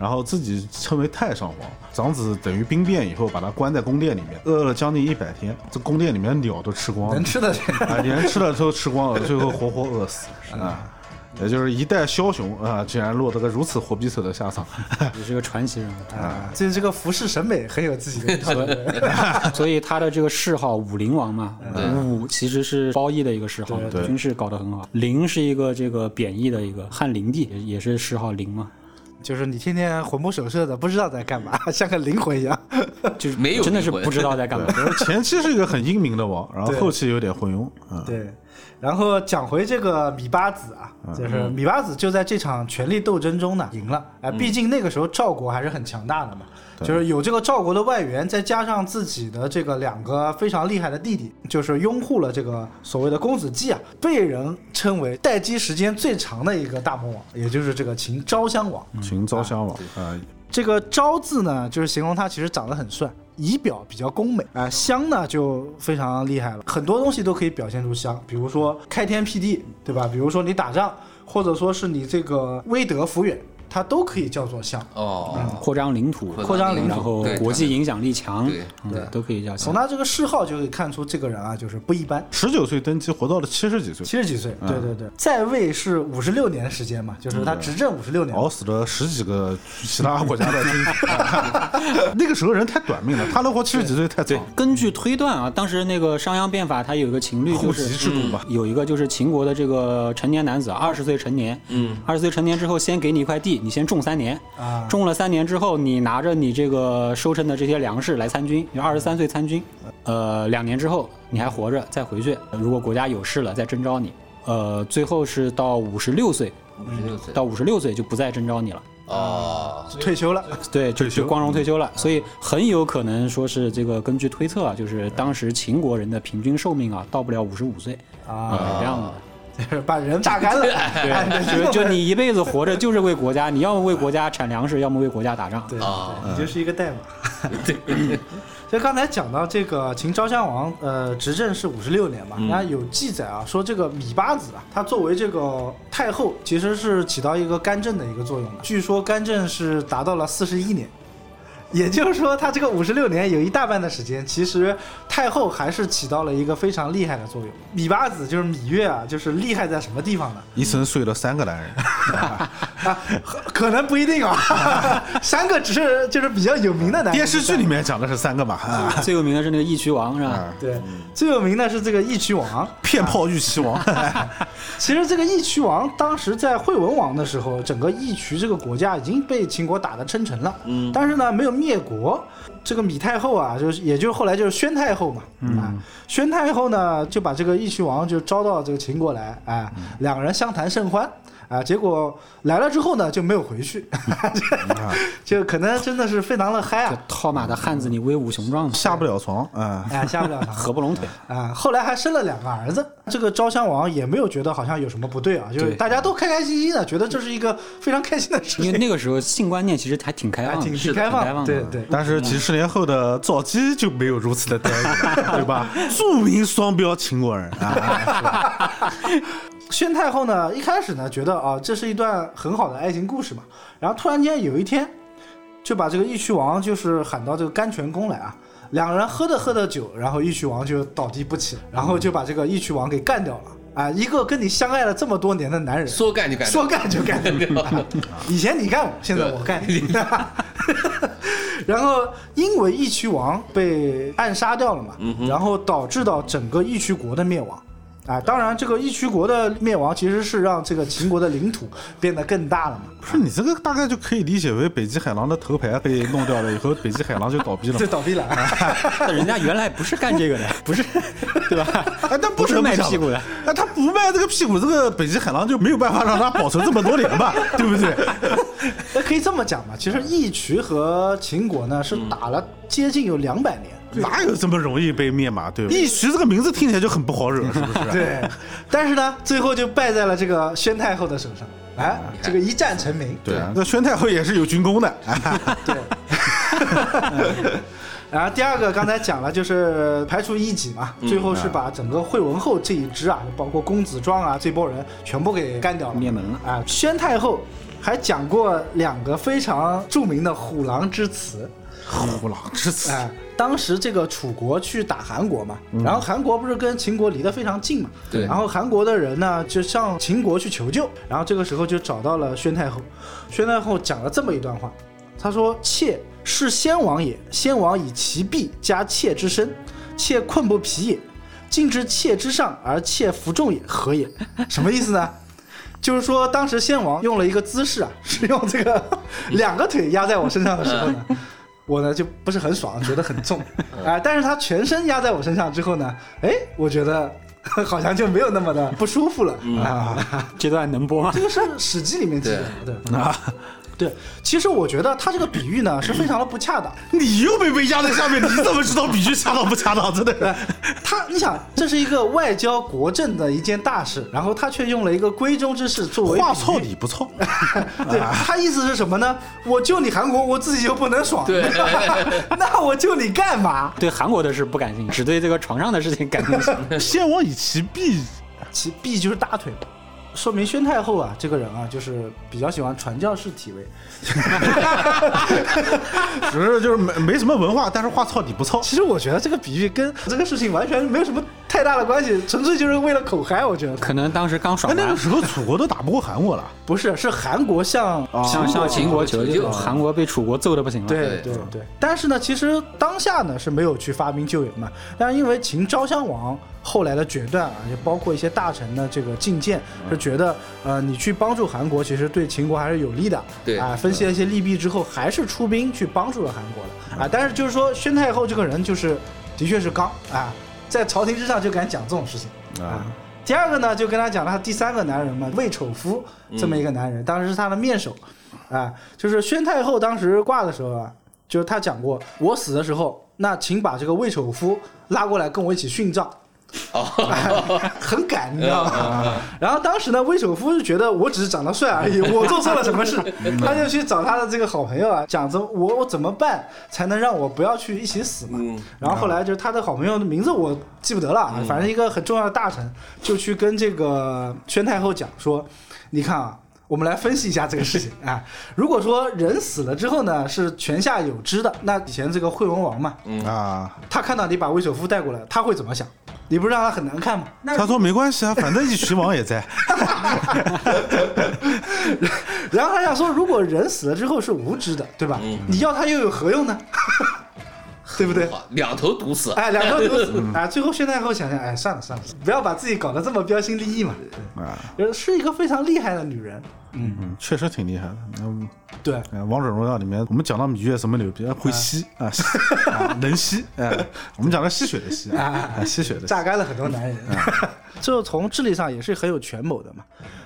[SPEAKER 2] 然后自己称为太上皇。长子等于兵变以后，把他关在宫殿里面，饿了将近一百天，这宫殿里面鸟都吃光了
[SPEAKER 1] 能，吃的
[SPEAKER 2] 啊，连吃的都吃光了，最后活活饿 死
[SPEAKER 1] 嗯
[SPEAKER 2] 啊。也就是一代枭雄啊，竟然落得个如此活逼丑的下场。
[SPEAKER 4] 也是个传奇人物，
[SPEAKER 1] 啊，这这个服饰审美很有自己的一套 的。
[SPEAKER 4] 所以他的这个谥号武灵王嘛，嗯武其实是褒义的一个谥号，
[SPEAKER 2] 对
[SPEAKER 4] 军事搞得很好。灵是一个这个贬义的一个汉灵帝，也也是谥号灵嘛，
[SPEAKER 1] 就是你天天魂不守舍的，不知道在干嘛，像个灵魂一样。
[SPEAKER 4] 就是
[SPEAKER 3] 没有
[SPEAKER 4] 真的是
[SPEAKER 3] 灵魂
[SPEAKER 4] 不知道在干嘛。
[SPEAKER 2] 就是前期是一个很英明的王，然后
[SPEAKER 1] 对
[SPEAKER 2] 后期有点昏庸啊。
[SPEAKER 1] 对，然后讲回这个米八子啊，就是米八子就在这场权力斗争中呢赢了。哎，毕竟那个时候赵国还是很强大的嘛，就是有这个赵国的外援，再加上自己的这个两个非常厉害的弟弟，就是拥护了这个所谓的公子季啊，被人称为待机时间最长的一个大魔王，也就是这个秦昭襄王。
[SPEAKER 2] 秦昭襄王啊，
[SPEAKER 1] 这个昭字呢，就是形容他其实长得很帅，仪表比较工美啊、香呢就非常厉害了，很多东西都可以表现出香，比如说开天辟地，对吧？比如说你打仗，或者说是你这个威德抚远。它都可以叫做项。
[SPEAKER 3] 哦，
[SPEAKER 4] 扩张领土，
[SPEAKER 1] 扩张领土
[SPEAKER 4] 然后
[SPEAKER 3] 对
[SPEAKER 4] 国际影响力强，
[SPEAKER 3] 对
[SPEAKER 4] 嗯
[SPEAKER 1] 对
[SPEAKER 4] 都可以叫
[SPEAKER 1] 从
[SPEAKER 4] 项。
[SPEAKER 1] 他这个谥号就可以看出，这个人啊，就是不一般。
[SPEAKER 2] 十九岁登基，活到了七十几岁，
[SPEAKER 1] 七十几岁，对对对，在位是五十六年时间嘛，就是他执政五十六年，
[SPEAKER 2] 熬死了十几个其他国家的君主。 那个时候人太短命了，他能活七十几岁太惨了。
[SPEAKER 4] 根据推断啊，当时那个商鞅变法，它有一个情律，
[SPEAKER 2] 户
[SPEAKER 4] 就
[SPEAKER 2] 籍
[SPEAKER 4] 是嗯
[SPEAKER 2] 制度吧，
[SPEAKER 4] 有一个就是秦国的这个成年男子，二十岁成年，嗯，二十岁成年之后，先给你一块地，你先种三年，
[SPEAKER 1] 啊
[SPEAKER 4] 种了三年之后，你拿着你这个收成的这些粮食来参军，你二十三岁参军，呃，两年之后你还活着再回去，如果国家有事了再征召你，呃，最后是到五十六岁，
[SPEAKER 3] 五十六岁
[SPEAKER 4] 到五十六岁就不再征召你了。
[SPEAKER 3] 哦，
[SPEAKER 1] 退休了，
[SPEAKER 4] 对，就
[SPEAKER 2] 退
[SPEAKER 4] 就
[SPEAKER 2] 休
[SPEAKER 4] 光荣退休了，所以很有可能说是这个根据推测啊，就是当时秦国人的平均寿命啊，到不了五十五岁
[SPEAKER 1] 啊，
[SPEAKER 4] 这样的。
[SPEAKER 1] 把人榨干了，哎
[SPEAKER 4] 就
[SPEAKER 1] 对
[SPEAKER 4] 是 就你一辈子活着就是为国家，你要么为国家产粮食，要么为国家打仗。
[SPEAKER 1] 对，
[SPEAKER 3] 啊
[SPEAKER 1] 对你就是一个代码。 所以刚才讲到这个秦昭襄王，呃，执政是五十六年嘛，那有记载啊，说这个芈八子啊，她作为这个太后，其实是起到一个干政的一个作用的。据说干政是达到了四十一年，也就是说，她这个五十六年有一大半的时间，其实太后还是起到了一个非常厉害的作用。芈八子就是芈月啊，就是厉害在什么地方呢？
[SPEAKER 2] 一生睡了三个男人，
[SPEAKER 1] 啊，可能不一定啊， 三个只是就是比较有名的男人
[SPEAKER 2] 电视剧里面讲的是三个嘛，啊
[SPEAKER 4] 最有名的是那个义渠王是吧
[SPEAKER 2] 啊？
[SPEAKER 1] 对，最有名的是这个义渠王。
[SPEAKER 2] 骗炮玉齐王，哎
[SPEAKER 1] 其实这个义渠王当时在惠文王的时候，整个义渠这个国家已经被秦国打得称臣了，嗯，但是呢没有灭国。这个芈太后啊，就是也就是后来就是宣太后嘛，啊，宣太后呢就把这个义渠王就招到这个秦国来，啊，两个人相谈甚欢。啊，结果来了之后呢，就没有回去， 就可能真的是非常的嗨
[SPEAKER 4] 这
[SPEAKER 1] 啊，
[SPEAKER 4] 套马的汉子，你威武雄壮嘛，
[SPEAKER 2] 下不了床啊。
[SPEAKER 1] 哎，下不了堂。
[SPEAKER 4] 合不拢腿。
[SPEAKER 1] 啊，后来还生了两个儿子。这个昭襄王也没有觉得好像有什么不对啊，就是
[SPEAKER 4] 对
[SPEAKER 1] 大家都开开心心的，觉得这是一个非常开心的事
[SPEAKER 4] 因为
[SPEAKER 1] 情，
[SPEAKER 4] 那个时候性观念其实还挺开
[SPEAKER 1] 还
[SPEAKER 4] 放
[SPEAKER 1] 挺
[SPEAKER 4] 的，
[SPEAKER 1] 挺
[SPEAKER 3] 的
[SPEAKER 1] 开
[SPEAKER 4] 挺开
[SPEAKER 1] 放的。
[SPEAKER 4] 放
[SPEAKER 1] 对
[SPEAKER 4] 的嗯
[SPEAKER 1] 对，
[SPEAKER 2] 但是几十年后的赵姬就没有如此的待遇，对吧？著名双标秦国人啊，
[SPEAKER 1] 宣太后呢，一开始呢觉得啊，这是一段很好的爱情故事嘛，然后突然间有一天，就把这个义渠王就是喊到这个甘泉宫来啊，两人喝着喝着酒，然后义渠王就倒地不起了，然后就把这个义渠王给干掉了。啊，一个跟你相爱了这么多年的男人，
[SPEAKER 3] 说干就干，
[SPEAKER 1] 说干就干， 以前你干我，现在我干 你。然后因为义渠王被暗杀掉了嘛，然后导致到整个义渠国的灭亡。啊，当然，这个义渠国的灭亡其实是让这个秦国的领土变得更大了嘛。
[SPEAKER 2] 不是你这个大概就可以理解为北极海狼的头牌被弄掉了以后，北极海狼就倒闭 了
[SPEAKER 1] 这
[SPEAKER 2] 嘛。
[SPEAKER 1] 倒闭了啊，
[SPEAKER 4] 但人家原来不是干这个的，不是，对吧？
[SPEAKER 2] 哎，但
[SPEAKER 4] 不是
[SPEAKER 2] 得不
[SPEAKER 4] 卖
[SPEAKER 2] 讲
[SPEAKER 4] 屁股的，
[SPEAKER 2] 哎，他不卖这个屁股，这个北极海狼就没有办法让他保存这么多年吧，对不对？
[SPEAKER 1] 那可以这么讲嘛。其实义渠和秦国呢是打了接近有两百年，
[SPEAKER 2] 哪有这么容易被灭嘛？对不对？义渠这个名字听起来就很不好惹，是不是？
[SPEAKER 1] 嗯对， 但是呢，最后就败在了这个宣太后的手上。哎，这个一战成名，
[SPEAKER 2] 对 啊，那宣太后也是有军功的，
[SPEAKER 1] 然后第二个刚才讲了，就是排除异己嘛，
[SPEAKER 4] 嗯
[SPEAKER 1] 最后是把整个惠文后这一支啊，包括公子庄啊这波人全部给干掉了，
[SPEAKER 4] 灭门了
[SPEAKER 1] 啊！宣太后还讲过两个非常著名的虎狼之词，
[SPEAKER 2] 虎狼之词。
[SPEAKER 1] 哎，当时这个楚国去打韩国嘛，然后韩国不是跟秦国离得非常近嘛，
[SPEAKER 3] 对
[SPEAKER 1] 然后韩国的人呢就向秦国去求救，然后这个时候就找到了宣太后，宣太后讲了这么一段话，她说：“妾是先王也，先王以其臂加妾之身，妾困不疲也。”尽之妾之上而妾服众也，何也？ 什么意思呢？就是说，当时先王用了一个姿势啊，是用这个 两个腿压在我身上的时候呢，我呢就不是很 爽，觉得很重，哎、但是他全身压在我身上之后呢，哎，我觉得 好像就没有那么的不舒服了、啊。
[SPEAKER 4] 这段能播吗
[SPEAKER 1] 这？个是《史记》里面记载的，对啊。对，其实我觉得他这个比喻呢是非常的不恰当。
[SPEAKER 2] 你又没被压在下面，你怎么知道比喻恰当不恰当？真的是。
[SPEAKER 1] 呃他，你想，这是一个外交国政的一件大事，然后他却用了一个闺中之事作为
[SPEAKER 2] 话
[SPEAKER 1] 比喻
[SPEAKER 2] 糙理不 糙，
[SPEAKER 1] 对他意思是什么呢？我救你韩国，我自己又不能爽，
[SPEAKER 3] 对
[SPEAKER 1] 那我救你干嘛？
[SPEAKER 4] 对韩国的事不感兴趣， 只对这个床上的事情感兴趣。
[SPEAKER 2] 先王以其臂
[SPEAKER 1] 其臂就是大腿嘛，说明宣太后啊，这个人啊，就是比较喜欢传教士体位。
[SPEAKER 2] 只是就是没没什么文化，但是话糙理不糙。
[SPEAKER 1] 其实我觉得这个比喻跟这个事情完全没有什么太大的关系，纯粹就是为了口嗨。我觉得
[SPEAKER 4] 可能当时刚
[SPEAKER 2] 哎
[SPEAKER 4] 爽，
[SPEAKER 2] 那
[SPEAKER 4] 完
[SPEAKER 2] 个，时候楚国都打不过韩国了，
[SPEAKER 1] 不是，是韩国向
[SPEAKER 4] 向向秦国求
[SPEAKER 3] 秦
[SPEAKER 4] 救，
[SPEAKER 3] 国
[SPEAKER 4] 韩国被楚国揍的不行了。
[SPEAKER 1] 对对
[SPEAKER 3] 对
[SPEAKER 1] 对，但是呢，其实当下呢是没有去发兵救援嘛，但是因为秦昭襄王后来的决断啊，也包括一些大臣的这个进谏，是觉得呃你去帮助韩国，其实对秦国还是有利的，
[SPEAKER 3] 对
[SPEAKER 1] 啊，分析了一些利弊之后，还是出兵去帮助了韩国了啊，但是就是说宣太后这个人就是的确是刚啊，在朝廷之上就敢讲这种事情啊。第二个呢，就跟他讲了他第三个男人嘛，魏丑夫这么一个男人，当时是他的面首，啊，就是宣太后当时挂的时候啊，就是他讲过，我死的时候，那请把这个魏丑夫拉过来跟我一起殉葬。哦，很敢，你知道吗？然后当时呢，魏丑夫是觉得我只是长得帅而已，我做错了什么事？他就去找他的这个好朋友啊，讲着我我怎么办才能让我不要去一起死嘛。
[SPEAKER 3] 嗯
[SPEAKER 1] 然后后来就是他的好朋友的名字我记不得了，啊，反正一个很重要的大臣就去跟这个宣太后讲说，你看啊。我们来分析一下这个事情啊。 如果说人死了之后呢，是泉下有知的，那以前这个惠文王嘛，
[SPEAKER 2] 啊，
[SPEAKER 1] 他看到你把魏首夫带过来，他会怎么想？你不是让他很难看吗？那
[SPEAKER 2] 他说没关系啊，反正一齐王也 在，
[SPEAKER 1] 然后他想说，如果人死了之后是无知的，对吧？你要他又有何用呢？ 对不对？
[SPEAKER 3] 好两头堵死。
[SPEAKER 1] 哎，两个都死啊！最后宣太后想想，哎，算了算了，不要把自己搞得这么标新立异嘛。
[SPEAKER 2] 啊，
[SPEAKER 1] 呃是一个非常厉害的女人，
[SPEAKER 2] 嗯，确实挺厉害的。嗯，
[SPEAKER 1] 对，
[SPEAKER 2] 哎王者荣耀里面我们讲到芈月什么牛逼，哎会吸啊，吸啊能吸，哎，我们讲的吸血的吸，啊，吸血的吸，
[SPEAKER 1] 榨干了很多男人。
[SPEAKER 2] 嗯
[SPEAKER 1] 这从智力上也是很有权谋的嘛。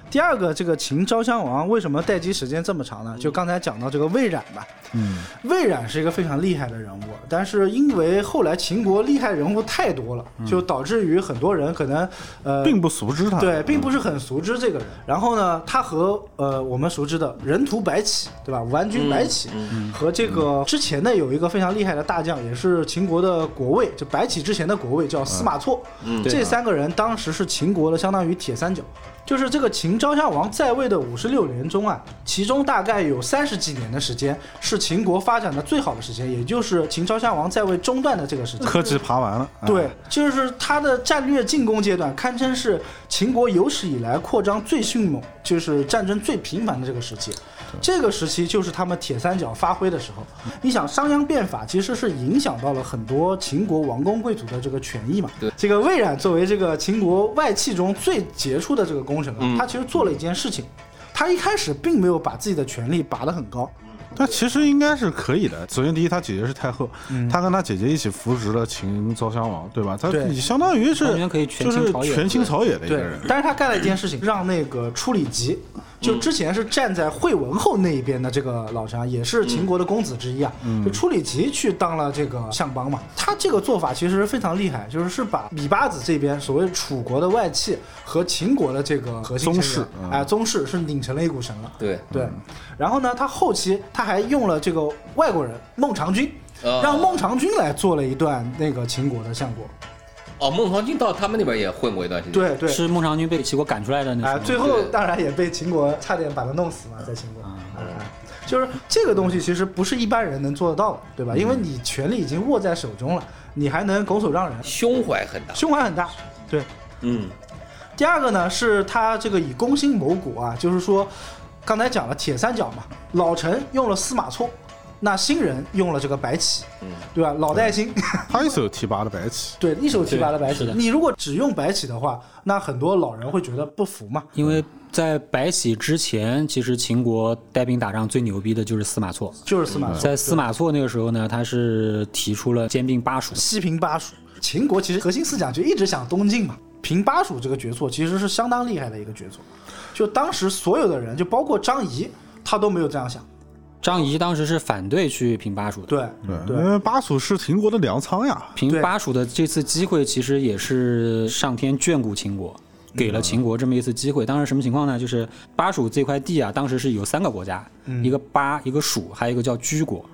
[SPEAKER 1] 第二个，这个秦昭襄王为什么待机时间这么长呢？就刚才讲到这个魏冉吧，
[SPEAKER 2] 嗯，
[SPEAKER 1] 魏冉是一个非常厉害的人物，但是因为后来秦国厉害人物太多了，就导致于很多人可能呃
[SPEAKER 2] 嗯并不熟知他，
[SPEAKER 1] 对，并不是很熟知这个人。然后呢，他和呃我们熟知的人屠白起，对吧？完军白
[SPEAKER 2] 嗯
[SPEAKER 1] 起、
[SPEAKER 3] 嗯
[SPEAKER 1] 和这个之前的有一个非常厉害的大将，也是秦国的国尉，就白起之前的国尉叫司马错。这三个人当时是秦国的相当于铁三角。就是这个秦昭襄王在位的五十六年中啊，其中大概有三十几年的时间是秦国发展的最好的时间，也就是秦昭襄王在位中断的这个时间。
[SPEAKER 2] 科技爬完了，啊
[SPEAKER 1] 对，就是他的战略进攻阶段，堪称是秦国有史以来扩张最迅猛，就是战争最频繁的这个时期。这个时期就是他们铁三角发挥的时候。你想，商鞅变法其实是影响到了很多秦国王公贵族的这个权益嘛？
[SPEAKER 3] 对，
[SPEAKER 1] 这个魏冉作为这个秦国外戚中最杰出的这个功臣啊，他其实做了一件事情，他一开始并没有把自己的权力拔得很高。
[SPEAKER 2] 他其实应该是可以的。首先，第一，他姐姐是太后，他跟他姐姐一起扶植了秦昭襄王，对吧？他
[SPEAKER 1] 对
[SPEAKER 2] 你相当于是
[SPEAKER 4] 完全可以全
[SPEAKER 2] 就
[SPEAKER 4] 倾
[SPEAKER 2] 是
[SPEAKER 4] 朝野
[SPEAKER 2] 权倾朝野的一个
[SPEAKER 1] 对
[SPEAKER 2] 人，，
[SPEAKER 1] 但是他干了一件事情， 让那个处理吉，就之前是站在惠文后那一边的这个老臣啊，也是秦国的公子之一啊，
[SPEAKER 2] 嗯
[SPEAKER 1] 就处理吉去当了这个相邦嘛。他这个做法其实非常厉害，就是是把芈八子这边所谓楚国的外戚和秦国的这个核心
[SPEAKER 2] 宗
[SPEAKER 1] 成员
[SPEAKER 2] 室嗯
[SPEAKER 1] 哎，宗室是拧成了一股绳了。
[SPEAKER 3] 对，
[SPEAKER 1] 对，然后呢，他后期他还用了这个外国人孟尝君，
[SPEAKER 2] 啊
[SPEAKER 3] 呃
[SPEAKER 1] 让孟尝君来做了一段那个秦国的相国。
[SPEAKER 2] 嗯
[SPEAKER 3] 哦，孟尝君到他们那边也混过一段时间。，
[SPEAKER 1] 对对，
[SPEAKER 4] 是孟尝君被齐国赶出来的那
[SPEAKER 1] 啊，
[SPEAKER 4] 时
[SPEAKER 1] 最
[SPEAKER 4] 候吗。
[SPEAKER 1] 后
[SPEAKER 3] 对
[SPEAKER 1] 当然也被秦国差点把他弄死嘛，在秦国。啊，就是这个东西其实不是一般人能做得到的，对吧？因为你权力已经握在手中了，你还能拱手让人，
[SPEAKER 3] 胸怀很大。
[SPEAKER 1] 胸怀很大。对，
[SPEAKER 3] 嗯，
[SPEAKER 1] 第二个呢是他这个以攻心谋国啊，就是说刚才讲了铁三角嘛，老臣用了司马错，那新人用了这个白起，对吧？老带新。
[SPEAKER 2] 他一手提拔了白 起。
[SPEAKER 1] 对，一手提拔了白
[SPEAKER 4] 是
[SPEAKER 1] 起
[SPEAKER 4] 的。
[SPEAKER 1] 你如果只用白起的话，那很多老人会觉得不服嘛。
[SPEAKER 4] 因为在白起之前，其实秦国带兵打仗最牛逼的就是司马错。
[SPEAKER 1] 就是司马错，
[SPEAKER 4] 在司马错那个时候呢，他是提出了兼并巴蜀，
[SPEAKER 1] 西平巴蜀。秦国其实核心思想就一直想东进嘛，平巴蜀这个决策其实是相当厉害的一个决策，就当时所有的人，就包括张仪，他都没有这样想。
[SPEAKER 4] 张仪当时是反对去平巴蜀的。
[SPEAKER 1] 对
[SPEAKER 2] 对，因为巴蜀是秦国的粮仓呀，
[SPEAKER 4] 平
[SPEAKER 1] 对
[SPEAKER 4] 巴蜀的这次机会，其实也是上天眷顾秦国，
[SPEAKER 1] 嗯
[SPEAKER 4] 给了秦国这么一次机会。当时什么情况呢？就是巴蜀这块地啊，当时是有三个国家，
[SPEAKER 1] 嗯
[SPEAKER 4] 一个巴，一个蜀，还有一个叫苴国。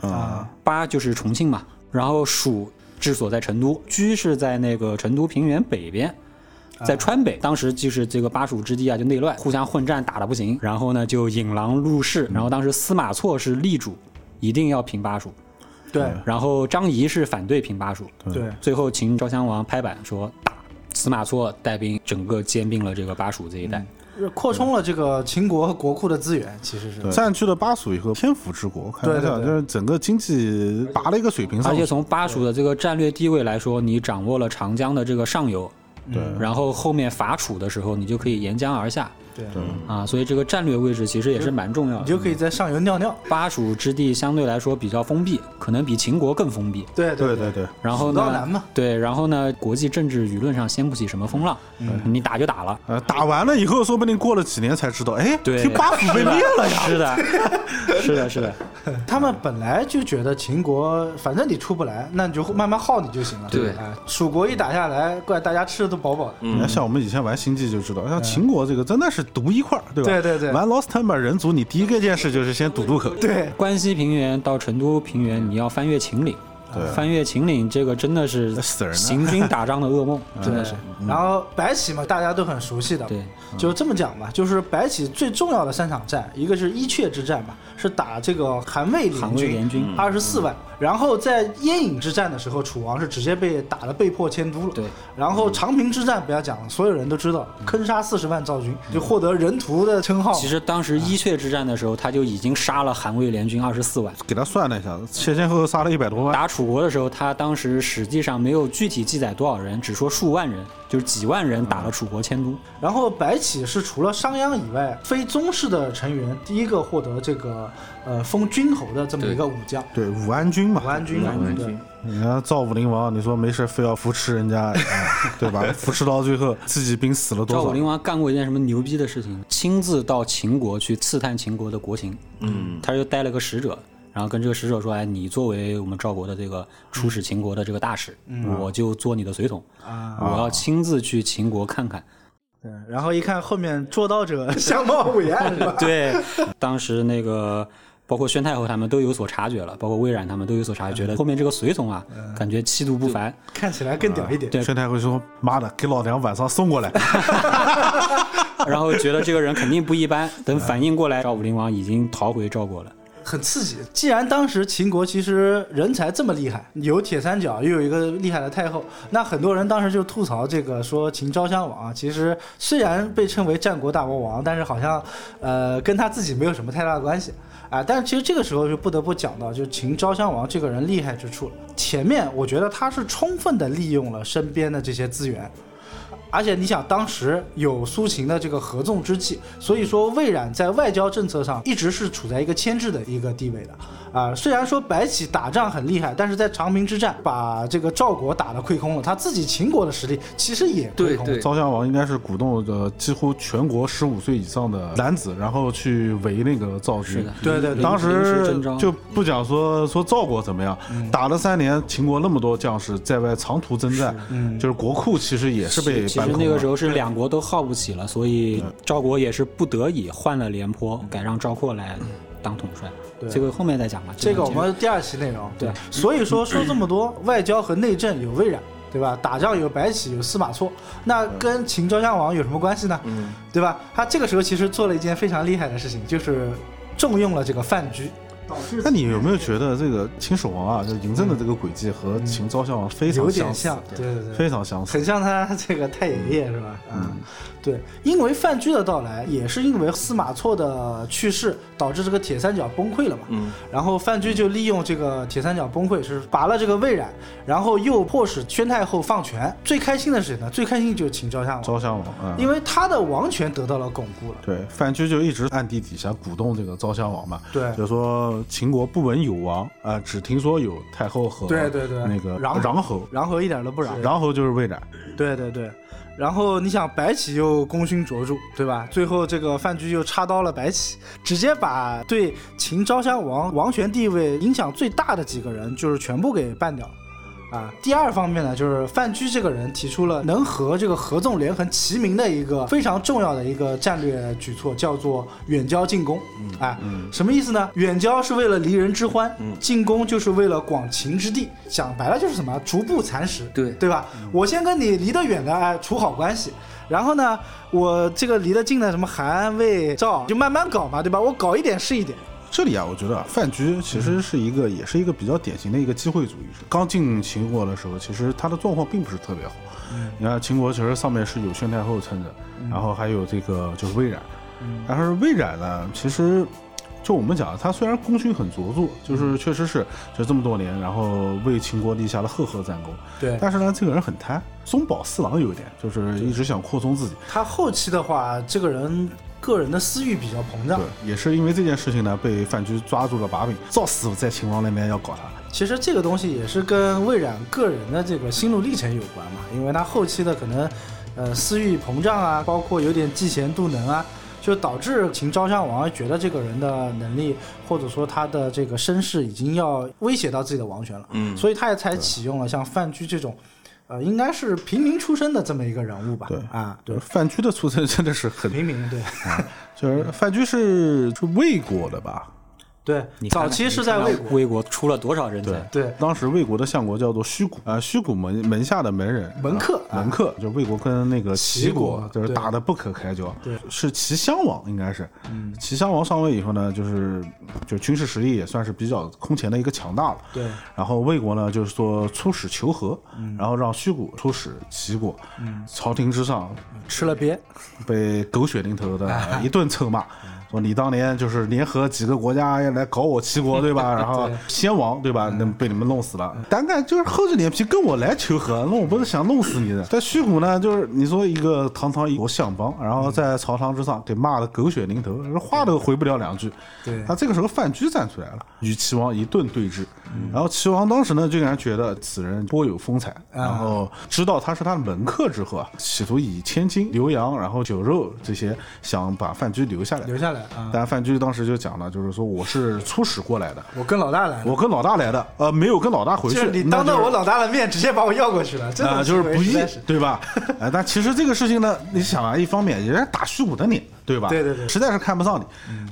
[SPEAKER 2] 啊，
[SPEAKER 4] 巴就是重庆嘛，然后蜀治所在成都，苴是在那个成都平原北边。
[SPEAKER 1] 啊
[SPEAKER 4] 在川北，当时就是这个巴蜀之地啊，就内乱，互相混战打得不行，然后呢就引狼入室，
[SPEAKER 1] 嗯
[SPEAKER 4] 然后当时司马错是力主，一定要平巴蜀，
[SPEAKER 1] 对
[SPEAKER 2] 嗯
[SPEAKER 4] 然后张仪是反对平巴蜀，
[SPEAKER 1] 嗯对，
[SPEAKER 4] 最后秦昭襄王拍板说打，司马错带兵整个兼并了这个巴蜀这一带。
[SPEAKER 1] 嗯扩充了这个秦国国库的资源，其实是。
[SPEAKER 2] 占据了巴蜀以后，天府之国，开玩
[SPEAKER 1] 对对
[SPEAKER 2] 笑，
[SPEAKER 1] 对
[SPEAKER 2] 就是整个经济拔了一个水平上
[SPEAKER 4] 而
[SPEAKER 2] 去
[SPEAKER 4] 且，从巴蜀的这个战略地位来说，你掌握了长江的这个上游，
[SPEAKER 2] 对
[SPEAKER 4] 然后后面伐楚的时候，你就可以沿江而下
[SPEAKER 1] 对，
[SPEAKER 2] 对，
[SPEAKER 4] 啊，所以这个战略位置其实也是蛮重要
[SPEAKER 1] 你
[SPEAKER 4] 的
[SPEAKER 1] 就。可以在上游尿尿。
[SPEAKER 4] 巴蜀之地相对来说比较封闭，可能比秦国更封闭。
[SPEAKER 1] 对
[SPEAKER 2] 对
[SPEAKER 1] 对
[SPEAKER 2] 对对，
[SPEAKER 4] 然后
[SPEAKER 1] 蜀道难
[SPEAKER 4] 呢
[SPEAKER 1] 嘛？
[SPEAKER 4] 对，然后呢？国际政治舆论上掀不起什么风浪，你打就打了。
[SPEAKER 2] 呃，打完了以后，说不定过了几年才知道，哎，
[SPEAKER 4] 对
[SPEAKER 2] 这巴蜀被灭了呀，
[SPEAKER 4] 是的，是的，是的，
[SPEAKER 1] 他们本来就觉得秦国，反正你出不来，那你就慢慢耗你就行了。
[SPEAKER 3] 对
[SPEAKER 1] 哎，蜀国一打下来，怪大家吃的都饱饱的。
[SPEAKER 2] 你看，哎像我们以前玩星际就知道，像哎秦国这个真的是独一块儿，对吧？
[SPEAKER 1] 对对对
[SPEAKER 2] 玩 Lost Time 人族，你第一个件事就是先堵路口。
[SPEAKER 1] 对，
[SPEAKER 4] 关西平原到成都平原，你要翻越秦岭，啊
[SPEAKER 2] 对
[SPEAKER 4] 翻越秦岭这个真的是
[SPEAKER 2] 死人了嗯
[SPEAKER 4] 行军打仗的 噩梦，真的是。
[SPEAKER 1] 然后白起嘛，大家都很熟悉的，
[SPEAKER 4] 哎嗯对，嗯
[SPEAKER 1] 就这么讲吧，就是白起最重要的三场战，一个是伊阙之战吧，是打这个韩魏
[SPEAKER 4] 韩
[SPEAKER 1] 联
[SPEAKER 4] 魏
[SPEAKER 1] 军，
[SPEAKER 4] 联军嗯
[SPEAKER 1] 二十四万，然后在燕影之战的时候，楚王是直接被打得被迫迁都了，
[SPEAKER 4] 对，嗯
[SPEAKER 1] 然后长平之战不要讲了，所有人都知道，坑杀四十万赵军，就获得人屠的称号嘛，
[SPEAKER 4] 其实当时伊阙之战的时候，他就已经杀了韩魏联军二十四 万。
[SPEAKER 2] 给他算了一下，前前后后杀了一百多万，
[SPEAKER 4] 打楚国的时候，他当时史记上没有具体记载多少人，只说数万人，就是几万人打了楚国迁都。
[SPEAKER 1] 然后白起是除了商鞅以外，非宗室的成员第一个获得这个呃封君侯的这么一个武将，
[SPEAKER 2] 对武安君嘛
[SPEAKER 1] 武，安君嘛，对。
[SPEAKER 2] 你看赵武灵王，你说没事非要扶持人家，哎 对吧？扶持到最后自己兵死了多
[SPEAKER 4] 赵武灵
[SPEAKER 2] 少？
[SPEAKER 4] 王干过一件什么牛逼的事情？亲自到秦国去刺探秦国的国情。嗯，他就带了个使者，然后跟这个使者说：“哎，你作为我们赵国的这个出使秦国的这个大使，我就做你的随从，
[SPEAKER 1] 啊
[SPEAKER 4] 我要亲自去秦国看看。
[SPEAKER 1] 对，然后一看后面捉刀者 相貌伟岸，是吧？
[SPEAKER 4] 对， 当时那个包括宣太后他们都有所察觉了，包括魏冉他们都有所察觉，觉得后面这个随从啊，感觉气度不凡。
[SPEAKER 1] 看起来更屌一点。
[SPEAKER 4] 对
[SPEAKER 2] 宣太后说：“妈的，给老娘晚上送过来。
[SPEAKER 4] 然后觉得这个人肯定不一般。等反应过来，赵武灵王已经逃回赵国了。
[SPEAKER 1] 很刺激。既然当时秦国其实人才这么厉害，有铁三角，又有一个厉害的太后，那很多人当时就吐槽这个说秦昭襄王啊，其实虽然被称为战国大魔王，但是好像呃跟他自己没有什么太大的关系。啊，但是其实这个时候就不得不讲到，就是秦昭襄王这个人厉害之处了。前面我觉得他是充分的利用了身边的这些资源，而且你想，当时有苏秦的这个合纵之气，所以说魏冉在外交政策上一直是处在一个牵制的一个地位的。啊、虽然说白起打仗很厉害，但是在长平之战把这个赵国打得溃空了，他自己秦国的实力其实也溃
[SPEAKER 3] 对
[SPEAKER 1] 空了。
[SPEAKER 3] 对”
[SPEAKER 2] 昭襄王应该是鼓动呃几乎全国十五岁以上的男子，然后去围那个赵军。
[SPEAKER 4] 是的，
[SPEAKER 1] 对对对
[SPEAKER 2] 当
[SPEAKER 4] 临时嗯
[SPEAKER 2] 时
[SPEAKER 4] 征召
[SPEAKER 2] 就不讲说说赵国怎么样，打了三年，秦国那么多将士在外长途征战，就是国库其实也是被
[SPEAKER 4] 嗯其
[SPEAKER 2] 搬
[SPEAKER 4] 实
[SPEAKER 2] 空
[SPEAKER 4] 那个
[SPEAKER 2] 了
[SPEAKER 4] 时。候是两国都耗不起了，所以赵国也是不得已换了廉颇，改让赵括来当统帅。
[SPEAKER 1] 对
[SPEAKER 4] 这个后面再讲吧。
[SPEAKER 1] 这个我们第二期内容。
[SPEAKER 4] 对，
[SPEAKER 1] 所以说说这么多，外交和内政有魏冉，对吧？打仗有白起，有司马错，那跟秦昭襄王有什么关系呢？嗯，对吧？他这个时候其实做了一件非常厉害的事情，就是重用了这个范雎。
[SPEAKER 2] 那你有没有觉得这个秦始皇啊，就嬴政的这个轨迹和
[SPEAKER 4] 嗯
[SPEAKER 2] 秦昭襄王非常
[SPEAKER 1] 有点
[SPEAKER 2] 相似
[SPEAKER 1] 像？，对对对，
[SPEAKER 2] 非常相似。
[SPEAKER 1] 很像他这个太爷爷是吧？嗯，对，因为范雎的到来，也是因为司马错的去世，导致这个铁三角崩溃了嘛。
[SPEAKER 3] 嗯，
[SPEAKER 1] 然后范雎就利用这个铁三角崩溃，是拔了这个魏冉，然后又迫使宣太后放权。最开心的是谁呢？最开心就是秦昭襄王，
[SPEAKER 2] 昭襄王，嗯，
[SPEAKER 1] 因为他的王权得到了巩固了。
[SPEAKER 2] 对，范雎就一直暗地底下鼓动这个昭襄王嘛，
[SPEAKER 1] 对
[SPEAKER 2] 就说秦国不闻有王，啊，只听说有太后和
[SPEAKER 1] 对对对，
[SPEAKER 2] 那个
[SPEAKER 1] 穰
[SPEAKER 2] 穰侯，
[SPEAKER 1] 穰侯一点都不穰。
[SPEAKER 2] 穰侯就是魏冉，
[SPEAKER 1] 对对对，然后你想白起又功勋卓著，对吧？最后这个范雎又插刀了白起，直接把对秦昭襄王王权地位影响最大的几个人，就是全部给办掉了。啊。第二方面呢，就是范雎这个人提出了能和这个合纵连横齐名的一个非常重要的一个战略举措，叫做远交近攻。啊，什么意思呢？远交是为了离人之欢，进攻就是为了广秦之地。讲白了就是什么？逐步蚕食，
[SPEAKER 3] 对
[SPEAKER 1] 对吧？我先跟你离得远的，哎，处好关系。然后呢，我这个离得近的，什么韩、魏、赵，就慢慢搞嘛，对吧？我搞一点是一点。
[SPEAKER 2] 这里啊，我觉得啊，范雎其实是一个，也是一个比较典型的一个机会主义者。刚进秦国的时候，其实他的状况并不是特别好。你看秦国其实上面是有宣太后撑着，然后还有这个就是魏冉，但是魏冉呢，其实就我们讲，他虽然功勋很卓著，就是确实是就这么多年，然后为秦国立下了赫赫战功。
[SPEAKER 1] 对
[SPEAKER 2] 但是呢，这个人很贪，中饱私囊有一点，就是一直想扩充自己。
[SPEAKER 1] 他后期的话，这个人个人的私欲比较膨胀。
[SPEAKER 2] 对，也是因为这件事情呢，被范雎抓住了把柄，赵师傅在秦王那边要搞他。
[SPEAKER 1] 其实这个东西也是跟魏冉个人的这个心路历程有关嘛，因为他后期的可能，呃，私欲膨胀啊，包括有点嫉贤妒能啊，就导致秦昭襄王觉得这个人的能力或者说他的这个身世已经要威胁到自己的王权了，
[SPEAKER 3] 嗯
[SPEAKER 1] 所以他也才启用了像范雎这种，呃，应该是平民出身的这么一个人物吧，
[SPEAKER 2] 对
[SPEAKER 1] 啊，对，
[SPEAKER 2] 范雎的出身真的是很，
[SPEAKER 1] 平民对。
[SPEAKER 2] 就是范雎是是魏国的吧？
[SPEAKER 1] 对，
[SPEAKER 4] 你看
[SPEAKER 1] 早
[SPEAKER 4] 看啊
[SPEAKER 1] 期是在魏国，
[SPEAKER 4] 魏国出了多少人才？
[SPEAKER 1] 对，
[SPEAKER 2] 当时魏国的相国叫做虚谷啊，虚谷门门下的门人
[SPEAKER 1] 门客
[SPEAKER 2] 啊门客，就是魏国跟那个
[SPEAKER 1] 齐
[SPEAKER 2] 齐
[SPEAKER 1] 国
[SPEAKER 2] 国就是
[SPEAKER 1] 对
[SPEAKER 2] 打得不可开交，
[SPEAKER 1] 对，嗯
[SPEAKER 2] 是齐襄王应该是，齐襄王上位以后呢，就是就军事实力也算是比较空前的一个强大了，
[SPEAKER 1] 对，嗯
[SPEAKER 2] 然后魏国呢，就是说出使求和，然后让虚谷出使齐国，朝廷之上
[SPEAKER 1] 吃了鳖，
[SPEAKER 2] 被狗血淋头的一顿臭骂，说你当年就是联合几个国家来搞我齐国，对吧？然后先王，对吧？那被你们弄死了。胆敢就是厚着脸皮跟我来求和，那我不是想弄死你的。在虚谷呢，就是你说一个堂堂一国相邦，然后在朝堂之上给啊骂的狗血淋头，话都回不了两句。
[SPEAKER 1] 对
[SPEAKER 2] 他这个时候范雎站出来了，与齐王一顿对峙。
[SPEAKER 1] 嗯
[SPEAKER 2] 然后齐王当时呢，竟然觉得此人颇有风采，
[SPEAKER 1] 啊
[SPEAKER 2] 然后知道他是他的门客之后啊，企图以千金、牛羊，然后酒肉这些，想把范雎留下来。
[SPEAKER 1] 留下来啊！
[SPEAKER 2] 但范雎当时就讲了，就是说我是出使过来的，
[SPEAKER 1] 我跟老大来了，
[SPEAKER 2] 我跟老大来的，呃，没有跟老大回
[SPEAKER 1] 就
[SPEAKER 2] 去。
[SPEAKER 1] 是你当着
[SPEAKER 2] 那就是
[SPEAKER 1] 我老大的面直接把我要过去了， 这
[SPEAKER 2] 啊、
[SPEAKER 1] 种
[SPEAKER 2] 就是不
[SPEAKER 1] 行
[SPEAKER 2] 义
[SPEAKER 1] 为实在是，
[SPEAKER 2] 对 吧？哎，但其实这个事情呢，你想啊，一方面人家打虚谷的脸，对吧？
[SPEAKER 1] 对对对嗯
[SPEAKER 2] 实在是看不上你。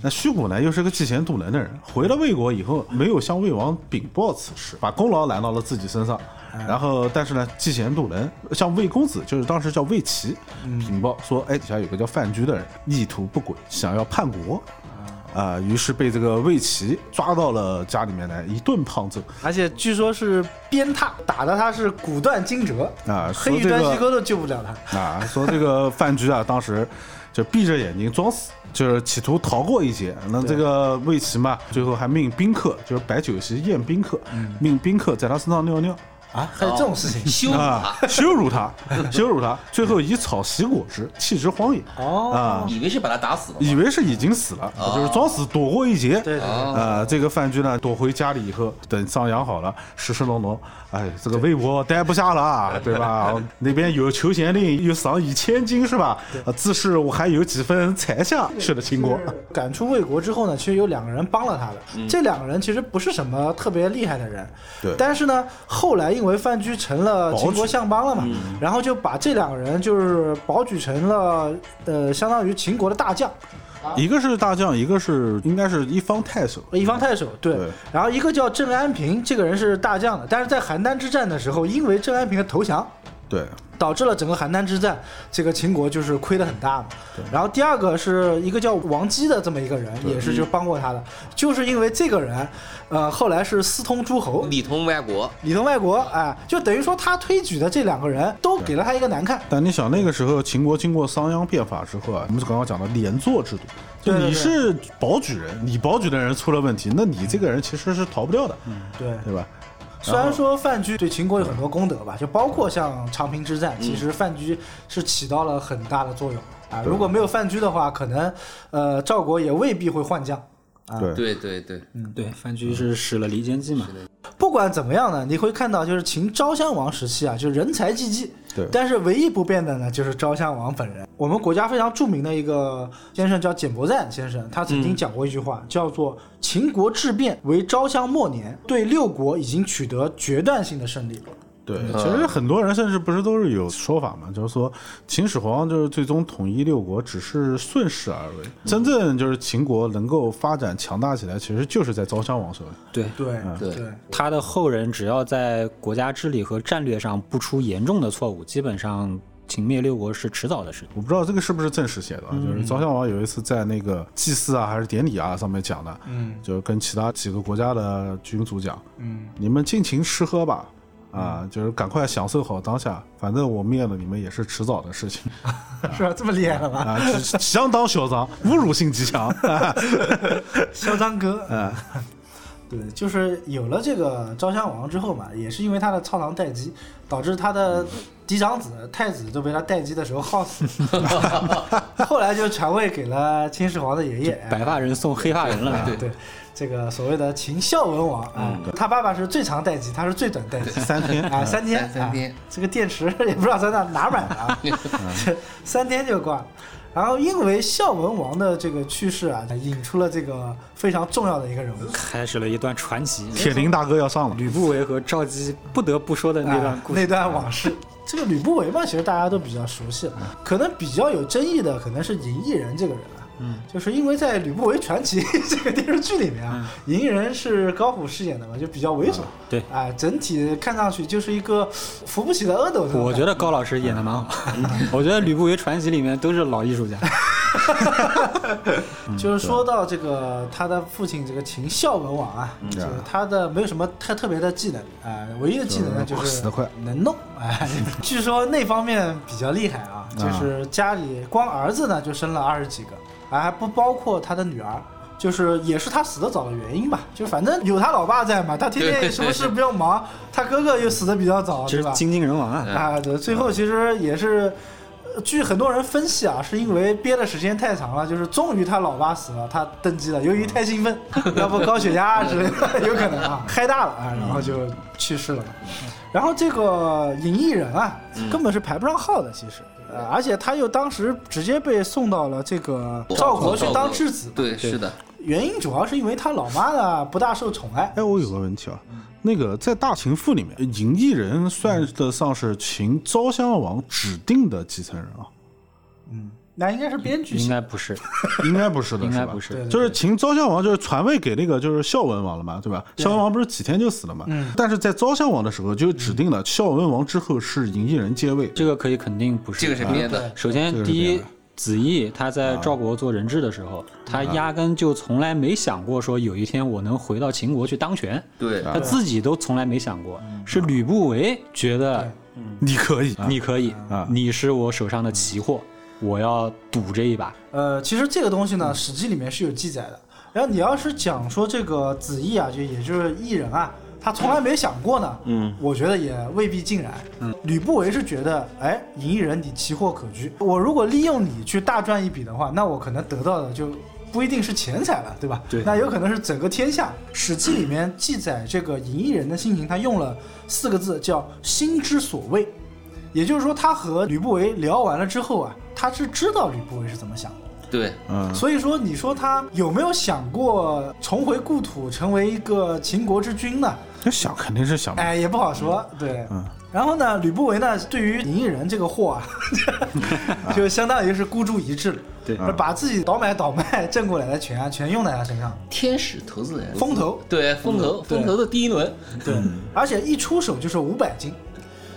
[SPEAKER 2] 那虚谷呢，又是个嫉贤妒能的人，回了魏国以后，没有向魏王禀报此事，把功劳揽到了自己身上。
[SPEAKER 1] 嗯
[SPEAKER 2] 然后，但是呢，嫉贤妒能，像魏公子，就是当时叫魏齐，
[SPEAKER 1] 嗯
[SPEAKER 2] 禀报说，哎，底下有个叫范雎的人，意图不轨，想要叛国。啊、于是被这个魏齐抓到了家里面来，一顿胖揍。
[SPEAKER 1] 而且据说是鞭挞，打的他是骨断筋折
[SPEAKER 2] 啊
[SPEAKER 1] 黑
[SPEAKER 2] 说
[SPEAKER 1] 玉
[SPEAKER 2] 这
[SPEAKER 1] 断
[SPEAKER 2] 个
[SPEAKER 1] 须沟都救不了他。
[SPEAKER 2] 啊，说这个范雎啊，当时就闭着眼睛装死，就是企图逃过一劫。那这个魏齐嘛，最后还命宾客，就是摆酒席宴宾客，命宾客在他身上尿尿
[SPEAKER 1] 啊，还有这种事 情
[SPEAKER 3] 羞辱
[SPEAKER 2] 啊
[SPEAKER 3] 他，，
[SPEAKER 2] 羞辱他，羞辱他，最后以草席果之，弃之荒野
[SPEAKER 1] 哦，
[SPEAKER 2] 啊，
[SPEAKER 3] 以为是把他打死了
[SPEAKER 2] 以
[SPEAKER 3] 嘛。
[SPEAKER 2] 为是已经死了，就是装死躲过一劫。
[SPEAKER 1] 对对对，
[SPEAKER 3] 啊，
[SPEAKER 2] 啊、这个范雎呢，躲回家里以后，等伤养好了，实实隆隆，哎，这个魏国待不下了啊，对吧？那边有求贤令，又赏以千金，是吧？啊，自是我还有几分才下，去了秦国。
[SPEAKER 1] 赶出魏国之后呢，其实有两个人帮了他的。这两个人其实不是什么特别厉害的人，
[SPEAKER 2] 对
[SPEAKER 1] 但是呢，后来因为范雎成了秦国相邦了嘛，然后就把这两个人就是保举成了呃，相当于秦国的大将，啊
[SPEAKER 2] 一个是大将，一个是应该是一方太守。
[SPEAKER 1] 一方太守。对，
[SPEAKER 2] 对
[SPEAKER 1] 然后一个叫郑安平，这个人是大将的，但是在邯郸之战的时候，因为郑安平的投降，
[SPEAKER 2] 对，
[SPEAKER 1] 导致了整个邯郸之战，这个秦国就是亏得很大嘛。然后第二个是一个叫王姬的这么一个人，也是就帮过他的，就是因为这个人，呃，后来是私通诸侯，
[SPEAKER 3] 里通外国，
[SPEAKER 1] 里通外国，哎，就等于说他推举的这两个人都给了他一个难看。
[SPEAKER 2] 但你想那个时候，秦国经过商鞅变法之后啊，我们刚刚讲的连坐制度，就
[SPEAKER 1] 对对
[SPEAKER 2] 你是保举人，你保举的人出了问题，那你这个人其实是逃不掉的，
[SPEAKER 1] 对，
[SPEAKER 2] 对吧？
[SPEAKER 1] 虽然说范雎对秦国有很多功德吧，就包括像长平之战，其实范雎是起到了很大的作用啊。如果没有范雎的话，可能呃赵国也未必会换将。
[SPEAKER 2] 对
[SPEAKER 3] 对对对，
[SPEAKER 4] 对，范雎是使了离间计嘛。
[SPEAKER 1] 不管怎么样呢，你会看到就是秦昭襄王时期啊，就是人才济济。
[SPEAKER 2] 对
[SPEAKER 1] 但是唯一不变的呢，就是昭襄王本人。我们国家非常著名的一个先生叫简伯赞先生，他曾经讲过一句话，叫做“秦国事变为昭襄末年，对六国已经取得决断性的胜利”。
[SPEAKER 2] 对，其实很多人甚至不是都是有说法嘛，就是说秦始皇就是最终统一六国只是顺势而为，真正就是秦国能够发展强大起来，其实就是在昭襄王手里。
[SPEAKER 4] 对，
[SPEAKER 1] 对
[SPEAKER 3] 对
[SPEAKER 1] 对，
[SPEAKER 4] 他的后人只要在国家治理和战略上不出严重的错误，基本上秦灭六国是迟早的事情。
[SPEAKER 2] 我不知道这个是不是正史写的，啊，就是昭襄王有一次在那个祭祀啊还是典礼啊上面讲的，
[SPEAKER 1] 嗯
[SPEAKER 2] 就是跟其他几个国家的君主讲，
[SPEAKER 1] 嗯，
[SPEAKER 2] 你们尽情吃喝吧，啊，就是赶快享受好当下，反正我灭了你们也是迟早的事情
[SPEAKER 1] 是吧？这么厉害了吗？
[SPEAKER 2] 啊，只相当嚣张，侮辱性极强。
[SPEAKER 1] 嚣张哥， 嗯，对，就是有了这个昭襄王之后嘛，也是因为他的操堂待机，导致他的嫡长子太子都被他待机的时候耗死， 后来就传位给了秦始皇的爷爷。哎
[SPEAKER 4] 白发人送黑发人了，
[SPEAKER 3] 对
[SPEAKER 1] 对，这个所谓的秦孝文王啊，他爸爸是最长待机，他是最短待机。
[SPEAKER 2] 嗯 三天嗯
[SPEAKER 1] 啊，三天，
[SPEAKER 3] 三三天
[SPEAKER 1] 啊，这个电池 也不知道在哪哪买的 啊，这三天就挂了。然后因为孝文王的这个去世啊，引出了这个非常重要的一个人物，
[SPEAKER 4] 开始了一段传奇。
[SPEAKER 2] 铁林大哥要上了，
[SPEAKER 4] 吕不韦和赵姬不得不说的那段
[SPEAKER 1] 啊
[SPEAKER 4] 故事，
[SPEAKER 1] 那段往事。这个吕不韦嘛，其实大家都比较熟悉了，
[SPEAKER 4] 嗯
[SPEAKER 1] 可能比较有争议的可能是嬴异人这个人啊。嗯，就是因为在《吕不韦传奇》 这个电视剧里面啊，嬴异人是高虎饰演的嘛，就比较猥琐。
[SPEAKER 4] 嗯对
[SPEAKER 1] 啊，整体看上去就是一个扶不起的阿斗那种感。
[SPEAKER 4] 我觉得高老师演的蛮好。我觉得《吕不韦传奇》里面都是老艺术家。
[SPEAKER 1] 就是说到这个他的父亲这个秦孝文王啊，就是他的没有什么太特别的技能啊、唯一的技能呢就是
[SPEAKER 2] 死得快
[SPEAKER 1] 能弄 哎。据说那方面比较厉害啊，就是家里光儿子呢就生了二十几个，啊还不包括他的女儿。就是也是他死的早的原因吧，就反正有他老爸在嘛，他天天什么事不用忙，他哥哥又死的比较早，
[SPEAKER 4] 这
[SPEAKER 1] 哦对吧
[SPEAKER 4] 是？精尽人亡啊！
[SPEAKER 1] 啊，对，最后其实也是，呃据很多人分析啊，是因为憋的时间太长了，就是终于他老爸死了，他登基了，由于太兴奋， 要不高血压之类的，有可能啊，嗨大了啊，然后就去世了。然后这个隐逸人啊，根本是排不上号的，其实。呃而且他又当时直接被送到了这个赵国去当质子，
[SPEAKER 3] 对，是的，
[SPEAKER 1] 原因主要是因为他老妈呢不大受宠爱，
[SPEAKER 2] 哎，我有个问题啊，
[SPEAKER 4] 嗯
[SPEAKER 2] 那个在《大秦赋》里面，嬴异人算得上是秦昭襄王指定的继承人 啊？
[SPEAKER 1] 那应该是编剧
[SPEAKER 4] 应
[SPEAKER 1] 写的
[SPEAKER 4] 该不是，
[SPEAKER 2] 应该不是的，
[SPEAKER 4] 应该
[SPEAKER 2] 吧
[SPEAKER 4] 不是
[SPEAKER 1] 对对
[SPEAKER 2] 就是秦昭襄王就是传位给那个就是孝文王了嘛，对吧？孝文王不是几天就死了嘛？
[SPEAKER 4] 嗯
[SPEAKER 2] 但是在昭襄王的时候就指定了孝文王之后是嬴异人接位。
[SPEAKER 4] 这个可以肯定不是。啊
[SPEAKER 3] 这个是编的，
[SPEAKER 4] 首先，第一，子义他在赵国做人质的时候，他压根就从来没想过说有一天我能回到秦国去当权，
[SPEAKER 3] 对，
[SPEAKER 4] 他自己都从来没想过。是吕不韦觉得
[SPEAKER 2] 你可以，
[SPEAKER 4] 你可以
[SPEAKER 2] 啊，
[SPEAKER 4] 你是我手上的奇货，我要赌这一把。
[SPEAKER 1] 呃，其实这个东西呢，《史记》里面是有记载的。然后你要是讲说这个子义啊，就也就是异人啊，他从来没想过呢，嗯，我觉得也未必尽然。嗯，吕不韦是觉得，哎，隐逸人你奇货可居，我如果利用你去大赚一笔的话，那我可能得到的就。不一定是钱财了，对吧？
[SPEAKER 4] 对
[SPEAKER 1] 那有可能是整个天下。《史记》里面记载这个隐逸人的心情，他用了四个字，叫“心之所畏”。也就是说，他和吕不韦聊完了之后啊，他是知道吕不韦是怎么想的。
[SPEAKER 3] 对，
[SPEAKER 2] 嗯，
[SPEAKER 1] 所以说，你说他有没有想过重回故土，成为一个秦国之君呢？
[SPEAKER 2] 这想肯定是想不到，
[SPEAKER 1] 哎，也不好说。对，然后呢，吕不韦呢，对于隐逸人这个货啊，就相当于是孤注一掷了。
[SPEAKER 4] 对
[SPEAKER 1] 把自己倒买倒卖挣过来的钱啊，全用在他身上。
[SPEAKER 3] 天使投资人，
[SPEAKER 1] 风投
[SPEAKER 3] 对，风投，风投的第一轮，
[SPEAKER 1] 对，
[SPEAKER 3] 嗯
[SPEAKER 1] 而且一出手就是五百金，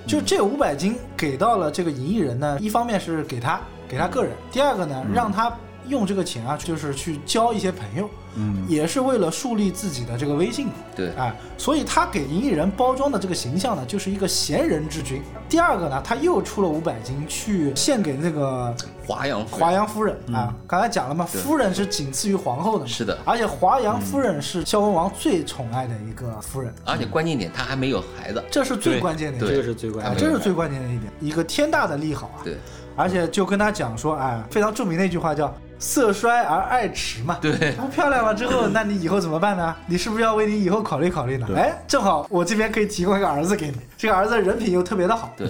[SPEAKER 1] 就这五百金给到了这个银翼人呢，一方面是给他给他个人，第二个
[SPEAKER 3] 嗯
[SPEAKER 1] 呢，让他用这个钱啊，就是去交一些朋友，嗯，也是为了树立自己的这个威信。
[SPEAKER 3] 对
[SPEAKER 1] 哎，所以他给银翼人包装的这个形象呢，就是一个贤人之君。第二个呢，他又出了五百金去献给那个
[SPEAKER 3] 华阳
[SPEAKER 1] 华阳夫人啊，刚才讲了嘛，夫人是仅次于皇后的嘛，
[SPEAKER 3] 嗯是的嗯
[SPEAKER 1] 而且华阳夫人是孝文王最宠爱的一个夫人，
[SPEAKER 3] 而且关键点他还没有孩子，
[SPEAKER 1] 这是最关键的一点，
[SPEAKER 4] 这个是最关
[SPEAKER 1] 啊，
[SPEAKER 4] 键的。
[SPEAKER 1] 这是最关键的一点，一个天大的利好啊。
[SPEAKER 3] 对，
[SPEAKER 1] 而且就跟他讲说，哎，非常著名的一句话叫“色衰而爱弛”嘛。
[SPEAKER 3] 对
[SPEAKER 1] 不漂亮了之后，那你以后怎么办呢？ 你是不是要为你以后 考虑考虑呢？哎，正好我这边可以提供一个儿子给你，这个儿子人品又特别的好。
[SPEAKER 3] 对，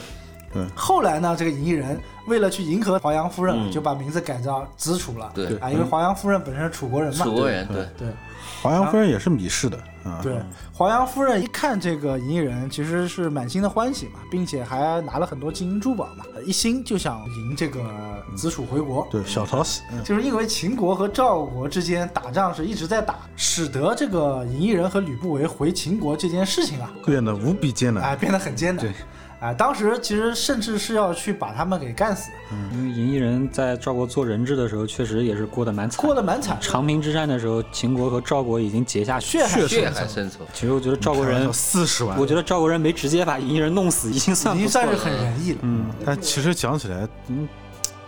[SPEAKER 2] 对
[SPEAKER 1] 后来呢，这个银翼人为了去迎合华阳夫人，就把名字改叫子楚了。
[SPEAKER 3] 嗯对
[SPEAKER 1] 啊，因为华阳夫人本身是楚国人嘛。
[SPEAKER 3] 楚国人对，
[SPEAKER 1] 对
[SPEAKER 2] 华阳夫人也是米氏的啊，
[SPEAKER 1] 对，华阳夫人一看这个银翼人，其实是满心的欢喜嘛，并且还拿了很多金银珠宝嘛，一心就想迎这个子楚回国。
[SPEAKER 2] 对小桃喜，嗯
[SPEAKER 1] 就是因为秦国和赵国之间打仗是一直在打，使得这个银翼人和吕不韦回秦国这件事情啊，
[SPEAKER 2] 变得无比艰
[SPEAKER 1] 啊、
[SPEAKER 4] 哎
[SPEAKER 2] 难。
[SPEAKER 1] 变得很艰难。
[SPEAKER 2] 嗯对
[SPEAKER 1] 啊，当时其实甚至是要去把他们给干死，
[SPEAKER 4] 因为银翼人在赵国做人质的时候，确实也是过得蛮惨
[SPEAKER 1] 过
[SPEAKER 4] 的。
[SPEAKER 1] 得蛮惨，
[SPEAKER 4] 长平之战的时候，秦国和赵国已经结下血。
[SPEAKER 1] 血海
[SPEAKER 3] 血海深仇。
[SPEAKER 4] 其实我觉得赵国人，
[SPEAKER 2] 四十万
[SPEAKER 4] 我，觉得赵国人没直接把银翼人弄死，已经算
[SPEAKER 1] 已
[SPEAKER 4] 不
[SPEAKER 1] 经
[SPEAKER 4] 错
[SPEAKER 1] 算是
[SPEAKER 4] 了。
[SPEAKER 1] 很仁义了。
[SPEAKER 2] 但其实讲起来，嗯，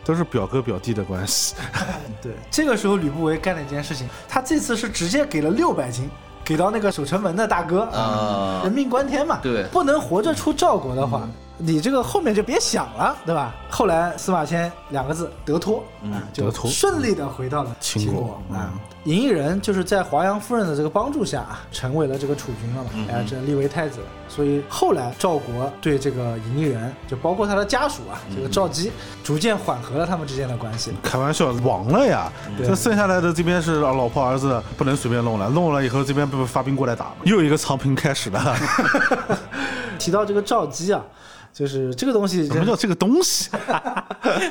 [SPEAKER 2] 都是表哥表弟的关系。
[SPEAKER 1] 对，这个时候吕不韦干了一件事情，他这次是直接给了六百金，给到那个守城门的大哥
[SPEAKER 3] 啊
[SPEAKER 1] 人命关天嘛，
[SPEAKER 3] 对
[SPEAKER 1] 不能活着出赵国的话。
[SPEAKER 2] 嗯
[SPEAKER 1] 你这个后面就别想了，对吧？后来司马迁两个字得脱，啊，就
[SPEAKER 2] 嗯得脱嗯
[SPEAKER 1] 顺利的回到了
[SPEAKER 2] 秦
[SPEAKER 1] 秦
[SPEAKER 2] 国
[SPEAKER 1] 啊。嬴异人就是在华阳夫人的这个帮助下啊，成为了这个储君了嘛，
[SPEAKER 2] 嗯
[SPEAKER 1] 哎、这立为太子了。所以后来赵国对这个嬴异人，就包括他的家属啊，这个赵姬，
[SPEAKER 2] 嗯
[SPEAKER 1] 逐渐缓和了他们之间的关系。
[SPEAKER 2] 开玩笑，亡了呀！
[SPEAKER 1] 对
[SPEAKER 2] 这剩下来的这边是老婆儿子，不能随便弄了，弄了以后这边不发兵过来打吗？又一个长平开始了。
[SPEAKER 1] 提到这个赵姬啊，就是这个东西，
[SPEAKER 2] 什么叫这个东西？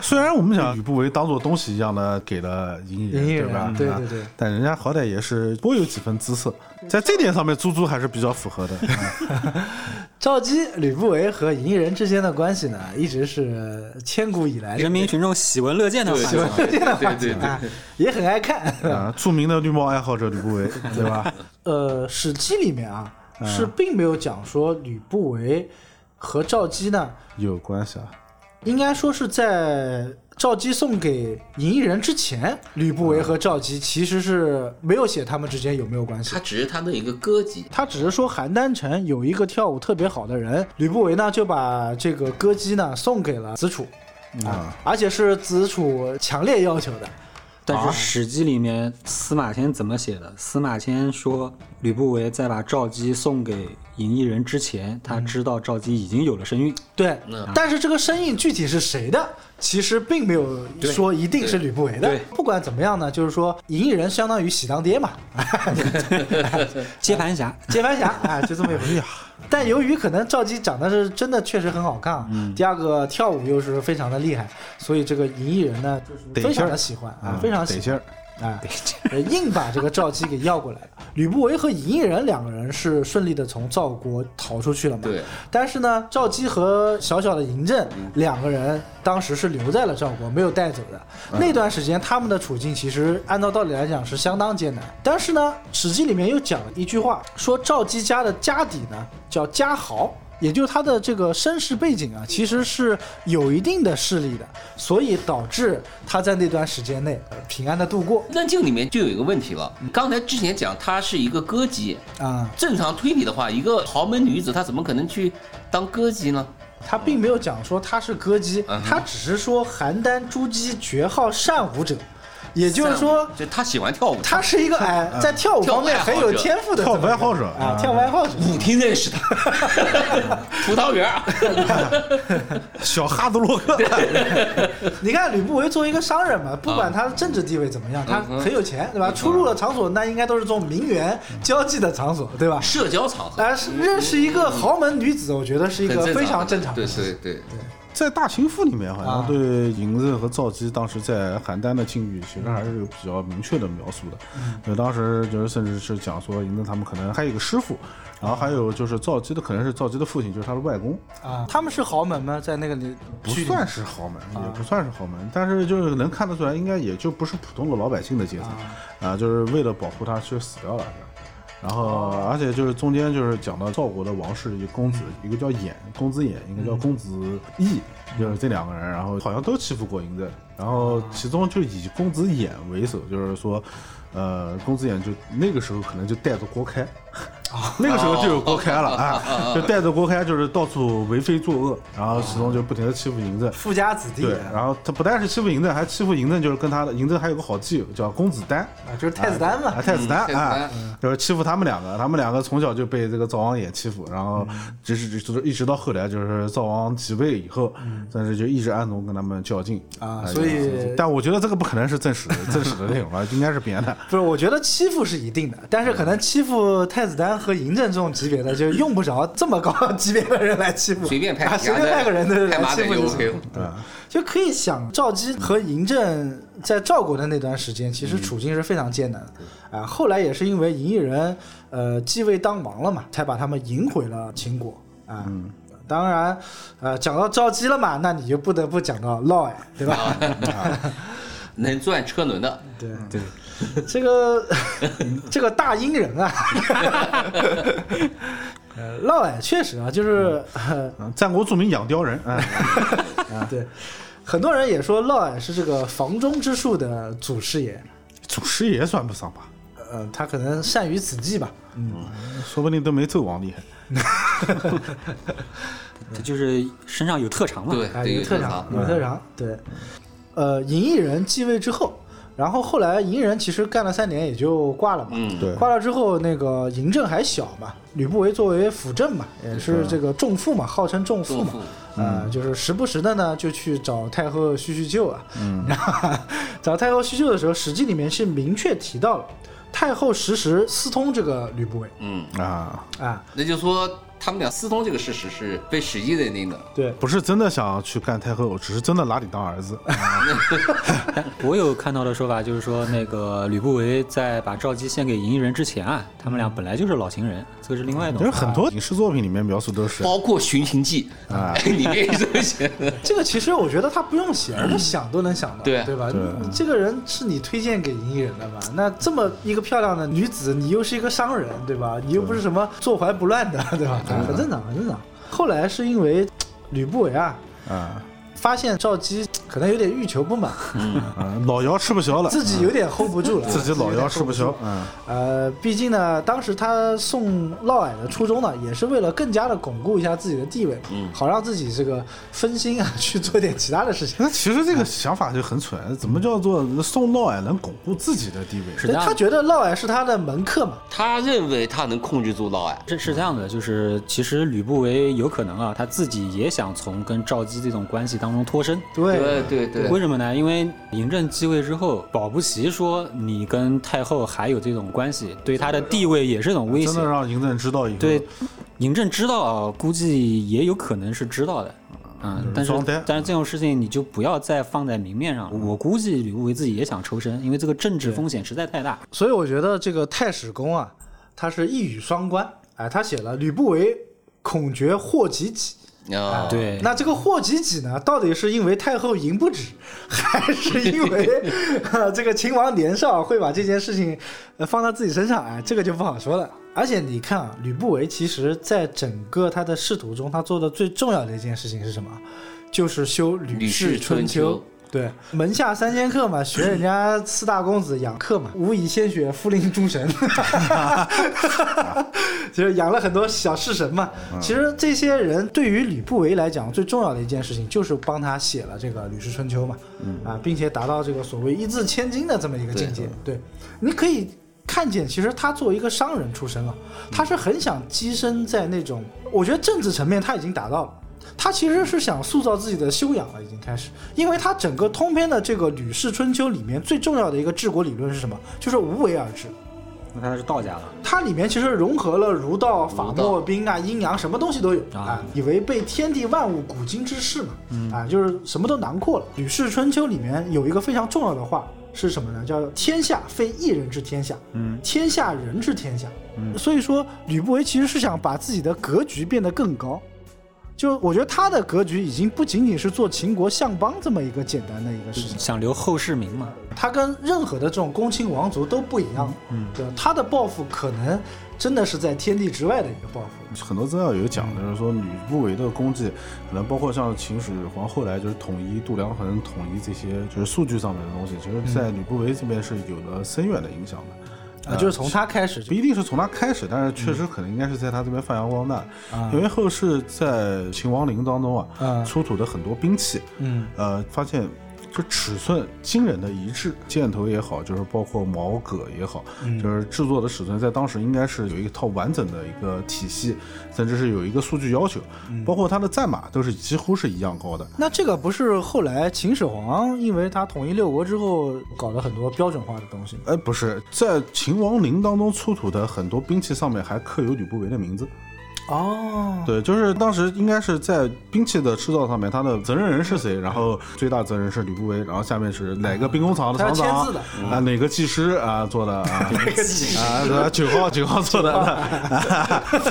[SPEAKER 2] 虽然我们讲吕不韦当做东西一样的给了银
[SPEAKER 1] 银翼
[SPEAKER 2] 人，
[SPEAKER 1] 人
[SPEAKER 2] 对吧？
[SPEAKER 1] 对
[SPEAKER 2] 啊
[SPEAKER 1] 对对
[SPEAKER 2] 但人家好歹也是颇有几分姿色，在这点上面，猪猪还是比较符合的。啊
[SPEAKER 1] 赵姬、吕不韦和嬴异人之间的关系呢，一直是千古以来
[SPEAKER 4] 人民群众喜闻乐见的话
[SPEAKER 3] 对
[SPEAKER 4] 题。
[SPEAKER 1] 对这样的话
[SPEAKER 3] 对
[SPEAKER 1] 题
[SPEAKER 3] 对对
[SPEAKER 1] 啊， 也很爱看。
[SPEAKER 2] 啊，著名的绿帽爱好者吕不韦，对吧？
[SPEAKER 1] 呃，《史记》里面啊，是并没有讲说吕不韦和赵姬呢，
[SPEAKER 2] 有关系啊。
[SPEAKER 1] 应该说是在赵姬送给嬴异人之前，吕不韦和赵姬其实是没有写他们之间有没有关系
[SPEAKER 3] 他。只是他的一个歌姬，
[SPEAKER 1] 他只是说邯郸城有一个跳舞特别好的人，吕不韦呢就把这个歌姬呢送给了子楚，
[SPEAKER 2] 嗯
[SPEAKER 1] 啊，而且是子楚强烈要求的。
[SPEAKER 4] 但是《史记》里面司马迁怎么写的？司马迁说，吕不韦在把赵姬送给银翼人之前，他知道赵姬已经有了身孕。
[SPEAKER 1] 对，
[SPEAKER 4] 嗯
[SPEAKER 1] 但是这个生意具体是谁的，其实并没有说一定是吕不韦的
[SPEAKER 4] 对。
[SPEAKER 1] 不管怎么样呢，就是说银翼人相当于喜当爹嘛，
[SPEAKER 4] 接盘侠，
[SPEAKER 1] 接盘侠啊，就这
[SPEAKER 2] 哎
[SPEAKER 1] 么一回事。但由于可能赵姬长得是真的确实很好看，啊
[SPEAKER 2] 嗯
[SPEAKER 1] 第二个跳舞又是非常的厉害，所以这个银翼人呢
[SPEAKER 2] 得
[SPEAKER 1] 非
[SPEAKER 2] 劲
[SPEAKER 1] 常
[SPEAKER 2] 儿
[SPEAKER 1] 的喜欢啊
[SPEAKER 2] 啊，，
[SPEAKER 1] 非常喜
[SPEAKER 2] 得
[SPEAKER 1] 欢
[SPEAKER 2] 劲儿。
[SPEAKER 1] 啊，呃 硬把这个赵姬给要过来了。吕不韦和隐逸人两个人是顺利的从赵国逃出去了嘛？
[SPEAKER 3] 对。
[SPEAKER 1] 但是呢，赵姬和小小的嬴政两个人当时是留在了赵国，没有带走的。那段时间他们的处境其实按照道理来讲是相当艰难。但是呢，《史记》里面又讲了一句话，说赵姬家的家底呢叫家豪。也就是他的这个身世背景啊，其实是有一定的势力的，所以导致他在那段时间内呃平安的度过。
[SPEAKER 3] 论镜里面就有一个问题了。刚才之前讲她是一个歌姬，
[SPEAKER 1] 啊、
[SPEAKER 3] 正常推理的话，一个豪门女子她怎么可能去当歌姬呢？
[SPEAKER 1] 他并没有讲说他是歌姬，
[SPEAKER 3] 嗯哼
[SPEAKER 1] 他只是说邯郸朱姬绝好善舞者，也就是说
[SPEAKER 3] 就她喜欢跳舞，
[SPEAKER 1] 他是一个哎
[SPEAKER 3] 嗯
[SPEAKER 1] 在跳舞方面很有天赋的
[SPEAKER 2] 跳舞爱好
[SPEAKER 1] 这
[SPEAKER 2] 者
[SPEAKER 1] 么一个啊，跳舞爱好者。
[SPEAKER 3] 舞厅认 识的，葡萄园儿。
[SPEAKER 2] 小哈德洛克，
[SPEAKER 1] 你看吕不韦作为一个商人嘛，不管他的政治地位怎么样，他
[SPEAKER 3] 嗯哼嗯
[SPEAKER 1] 很有钱，对吧？出入的场所那应该都是这种名媛交际的场所，对吧？
[SPEAKER 3] 社交场合，
[SPEAKER 1] 啊，是认识一个豪门女子，我觉得是一
[SPEAKER 3] 嗯很
[SPEAKER 1] 个
[SPEAKER 3] 正
[SPEAKER 1] 非常正常
[SPEAKER 3] 对
[SPEAKER 1] 的事
[SPEAKER 3] 对
[SPEAKER 1] 情。
[SPEAKER 3] 对，
[SPEAKER 2] 在《大秦赋》里面，好
[SPEAKER 1] 啊
[SPEAKER 2] 像对嬴政和赵姬当时在邯郸的境遇，其实还是有比较明确的描述的。呃，当时就是甚至是讲说嬴政他们可能还有一个师傅，然后还有就是赵姬的可能是赵姬的父亲，就是他的外公，
[SPEAKER 1] 啊，他们是豪门吗？在那个里
[SPEAKER 2] 不算是豪门，啊也不算是豪门，但是就是能看得出来，应该也就不是普通的老百姓的阶层啊，就是为了保护他，就死掉了。然后，而且就是中间就是讲到赵国的王室一个公子，一个叫衍，公子衍，一个叫公子义，就是这两个人，然后好像都欺负过嬴政，然后其中就以公子衍为首，就是说，呃，公子衍就那个时候可能就带着郭开， 那个时候就有郭开了啊， 就带着郭开就是到处为非作恶，然后始终就不停的欺负嬴政。
[SPEAKER 1] 富家子弟啊
[SPEAKER 2] 对，然后他不但是欺负嬴政，还欺负嬴政，就是跟他的嬴政还有个好基友叫公子丹，
[SPEAKER 1] 啊，就是太子丹嘛
[SPEAKER 2] 啊，。太子丹
[SPEAKER 3] 嗯太子
[SPEAKER 2] 啊
[SPEAKER 3] 丹，
[SPEAKER 2] 就是欺负他们两个，他们两个从小就被这个灶王爷欺负，然后
[SPEAKER 1] 嗯
[SPEAKER 2] 只是就是一直到后来就是灶王即位以后，但是就一直暗中跟他们较劲
[SPEAKER 1] 嗯啊所以
[SPEAKER 2] 就是但我觉得这个不可能是正史的正史的内容啊， 应该是编的。
[SPEAKER 1] 不是，我觉得欺负是一定的，但是可能欺负太子丹和嬴政这种级别的，就用不着这么高级别的人来欺负，
[SPEAKER 3] 随便派
[SPEAKER 1] 啊随便派个人的
[SPEAKER 3] 派
[SPEAKER 1] 来
[SPEAKER 3] 马
[SPEAKER 1] 欺
[SPEAKER 3] 仔
[SPEAKER 1] 负
[SPEAKER 3] 就
[SPEAKER 1] 你嗯
[SPEAKER 3] OK 了。
[SPEAKER 1] 就可以想赵姬和嬴政在赵国的那段时间，其实处境是非常艰难的啊。后来也是因为嬴异人呃继位当王了嘛，才把他们迎回了秦国啊。当然，呃，讲到赵姬了嘛，那你就不得不讲到嫪毐，对吧？
[SPEAKER 3] 能转车轮的，
[SPEAKER 1] 对对，嗯 这个这个大阴人啊， 呃，嫪毐确实啊，就是、
[SPEAKER 2] 嗯战国著名养貂人，啊，
[SPEAKER 1] 呃 对，很多人也说嫪毐是这个房中之术的祖师爷，
[SPEAKER 2] 祖师爷算不上吧，
[SPEAKER 1] 呃，他可能善于此技吧。
[SPEAKER 2] 说不定都没纣王厉害。
[SPEAKER 1] 嗯
[SPEAKER 4] 他就是身上有特长嘛。
[SPEAKER 3] 对，
[SPEAKER 1] 啊，
[SPEAKER 3] 对，
[SPEAKER 1] 有
[SPEAKER 3] 有
[SPEAKER 1] 特
[SPEAKER 3] 长嗯
[SPEAKER 1] 长，。有特长，对。呃，嬴异人继位之后，然后后来嬴异人其实干了三年也就挂了嘛。
[SPEAKER 3] 嗯，
[SPEAKER 2] 对
[SPEAKER 1] 挂了之后，那个嬴政还小嘛，吕不韦作为辅政嘛，也是这个重父嘛，号称重父
[SPEAKER 3] 啊重嗯
[SPEAKER 1] 嘛
[SPEAKER 3] 负，，
[SPEAKER 1] 呃，就是时不时的呢就去找太后叙叙旧啊。然后找太后叙旧的时候，《史记》里面是明确提到了太后时时私通这个吕不韦
[SPEAKER 3] 嗯，
[SPEAKER 2] 啊，
[SPEAKER 1] 啊，
[SPEAKER 3] 那就说他们俩私通这个事实是被史记认 定的，
[SPEAKER 1] 对，
[SPEAKER 2] 不是真的想去干太后，只是真的拿你当儿 子。
[SPEAKER 4] 但我有看到的说法就是说，那个吕不韦在把赵姬献给嬴异人之前啊，他们俩本来就是老情人，这个是另外一
[SPEAKER 2] 嗯就是
[SPEAKER 4] 种。
[SPEAKER 2] 很多影视作品里面描述都
[SPEAKER 1] 哦
[SPEAKER 2] 是，
[SPEAKER 3] 包括《寻秦记》 啊，里面也是这么写 的。
[SPEAKER 1] 这个其实我觉得他不用写，我想都能想到，
[SPEAKER 3] 对
[SPEAKER 1] 对吧？
[SPEAKER 2] 对
[SPEAKER 1] 你这个人是你推荐给银人的嘛？那这么一个漂亮的女子，你又是一个商人，对吧？你又不是什么坐怀不乱的，对吧？很正常，很正常。后来是因为吕不韦啊，
[SPEAKER 2] 啊
[SPEAKER 1] 发现赵姬可能有点欲求不 满，
[SPEAKER 2] 啊，老姚吃不消了，
[SPEAKER 1] 自己有点 hold 不住了，
[SPEAKER 2] 自己老
[SPEAKER 1] 有点
[SPEAKER 2] 姚吃
[SPEAKER 1] hold
[SPEAKER 2] 不
[SPEAKER 1] 不
[SPEAKER 2] 消
[SPEAKER 1] 住，
[SPEAKER 2] 嗯。
[SPEAKER 1] 呃，毕竟呢，当时他送嫪毐的初衷呢，也是为了更加的巩固一下自己的地位嘛，
[SPEAKER 2] 嗯
[SPEAKER 1] 好让自己这个分心啊，去做点其他的事情。
[SPEAKER 2] 那其实这个想法就很蠢，怎么叫做送嫪毐能巩固自己的地位？
[SPEAKER 4] 是
[SPEAKER 1] 对
[SPEAKER 4] 这样
[SPEAKER 1] 他
[SPEAKER 4] 的。
[SPEAKER 1] 觉得嫪毐是他的门客嘛，
[SPEAKER 3] 他认为他能控制住嫪毐，
[SPEAKER 4] 这是这样的，就是其实吕不韦有可能啊，他自己也想从跟赵姬这种关系当中脱身。
[SPEAKER 1] 对，
[SPEAKER 3] 对对
[SPEAKER 4] 为
[SPEAKER 3] 对，
[SPEAKER 4] 什么呢？因为嬴政继位之后，保不齐说你跟太后还有这种关系，对他的地位也是一种威
[SPEAKER 2] 真
[SPEAKER 4] 胁
[SPEAKER 2] 的。让嬴政知道以后，
[SPEAKER 4] 对，嬴政知道，估计也有可能是知道的。嗯，但是
[SPEAKER 2] 装呆
[SPEAKER 4] 但是这种事情你就不要再放在明面上。我估计吕不韦自己也想抽身，因为这个政治风险实在太大。
[SPEAKER 1] 所以我觉得这个太史公啊，他是一语双关，哎，他写了吕不韦恐觉祸及己。
[SPEAKER 3] 啊，
[SPEAKER 4] 对，
[SPEAKER 1] 那这个祸及己呢，到底是因为太后淫不止， 还是因为呃这个秦王年少会把这件事情呃放到自己身上？哎，这个就不好说了。而且你看啊，吕不韦其实在整个他的仕途中，他做的最重要的一件事情是什么？就是修《吕
[SPEAKER 3] 吕
[SPEAKER 1] 氏
[SPEAKER 3] 氏
[SPEAKER 1] 春
[SPEAKER 3] 春
[SPEAKER 1] 秋
[SPEAKER 3] 秋》。
[SPEAKER 1] 对，门下三剑客嘛，学人家四大公子养客嘛，吾以鲜血复令诸 神，就是养了很多小式神嘛。其实这些人对于吕不韦来讲，最重要的一件事情就是帮他写了这个《吕氏春秋》嘛，啊，并且达到这个所谓一字千金的这么一个境界。对，你可以看见，其实他作为一个商人出身啊，他是很想跻身在那种，我觉得政治层面他已经达到了。他其实是想塑造自己的修养了，已经开始，因为他整个通篇的这个《吕氏春秋》里面最重要的一个治国理论是什么？就是无为而治。
[SPEAKER 4] 那他是道家了。
[SPEAKER 1] 它里面其实融合了儒道、法墨、兵啊、阴阳，什么东西都有
[SPEAKER 4] 啊
[SPEAKER 1] 啊，以为被天地万物、古今之事嘛，啊，就是什么都囊括了。《吕氏春秋》里面有一个非常重要的话是什么呢？叫“天下非一人之天下，嗯，天下人之天下”。所以说，吕不韦其实是想把自己的格局变得更高。就我觉得他的格局已经不仅仅是做秦国相邦这么一个简单的一个事情了，
[SPEAKER 4] 想留后世名嘛？
[SPEAKER 1] 他跟任何的这种公卿王族都不一样，嗯，对吧，他的报复可能真的是在天地之外的一个报复，
[SPEAKER 2] 很多资料有讲，就是说吕不韦的功绩，可能包括像秦始皇后来就是统一度量衡、统一这些就是数据上面的东西，其实在吕不韦这边是有了深远的影响的。
[SPEAKER 1] 啊，就是从他开始
[SPEAKER 2] 不
[SPEAKER 1] 就
[SPEAKER 2] 一定是从他开始，但是确实可能应该是在他这边发扬光大，因为后世在秦王陵当中
[SPEAKER 1] 啊
[SPEAKER 2] 啊，出土的很多兵器，
[SPEAKER 1] 嗯
[SPEAKER 2] 呃，发现就尺寸惊人的一致，箭头也好，就是包括矛戈也好，就是制作的尺寸在当时应该是有一套完整的一个体系，甚至是有一个数据要求，包括它的战马都是几乎是一样高的。
[SPEAKER 1] 那这个不是后来秦始皇因为他统一六国之后搞了很多标准化的东西吗？
[SPEAKER 2] 哎，不是，在秦王陵当中出土的很多兵器上面还刻有吕不韦的名字。
[SPEAKER 1] 哦，
[SPEAKER 2] 对，就是当时应该是在兵器的制造上面，他的责任人是谁？然后最大责任是吕不韦，然后下面是哪个兵工厂的
[SPEAKER 1] 他要
[SPEAKER 2] 厂
[SPEAKER 1] 签
[SPEAKER 2] 长
[SPEAKER 1] 字的
[SPEAKER 2] 啊，哪个技师啊做的啊？啊，九号九号做的，啊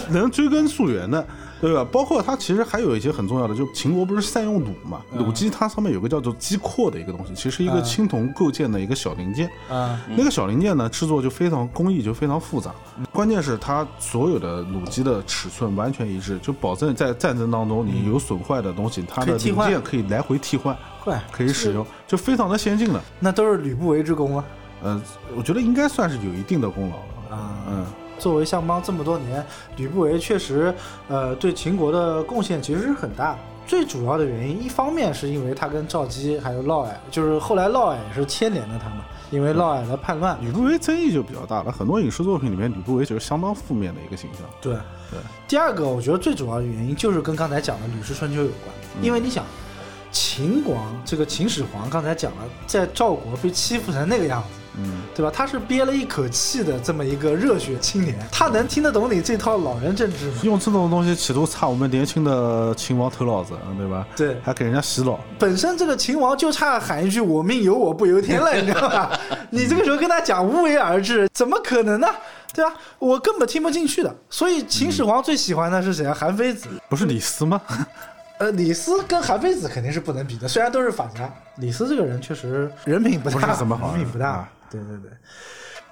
[SPEAKER 2] 能追根溯源的。对吧？包括它其实还有一些很重要的，就秦国不是善用弩嘛？
[SPEAKER 1] 嗯
[SPEAKER 2] 弩机它上面有个叫做机括的一个东西，其实一个青铜构建的一个小零件。
[SPEAKER 1] 啊，
[SPEAKER 2] 那个小零件呢，制作就非常工艺就非常复杂，关键是它所有的弩机的尺寸完全一致，就保证在战争当中你有损坏的东西，它
[SPEAKER 1] 可
[SPEAKER 2] 的
[SPEAKER 1] 以替
[SPEAKER 2] 零
[SPEAKER 1] 换
[SPEAKER 2] 件可以来回替换，
[SPEAKER 1] 怪，
[SPEAKER 2] 可以使用，就非常的先进了。
[SPEAKER 1] 那都是吕不韦之功啊。
[SPEAKER 2] 呃，我觉得应该算是有一定的功劳了。
[SPEAKER 1] 啊
[SPEAKER 2] 嗯，
[SPEAKER 1] 作为相邦这么多年，吕不韦确实，呃，对秦国的贡献其实是很大的。最主要的原因，一方面是因为他跟赵姬还有嫪毐，就是后来嫪毐也是牵连了他们，因为嫪毐的叛乱。
[SPEAKER 2] 吕不韦争议就比较大了，很多影视作品里面吕不韦就是相当负面的一个形象。
[SPEAKER 1] 对对。第二个，我觉得最主要的原因就是跟刚才讲的《吕氏春秋》有关，因为你想，秦王这个秦始皇刚才讲了，在赵国被欺负成那个样子。
[SPEAKER 2] 嗯，
[SPEAKER 1] 对吧？他是憋了一口气的这么一个热血青年，他能听得懂你这套老人政治吗？
[SPEAKER 2] 用这种东西企图差我们年轻的秦王头脑子，嗯对吧？
[SPEAKER 1] 对
[SPEAKER 2] 还给人家洗脑。
[SPEAKER 1] 本身这个秦王就差喊一句“我命由我不由天”了，你知道吧？你这个时候跟他讲无为而治，怎么可能呢？对吧？我根本听不进去的。所以秦始皇最喜欢的是谁啊？韩非子。
[SPEAKER 2] 不是李斯吗？
[SPEAKER 1] 呃，李斯跟韩非子肯定是不能比的，虽然都是法家。李斯这个人确实人品不大，
[SPEAKER 2] 不是什么好人
[SPEAKER 1] 人品不大
[SPEAKER 2] 啊。
[SPEAKER 1] 对对对。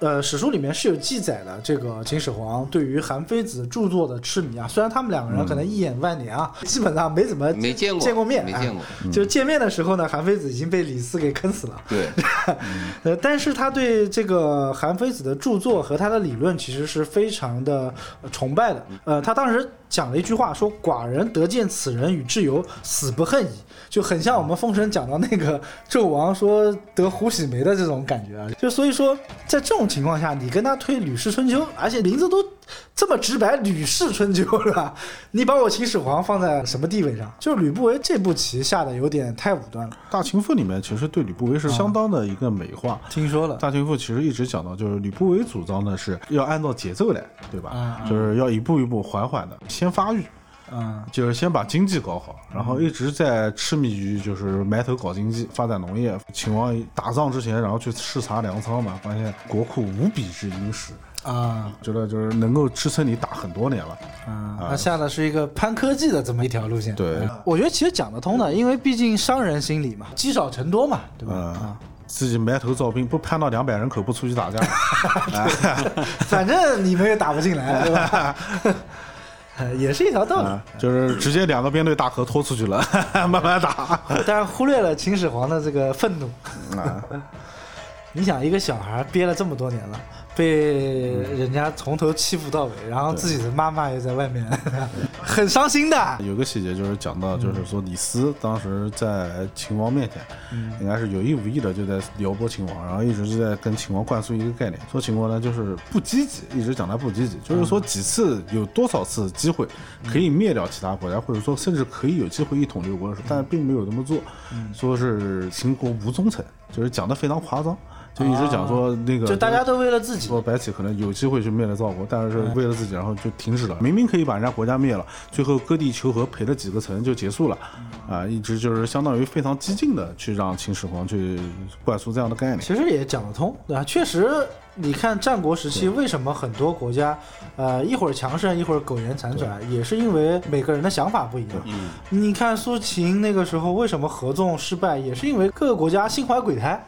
[SPEAKER 1] 呃，史书里面是有记载的，这个秦始皇对于韩非子著作的痴迷啊，虽然他们两个人可
[SPEAKER 2] 嗯
[SPEAKER 1] 能一眼万年啊，基本上没怎么
[SPEAKER 3] 没见过
[SPEAKER 1] 见过面，
[SPEAKER 3] 没见过嗯
[SPEAKER 1] 啊就见面的时候呢，韩非子已经被李斯给坑死了。
[SPEAKER 3] 对，
[SPEAKER 1] 呃，但是他对这个韩非子的著作和他的理论其实是非常的呃崇拜的。呃，他当时讲了一句话，说“寡人得见此人与挚友，死不恨矣”，就很像我们《封神》讲到那个纣王说得胡喜梅的这种感觉啊。就所以说，在这种情况下，你跟他推《吕氏春秋》，而且名字都这么直白，《吕氏春秋》是吧？你把我秦始皇放在什么地位上？就是吕不韦这步棋下的有点太武断了。
[SPEAKER 2] 《 大秦赋》里面其实对吕不韦是相当的一个美化。
[SPEAKER 1] 听说了
[SPEAKER 2] 《大秦赋》其实一直讲到，就是吕不韦主张的是要按照节奏来，对吧？就是要一步一步缓缓的，先发育，
[SPEAKER 1] 嗯。
[SPEAKER 2] 就是先把经济搞好，然后一直在痴迷于就是埋头搞经济、发展农业。秦王打仗之前，然后去视察粮仓嘛，发现国库无比之殷实，
[SPEAKER 1] 啊
[SPEAKER 2] 觉得就是能够支撑你打很多年了。
[SPEAKER 1] 啊，他下的是一个攀科技的这么一条路线。
[SPEAKER 2] 对
[SPEAKER 1] 嗯，我觉得其实讲得通的，因为毕竟商人心理嘛，积少成多嘛，对吧？
[SPEAKER 2] 嗯
[SPEAKER 1] 啊，，
[SPEAKER 2] 自己埋头造兵，不攀到两百人口不出去打架。
[SPEAKER 1] 反正你们也打不进来，对 吧？呃也是一条道
[SPEAKER 2] 啊
[SPEAKER 1] 理，，
[SPEAKER 2] 就是直接两个编队大河拖出去了， 慢慢打。
[SPEAKER 1] 但啊忽略了秦始皇的这个愤怒。
[SPEAKER 2] 啊，
[SPEAKER 1] 你想，一个小孩憋了这么多年了，被
[SPEAKER 2] 嗯
[SPEAKER 1] 人家从头欺负到尾，然后自己的妈妈也在外面， 很伤心的。
[SPEAKER 2] 有个细节就是讲到，就是说李斯当时在秦王面前，
[SPEAKER 1] 嗯
[SPEAKER 2] 应该是有意无意的就在撩拨秦王，然后一直是在跟秦王灌输一个概念，说秦国呢就是不积极，一直讲他不积极，就是
[SPEAKER 1] 嗯
[SPEAKER 2] 说几次有多少次机会可以灭掉其他国家，或者说甚至可以有机会一统六国的时候，
[SPEAKER 1] 嗯
[SPEAKER 2] 但并没有这么做，说是秦国无忠臣，就是讲的非常夸张，就一直讲说那个
[SPEAKER 1] 哦就大家都为了自己，
[SPEAKER 2] 说白起可能有机会去灭了赵国，但是为了自己，然后就停止了。明明可以把人家国家灭了，最后割地求和赔了几个城就结束了，啊，一直就是相当于非常激进的去让秦始皇去灌输这样的概念。
[SPEAKER 1] 其实也讲得通，对吧？确实，你看战国时期为什么很多国家，呃，一会儿强盛，一会儿苟延残喘，也是因为每个人的想法不一样。
[SPEAKER 4] 嗯
[SPEAKER 1] 你看苏秦那个时候为什么合纵失败，也是因为各个国家心怀鬼胎。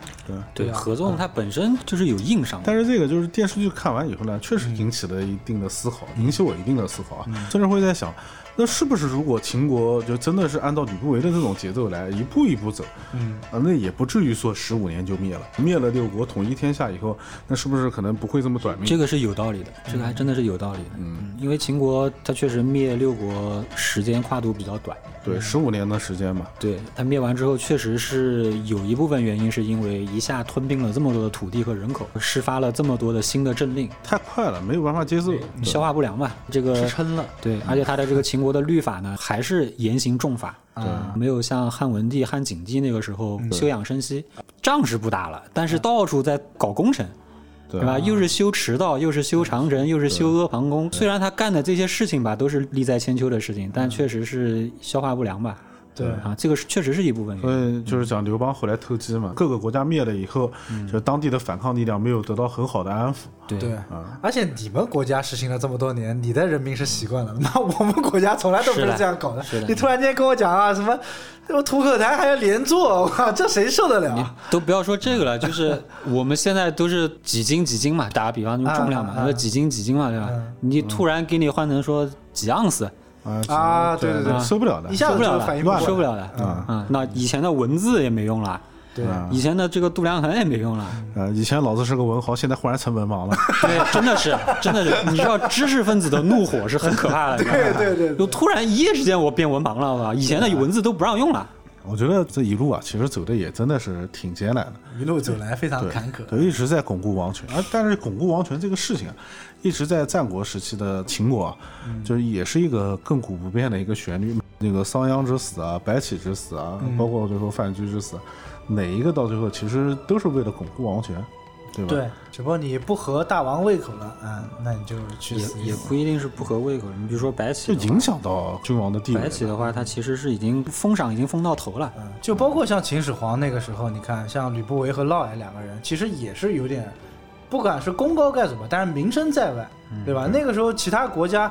[SPEAKER 4] 对，啊嗯合纵它本身就是有硬伤的。
[SPEAKER 2] 但是这个就是电视剧看完以后呢，确实引起了一定的思考，引起我一定的思考啊，甚至会在想。那是不是如果秦国就真的是按照吕不韦的这种节奏来一步一步走，嗯，啊，那也不至于说十五年就灭了，灭了六国统一天下以后，那是不是可能不会这么短命？
[SPEAKER 4] 这个是有道理的，这个还真的是有道理的。嗯，因为秦国它确实灭六国时间跨度比较短，
[SPEAKER 2] 对，十五年的时间嘛，
[SPEAKER 4] 对它灭完之后，确实是有一部分原因是因为一下吞并了这么多的土地和人口，施发了这么多的新的政令，
[SPEAKER 2] 太快了，没有办法接受。
[SPEAKER 4] 消化不良嘛。这个
[SPEAKER 1] 吃撑了。
[SPEAKER 4] 对，而且他的这个秦国的律法呢，还是严刑重法，啊，没有像汉文帝、汉景帝那个时候休养生息，仗是不打了，但是到处在搞工程。
[SPEAKER 2] 对啊
[SPEAKER 4] 对吧？又是修驰道，又是修长城，又是修阿房宫。虽然他干的这些事情吧，都是利在千秋的事情，但确实是消化不良吧。
[SPEAKER 1] 对
[SPEAKER 4] 啊，这个是确实是一部分原
[SPEAKER 2] 所
[SPEAKER 4] 因。
[SPEAKER 2] 以就是讲刘邦后来偷鸡嘛，各个国家灭了以后，就当地的反抗力量没有得到很好的安抚。
[SPEAKER 4] 对嗯
[SPEAKER 1] 对，而且你们国家实行了这么多年，你的人民是习惯了，那我们国家从来都不是这样搞的。
[SPEAKER 4] 是的
[SPEAKER 1] 你突然间跟我讲啊，什么什么土口台还要连坐， 我靠，这谁受得了
[SPEAKER 4] 你
[SPEAKER 1] 啊？
[SPEAKER 4] 都不要说这个了， 就是我们现在都是几斤几斤嘛，打个比方用重量
[SPEAKER 1] 啊，
[SPEAKER 4] 嘛
[SPEAKER 1] 啊啊
[SPEAKER 4] 那、几斤几斤嘛，对吧？
[SPEAKER 1] 嗯
[SPEAKER 4] 你突然给你换成说几盎司，
[SPEAKER 2] 啊
[SPEAKER 1] 啊
[SPEAKER 2] 这
[SPEAKER 1] 对对对
[SPEAKER 2] 受不了的
[SPEAKER 1] 一。下
[SPEAKER 4] 受
[SPEAKER 1] 子
[SPEAKER 4] 不了
[SPEAKER 1] 就
[SPEAKER 4] 了
[SPEAKER 1] 反应
[SPEAKER 4] 受不
[SPEAKER 1] 了。
[SPEAKER 4] 了的啊、那以前的文字也没用了，嗯
[SPEAKER 1] 对，
[SPEAKER 2] 啊
[SPEAKER 4] 以前的这个度量衡也没用了。
[SPEAKER 2] 啊，以前老子是个文豪，现在忽然成文盲了。
[SPEAKER 4] 对，真的是，真的是，你知道知识分子的怒火是很可怕的， 对啊
[SPEAKER 1] 对对对
[SPEAKER 4] 就突然一夜之间我变文盲了吧？以前的文字都不让用了，
[SPEAKER 2] 我觉得这一路啊，其实走的也真的是挺艰难的。
[SPEAKER 1] 一路走来非常坎坷。
[SPEAKER 2] 对，一直在巩固王权啊。但是巩固王权这个事情啊，一直在战国时期的秦国啊，就是也是一个亘古不变的一个旋律。那个商鞅之死啊，白起之死啊，包括最后范雎之死，哪一个到最后其实都是为了巩固王权，对吧？
[SPEAKER 1] 对，只不过你不合大王胃口了，嗯，那你就去
[SPEAKER 4] 也
[SPEAKER 1] 死一
[SPEAKER 4] 也
[SPEAKER 1] 死。
[SPEAKER 4] 不一定是不合胃口。你比如说白起
[SPEAKER 2] 就
[SPEAKER 4] 的话，
[SPEAKER 2] 影响到君王的地位
[SPEAKER 4] 白。起的话，他其实是已经封赏已经封到头了。
[SPEAKER 1] 嗯，就包括像秦始皇那个时候，你看像吕不韦和嫪毐两个人，其实也是有点，不管是功高盖主吧，但是名声在外，对吧？那个时候其他国家，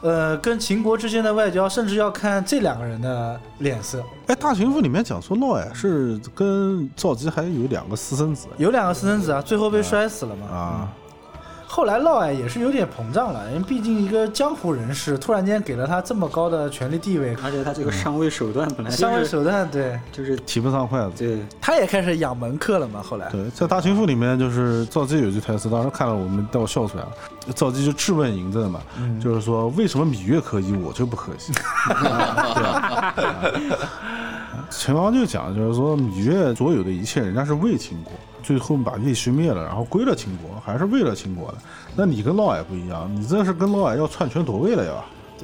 [SPEAKER 1] 呃，跟秦国之间的外交，甚至要看这两个人的脸色。
[SPEAKER 2] 哎，《大秦赋》里面讲说，嫪毐是跟赵姬还有两个私生子
[SPEAKER 1] 有两个私生子啊，最后被摔死了嘛。
[SPEAKER 2] 啊，
[SPEAKER 1] 后来嫪毐也是有点膨胀了，因为毕竟一个江湖人士，突然间给了他这么高的权力地位，
[SPEAKER 4] 而且他这个上位手段本
[SPEAKER 1] 嗯
[SPEAKER 4] 来
[SPEAKER 1] 上
[SPEAKER 4] 就
[SPEAKER 1] 位
[SPEAKER 4] 是
[SPEAKER 1] 手段，对，
[SPEAKER 4] 就是
[SPEAKER 2] 提不上筷子。
[SPEAKER 4] 对
[SPEAKER 1] 他也开始养门客了嘛。后来，
[SPEAKER 2] 对，在《大秦赋》里面，就是赵姬有句台词，当时看了我们都要笑出来了。赵姬就质问嬴政嘛，就是说为什么芈月可以，我就不可以？对吧？秦王就讲，就是说芈月所有的一切，人家是为秦国，最后把岳须灭了，然后归了秦国，还是为了秦国的。那你跟嫪毐不一样，你这是跟嫪毐要篡权夺位了呀？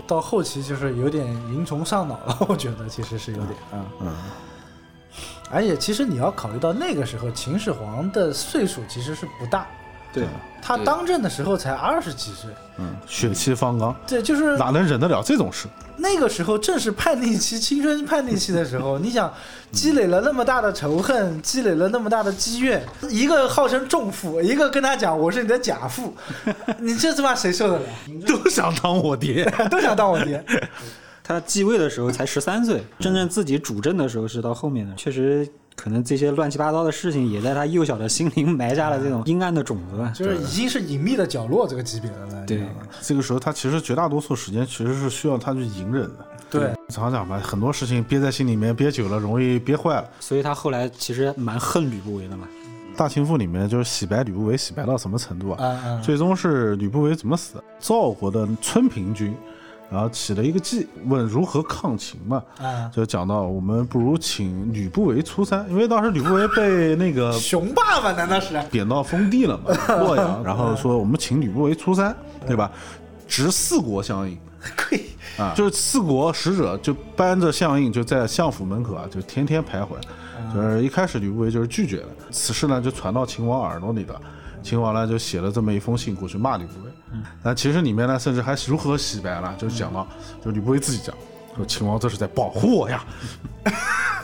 [SPEAKER 1] 到后期就是有点蝇虫上脑了， 我觉得其实是有点。嗯
[SPEAKER 2] 嗯。
[SPEAKER 1] 而且其实你要考虑到那个时候，秦始皇的岁数其实是不大，
[SPEAKER 4] 对，
[SPEAKER 1] 他
[SPEAKER 3] 对
[SPEAKER 1] 当政的时候才二十几岁，
[SPEAKER 2] 嗯，血气方刚，
[SPEAKER 1] 对，就是
[SPEAKER 2] 哪能忍得了这种事？
[SPEAKER 1] 那个时候正是叛逆期、青春叛逆期的时 候，你想积累了那么大的仇恨，积累了那么大的积怨，一个号称重父，一个跟他讲我是你的假 父，你这他妈谁受得了？
[SPEAKER 2] 都想当我爹。
[SPEAKER 1] 都想当我爹。
[SPEAKER 4] 他继位的时候才十三岁，真正自己主政的时候是到后面的，确实。可能这些乱七八糟的事情也在他幼小的心灵埋下了这种阴暗的种子吧。
[SPEAKER 1] 就是已经是隐秘的角落这个级别了呢，你
[SPEAKER 4] 对
[SPEAKER 1] 知道吗？
[SPEAKER 2] 这个时候，他其实绝大多数时间其实是需要他去隐忍的。
[SPEAKER 1] 对，
[SPEAKER 2] 常讲吧，很多事情憋在心里面，憋久了容易憋坏了。
[SPEAKER 4] 所以他后来其实蛮恨吕不韦的嘛。
[SPEAKER 2] 《大秦赋》里面就是洗白吕不韦，洗白到什么程度啊？
[SPEAKER 1] 嗯嗯，
[SPEAKER 2] 最终是吕不韦怎么死的？赵国的春平君，然后起了一个计，问如何抗秦嘛。
[SPEAKER 1] 啊，
[SPEAKER 2] 就讲到我们不如请吕不韦出山，因为当时吕不韦被那个
[SPEAKER 1] 熊爸爸难道是？
[SPEAKER 2] 贬到封地了嘛，洛阳，然后说我们请吕不韦出山，对吧？执四国相应。
[SPEAKER 1] 贵
[SPEAKER 2] 啊，就是四国使者就搬着相印，就在相府门口啊，就天天徘徊。
[SPEAKER 4] 嗯
[SPEAKER 2] 就是一开始吕不韦就是拒绝了，此事呢就传到秦王耳朵里的，秦王呢就写了这么一封信过去骂吕不韦。
[SPEAKER 4] 嗯
[SPEAKER 2] 那其实里面呢，甚至还如何洗白呢？就是讲到，就吕不韦自己讲，说秦王这是在保护我呀。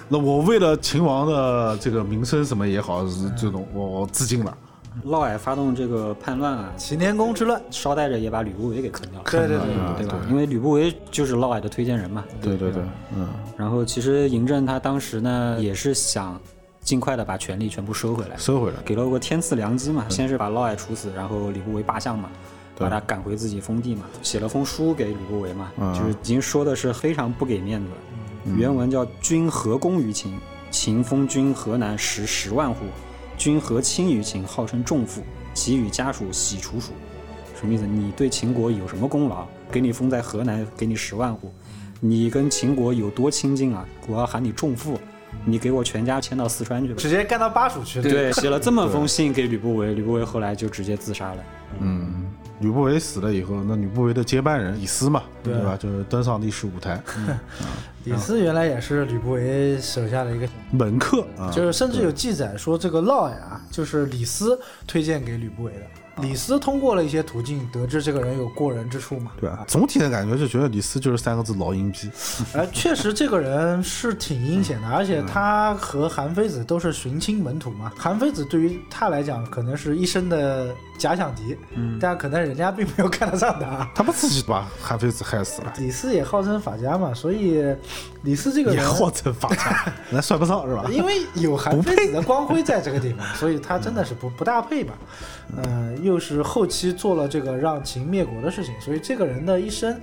[SPEAKER 2] 那我为了秦王的这个名声什么也好，是这种我我自尽了。
[SPEAKER 4] 嫪毐发动这个叛乱啊，
[SPEAKER 1] 齐年公之乱，
[SPEAKER 4] 捎带着也把吕不韦给坑掉了，
[SPEAKER 1] 对对对
[SPEAKER 2] 啊
[SPEAKER 4] 嗯对吧？因为吕不韦就是嫪毐的推荐人嘛。
[SPEAKER 2] 对对对，嗯，
[SPEAKER 4] 然后其实嬴政他当时呢也是想尽快的把权力全部收回来，
[SPEAKER 2] 收回来。
[SPEAKER 4] 给了我个天赐良机嘛，先是把嫪毐处死，然后吕不韦罢相嘛。
[SPEAKER 2] 对
[SPEAKER 4] 把他赶回自己封地嘛，写了封书给吕不韦嘛，
[SPEAKER 2] 嗯
[SPEAKER 4] 就是已经说的是非常不给面子了。原文叫“君何功于秦，秦封君河南十十万户，君何轻于秦，号称重父，其与家属喜楚属。”什么意思？你对秦国有什么功劳？给你封在河南，给你十万户，你跟秦国有多亲近啊？我要喊你重父，你给我全家迁到四川去吧。
[SPEAKER 1] 直接干到巴蜀去了。
[SPEAKER 4] 对，写了这么封信给吕不韦，吕不韦后来就直接自杀了。
[SPEAKER 2] 嗯，吕不韦死了以后，那吕不韦的接班人李斯嘛，对吧？就是登上历史舞台，
[SPEAKER 1] 李斯原来也是吕不韦手下的一个，
[SPEAKER 2] 门客啊，
[SPEAKER 1] 就是甚至有记载说这个烙呀，就是李斯推荐给吕不韦的。李斯通过了一些途径得知这个人有过人之处嘛，
[SPEAKER 2] 对啊，总体的感觉就觉得李斯就是三个字老阴逼，
[SPEAKER 1] 哎，确实这个人是挺阴险的，而且
[SPEAKER 2] 嗯
[SPEAKER 1] 他和韩非子都是寻亲门徒嘛。韩非子对于他来讲，可能是一生的假想敌，
[SPEAKER 2] 嗯
[SPEAKER 1] 但可能人家并没有看得上他。
[SPEAKER 2] 他们自己把韩非子害死了。
[SPEAKER 1] 李斯也号称法家嘛，所以李斯这个
[SPEAKER 2] 也
[SPEAKER 1] 人，
[SPEAKER 2] 号称法 家，那算不上是吧？
[SPEAKER 1] 因为有韩非子的光辉在这个地方，所以他真的是不不大配吧。嗯、又是后期做了这个让秦灭国的事情，所以这个人的一生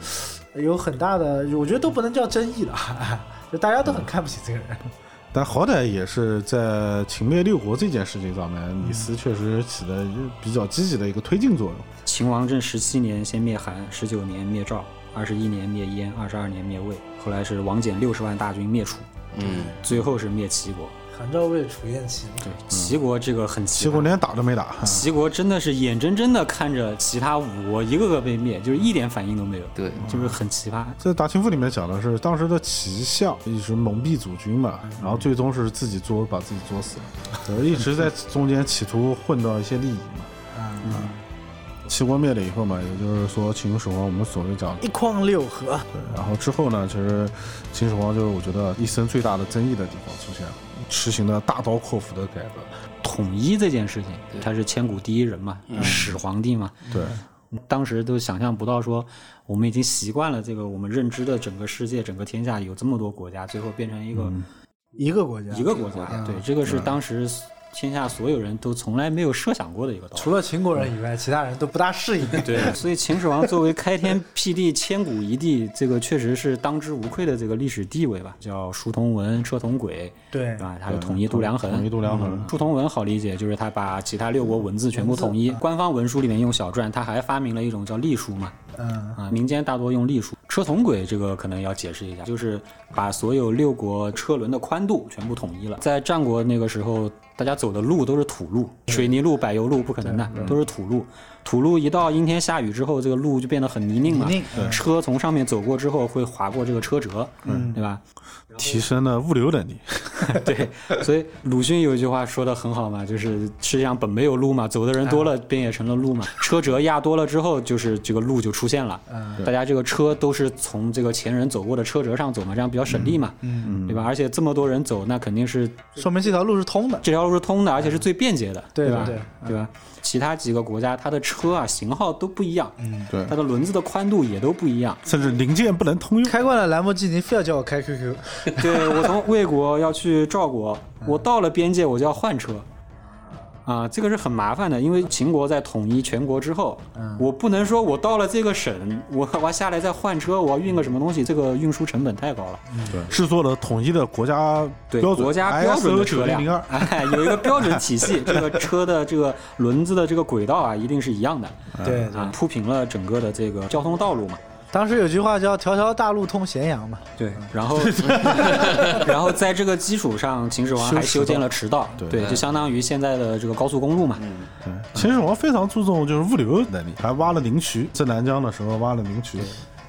[SPEAKER 1] 有很大的，我觉得都不能叫争议了， 就大家都很看不起这个人。
[SPEAKER 2] 但好歹也是在秦灭六国这件事情上面，李斯确实起了比较积极的一个推进作用。
[SPEAKER 1] 啊
[SPEAKER 4] 秦王政十七年先灭韩，十九年灭赵，二十一年灭燕，二十二年灭魏，后来是王翦六十万大军灭楚，
[SPEAKER 3] 嗯，
[SPEAKER 4] 最后是灭齐国。
[SPEAKER 1] 韩赵魏楚燕秦，
[SPEAKER 4] 对，齐国这个很奇
[SPEAKER 2] 齐国
[SPEAKER 4] 葩。
[SPEAKER 2] 连打都没打，
[SPEAKER 4] 齐国真的是眼睁睁的看着其他五国一个个被灭，就是一点反应都没有，
[SPEAKER 3] 对，
[SPEAKER 4] 就是很奇葩。
[SPEAKER 2] 在《大秦赋》里面讲的是，当时的齐相一直蒙蔽主君嘛，
[SPEAKER 4] 嗯
[SPEAKER 2] 然后最终是自己作把自己作死了，呃一直在中间企图混到一些利益嘛。
[SPEAKER 1] 啊嗯
[SPEAKER 2] 齐国灭了以后嘛，也就是说秦始皇，我们所谓讲
[SPEAKER 1] 一匡六合，
[SPEAKER 2] 然后之后呢，其实秦始皇就是我觉得一生最大的争议的地方出现了，实行了大刀阔斧的改革。
[SPEAKER 4] 统一这件事情，他是千古第一人嘛，始皇帝嘛，
[SPEAKER 2] 对，
[SPEAKER 4] 当时都想象不到说，我们已经习惯了这个我们认知的整个世界、整个天下有这么多国家，最后变成一个、
[SPEAKER 2] 嗯
[SPEAKER 1] 一个国家，
[SPEAKER 4] 一个国家。
[SPEAKER 1] 嗯
[SPEAKER 4] 对，这个是当时天下所有人都从来没有设想过的一个道理。
[SPEAKER 1] 除了秦国人以外，其他人都不大适应。
[SPEAKER 4] 对，所以秦始皇作为开天辟地、千古一帝，这个确实是当之无愧的这个历史地位吧，叫书同文，车同轨，
[SPEAKER 1] 对
[SPEAKER 4] 对，吧？他就统一度量衡，
[SPEAKER 2] 统一度量衡
[SPEAKER 4] 嗯。书同文好理解，就是他把其他六国文字全部统一。官方文书里面用小篆，他还发明了一种叫隶书嘛，
[SPEAKER 1] 嗯，
[SPEAKER 4] 啊，民间大多用隶书。车同轨这个可能要解释一下，就是把所有六国车轮的宽度全部统一了。在战国那个时候，大家走的路都是土路，水泥路、柏油路不可能的，
[SPEAKER 1] 嗯
[SPEAKER 4] 都是土路。土路一到阴天下雨之后，这个路就变得很泥泞嘛
[SPEAKER 1] 泥泞。嗯
[SPEAKER 4] 车从上面走过之后会划过这个车辙，
[SPEAKER 1] 嗯
[SPEAKER 4] 对吧？嗯
[SPEAKER 2] 提升了物流能力。
[SPEAKER 4] 对， 所以鲁迅有一句话说的很好嘛，就是世界上本没有路嘛，走的人
[SPEAKER 1] 嗯
[SPEAKER 4] 多了，便也成了路嘛。车辙压多了之后，就是这个路就出现了。
[SPEAKER 1] 嗯
[SPEAKER 4] 大家这个车都是从这个前人走过的车辙上走嘛，这样比较省力嘛，
[SPEAKER 1] 嗯
[SPEAKER 4] 对吧？而且这么多人走，那肯定是
[SPEAKER 1] 说明这条路是通的。
[SPEAKER 4] 这条路是通的，而且是最便捷的，
[SPEAKER 1] 嗯对
[SPEAKER 4] 吧？
[SPEAKER 1] 对嗯
[SPEAKER 4] 对吧？其他几个国家它的车啊型号都不一样，
[SPEAKER 1] 嗯
[SPEAKER 2] 对
[SPEAKER 4] 它，的轮子的宽度也都不一样。
[SPEAKER 2] 甚至零件不能通用。
[SPEAKER 1] 开惯了兰博基尼，非要叫我开 QQ，
[SPEAKER 4] 对我从魏国要去赵国，
[SPEAKER 2] 嗯
[SPEAKER 4] 我到了边界我就要换车，啊，这个是很麻烦的，因为秦国在统一全国之后，
[SPEAKER 2] 嗯
[SPEAKER 4] 我不能说我到了这个省，我我要下来再换车，我要运个什么东西，这个运输成本太高了。
[SPEAKER 2] 对，制作了统一的国家嗯
[SPEAKER 4] 对
[SPEAKER 2] 标准，
[SPEAKER 4] 国家标准的
[SPEAKER 2] ISO
[SPEAKER 4] 车辆
[SPEAKER 2] 9002，
[SPEAKER 4] 哎，有一个标准体系，这个车的这个轮子的这个轨道啊，一定是一样的
[SPEAKER 1] 对，
[SPEAKER 2] 嗯
[SPEAKER 4] 啊，铺平了整个的这个交通道路嘛。
[SPEAKER 1] 当时有句话叫“条条大路通咸阳”嘛，
[SPEAKER 4] 对，然后然后在这个基础上，秦始皇还修建了驰道，
[SPEAKER 2] 对
[SPEAKER 4] 对，就相当于现在的这个高速公路嘛。
[SPEAKER 2] 对秦始皇非常注重就是物流能力，还挖了灵渠，在南疆的时候挖了灵渠。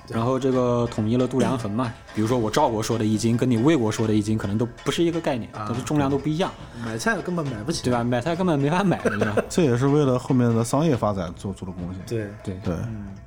[SPEAKER 4] 然后这个统一了度量衡嘛，比如说我赵国说的一斤，跟你魏国说的一斤可能都不是一个概念，都是重量都不一样，
[SPEAKER 1] 买菜根本买不起。
[SPEAKER 4] 对吧？买菜根本没法买，对吧？
[SPEAKER 2] 这也是为了后面的商业发展做出了贡献。
[SPEAKER 1] 对，
[SPEAKER 4] 对。嗯
[SPEAKER 2] 对，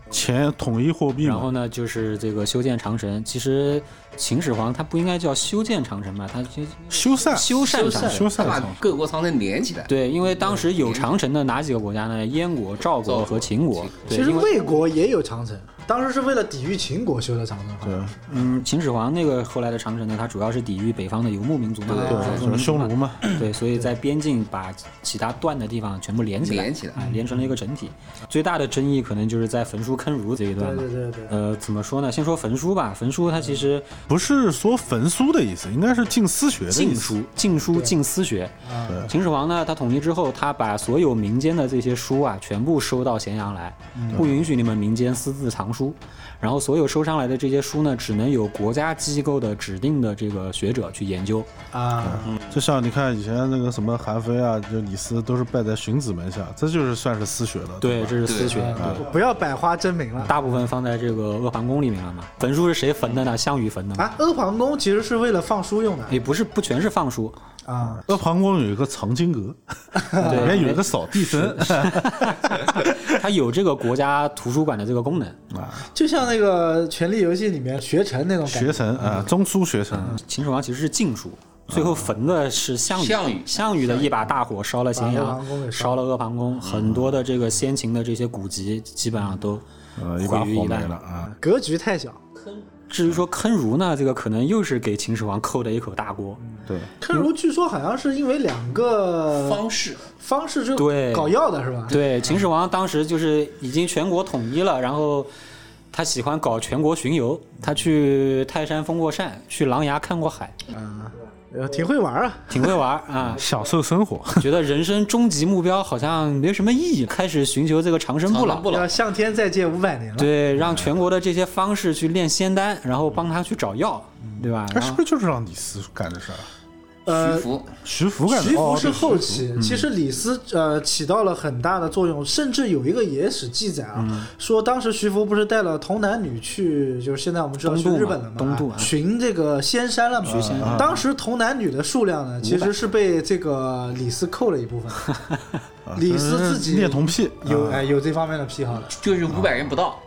[SPEAKER 2] 钱统一货币
[SPEAKER 4] 然后
[SPEAKER 2] 嘛，
[SPEAKER 4] 呢，就是这个修建长城。其实秦始皇他不应该叫修建长城吧？他就
[SPEAKER 2] 修缮
[SPEAKER 4] 修缮长城。
[SPEAKER 2] 修缮
[SPEAKER 3] 他把
[SPEAKER 2] 长城
[SPEAKER 3] 各国长城连起来，
[SPEAKER 4] 对，因为当时有长城的哪几个国家呢？燕国、赵
[SPEAKER 3] 赵
[SPEAKER 4] 国
[SPEAKER 3] 国
[SPEAKER 4] 和秦国。对
[SPEAKER 1] 其实
[SPEAKER 4] 因为
[SPEAKER 1] 魏国也有长城，当时是为了抵御秦国修的长城，好像
[SPEAKER 2] 对，
[SPEAKER 4] 嗯，秦始皇那个后来的长城呢，它主要是抵御北方的游牧民族嘛，少数
[SPEAKER 2] 对，
[SPEAKER 4] 民
[SPEAKER 2] 匈
[SPEAKER 4] 族嘛
[SPEAKER 2] 奴嘛，
[SPEAKER 4] 对，所以在边境把其他断的地方全部连起来，
[SPEAKER 3] 连起来
[SPEAKER 4] 哎连成了一个整体。最大的争议可能就是在焚书坑儒这一段
[SPEAKER 1] 对
[SPEAKER 4] 嘛。
[SPEAKER 1] 对对对。
[SPEAKER 4] 呃，怎么说呢？先说焚书吧，焚书它其实
[SPEAKER 2] 不是说焚书的意思，应该是禁私学嗯的意
[SPEAKER 4] 禁
[SPEAKER 2] 思。
[SPEAKER 4] 书、禁书、禁私学。
[SPEAKER 1] 啊
[SPEAKER 4] 秦始皇呢，他统一之后，他把所有民间的这些书啊，全部收到咸阳来，不允许你们民间私自藏书。然后所有收上来的这些书呢，只能有国家机构的指定的这个学者去研究。
[SPEAKER 1] 啊，
[SPEAKER 4] 嗯
[SPEAKER 2] 就像你看以前那个什么韩非啊，就李斯都是拜在荀子门下，这就是算是私学了。
[SPEAKER 4] 对，
[SPEAKER 2] 吧
[SPEAKER 4] 这是私学。
[SPEAKER 2] 嗯
[SPEAKER 4] 对
[SPEAKER 1] 不要百花争鸣了
[SPEAKER 4] 大部分放在这个阿房宫里面了嘛。焚书是谁焚的呢？项羽焚的嘛。
[SPEAKER 1] 啊！阿房宫其实是为了放书用的
[SPEAKER 4] 也不是不全是放书，
[SPEAKER 1] 啊，
[SPEAKER 2] 阿房宫有一个藏经 阁，里面有一个扫地僧，
[SPEAKER 4] 它有这个国家图书馆的这个功能。
[SPEAKER 1] 就像那个《权力游戏》里面学成那种感
[SPEAKER 2] 学
[SPEAKER 1] 觉，
[SPEAKER 2] 成 啊，中书学成。
[SPEAKER 4] 秦始皇其实是禁书，最
[SPEAKER 2] 啊
[SPEAKER 4] 后焚的是项羽。
[SPEAKER 3] 项羽
[SPEAKER 4] 项羽的一把大火烧了咸
[SPEAKER 1] 把阿房宫给
[SPEAKER 4] 阳，
[SPEAKER 1] 烧
[SPEAKER 4] 烧了阿房
[SPEAKER 2] 嗯
[SPEAKER 4] 宫，很多的这个先秦的这些古籍基本上都
[SPEAKER 2] 呃，一把
[SPEAKER 4] 毁于
[SPEAKER 2] 火
[SPEAKER 4] 一
[SPEAKER 2] 没
[SPEAKER 4] 旦
[SPEAKER 2] 了。啊！
[SPEAKER 1] 格局太小。
[SPEAKER 4] 至于说坑儒呢，这个可能又是给秦始皇扣的一口大锅。
[SPEAKER 2] 对，。
[SPEAKER 1] 坑儒据说好像是因为两个
[SPEAKER 3] 方式
[SPEAKER 1] 方式就
[SPEAKER 4] 对
[SPEAKER 1] 搞药的是吧？
[SPEAKER 4] 对，秦始皇当时就是已经全国统一了，然后他喜欢搞全国巡游，他去泰山封过山，去琅琊看过海，
[SPEAKER 1] 啊，呃，挺会玩啊。
[SPEAKER 4] 挺会玩儿啊
[SPEAKER 2] 享受生活。
[SPEAKER 4] 觉得人生终极目标好像没什么意义，开始寻求这个长生不
[SPEAKER 3] 长
[SPEAKER 4] 老
[SPEAKER 3] 生。不老
[SPEAKER 1] 要向天再借五百年了。
[SPEAKER 4] 对，让全国的这些方士去炼仙丹，然后帮他去找药，对吧？
[SPEAKER 2] 他
[SPEAKER 3] 嗯
[SPEAKER 4] 然
[SPEAKER 2] 是
[SPEAKER 4] 后
[SPEAKER 2] 不是就是让李斯干的事儿？啊
[SPEAKER 1] 呃
[SPEAKER 3] 徐，福，
[SPEAKER 2] 徐福干的。
[SPEAKER 1] 徐福
[SPEAKER 2] 哦
[SPEAKER 1] 是后。期，
[SPEAKER 4] 嗯
[SPEAKER 1] 其实李斯呃起到了很大的作用，甚至有一个野史记载啊，
[SPEAKER 4] 嗯
[SPEAKER 1] 说当时徐福不是带了童男女去，就是现在我们知道
[SPEAKER 4] 东
[SPEAKER 1] 去
[SPEAKER 4] 渡嘛
[SPEAKER 1] 日本了嘛，
[SPEAKER 4] 东渡啊
[SPEAKER 1] 寻这个仙山了嘛。
[SPEAKER 4] 寻仙
[SPEAKER 1] 啊当时童男女的数量呢，其实是被这个李斯扣了一部分，
[SPEAKER 2] 对啊
[SPEAKER 1] 李斯自
[SPEAKER 4] 嗯
[SPEAKER 1] 己
[SPEAKER 2] 恋童癖
[SPEAKER 1] 有
[SPEAKER 2] 啊
[SPEAKER 1] 哎有这方面的癖好了。
[SPEAKER 3] 就是五百人 不到，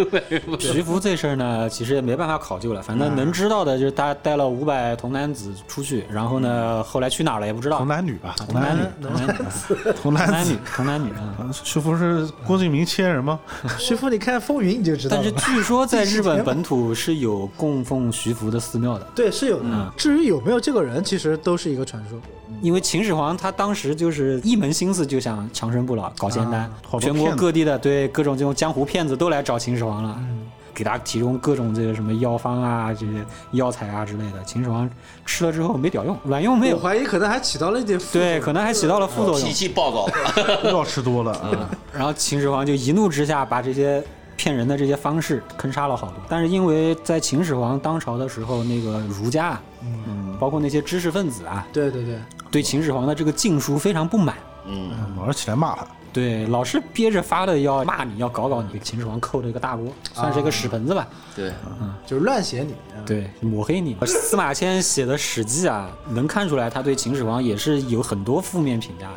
[SPEAKER 4] 徐福这事儿呢，其实也没办法考究了，反
[SPEAKER 3] 嗯
[SPEAKER 4] 正能知道的就是他带了五百童男子出去，然后呢，后来去哪儿了也不知道
[SPEAKER 2] 童。男女吧，啊童
[SPEAKER 4] 童男
[SPEAKER 2] 男
[SPEAKER 4] 女
[SPEAKER 2] 女，，
[SPEAKER 4] 童男女，
[SPEAKER 2] 童
[SPEAKER 4] 童
[SPEAKER 2] 男
[SPEAKER 4] 男
[SPEAKER 2] 子
[SPEAKER 4] 女。，童男女啊。
[SPEAKER 2] 啊徐福是郭敬明亲人吗？
[SPEAKER 1] 徐福，你看《风云》你就知道
[SPEAKER 4] 但
[SPEAKER 1] 了
[SPEAKER 4] 是。据说在日
[SPEAKER 1] 第十
[SPEAKER 4] 本
[SPEAKER 1] 天
[SPEAKER 4] 本土是有供奉徐福的寺庙的，
[SPEAKER 1] 对，是有的。至于有没有这个人，其实都是一个传说。
[SPEAKER 4] 因为秦始皇他当时就是一门心思就想长生不老，搞仙丹，
[SPEAKER 2] 好多
[SPEAKER 4] 全
[SPEAKER 2] 啊骗
[SPEAKER 4] 国
[SPEAKER 2] 子
[SPEAKER 4] 各地的对各种这种江湖骗子都来找秦始皇了，
[SPEAKER 2] 嗯
[SPEAKER 4] 给他提供各种这个什么药方啊、这些药材啊之类的。秦始皇吃了之后没屌用，卵用没
[SPEAKER 1] 我
[SPEAKER 4] 有，
[SPEAKER 1] 怀疑可能还起到了一点副作
[SPEAKER 4] 对，
[SPEAKER 1] 用。
[SPEAKER 4] 可能还起到了副作用
[SPEAKER 3] 脾。气暴躁，
[SPEAKER 2] 药吃多了啊，
[SPEAKER 4] 然后秦始皇就一怒之下把这些骗人的这些方式坑杀了好多。但是因为在秦始皇当朝的时候，那个儒家，嗯，包括那些知识分子啊，
[SPEAKER 1] 对对对。
[SPEAKER 4] 对秦始皇的这个禁书非常不满，
[SPEAKER 3] 嗯，
[SPEAKER 2] 老是起来骂他。
[SPEAKER 4] 对，老是憋着发的要骂你，要搞搞你，秦始皇扣了一个大锅，算是一个屎盆子吧。
[SPEAKER 3] 对，
[SPEAKER 1] 就是乱写你。嗯
[SPEAKER 4] 对，啊抹黑你。司马迁写的《史记》啊，能看出来他对秦始皇也是有很多负面评价的。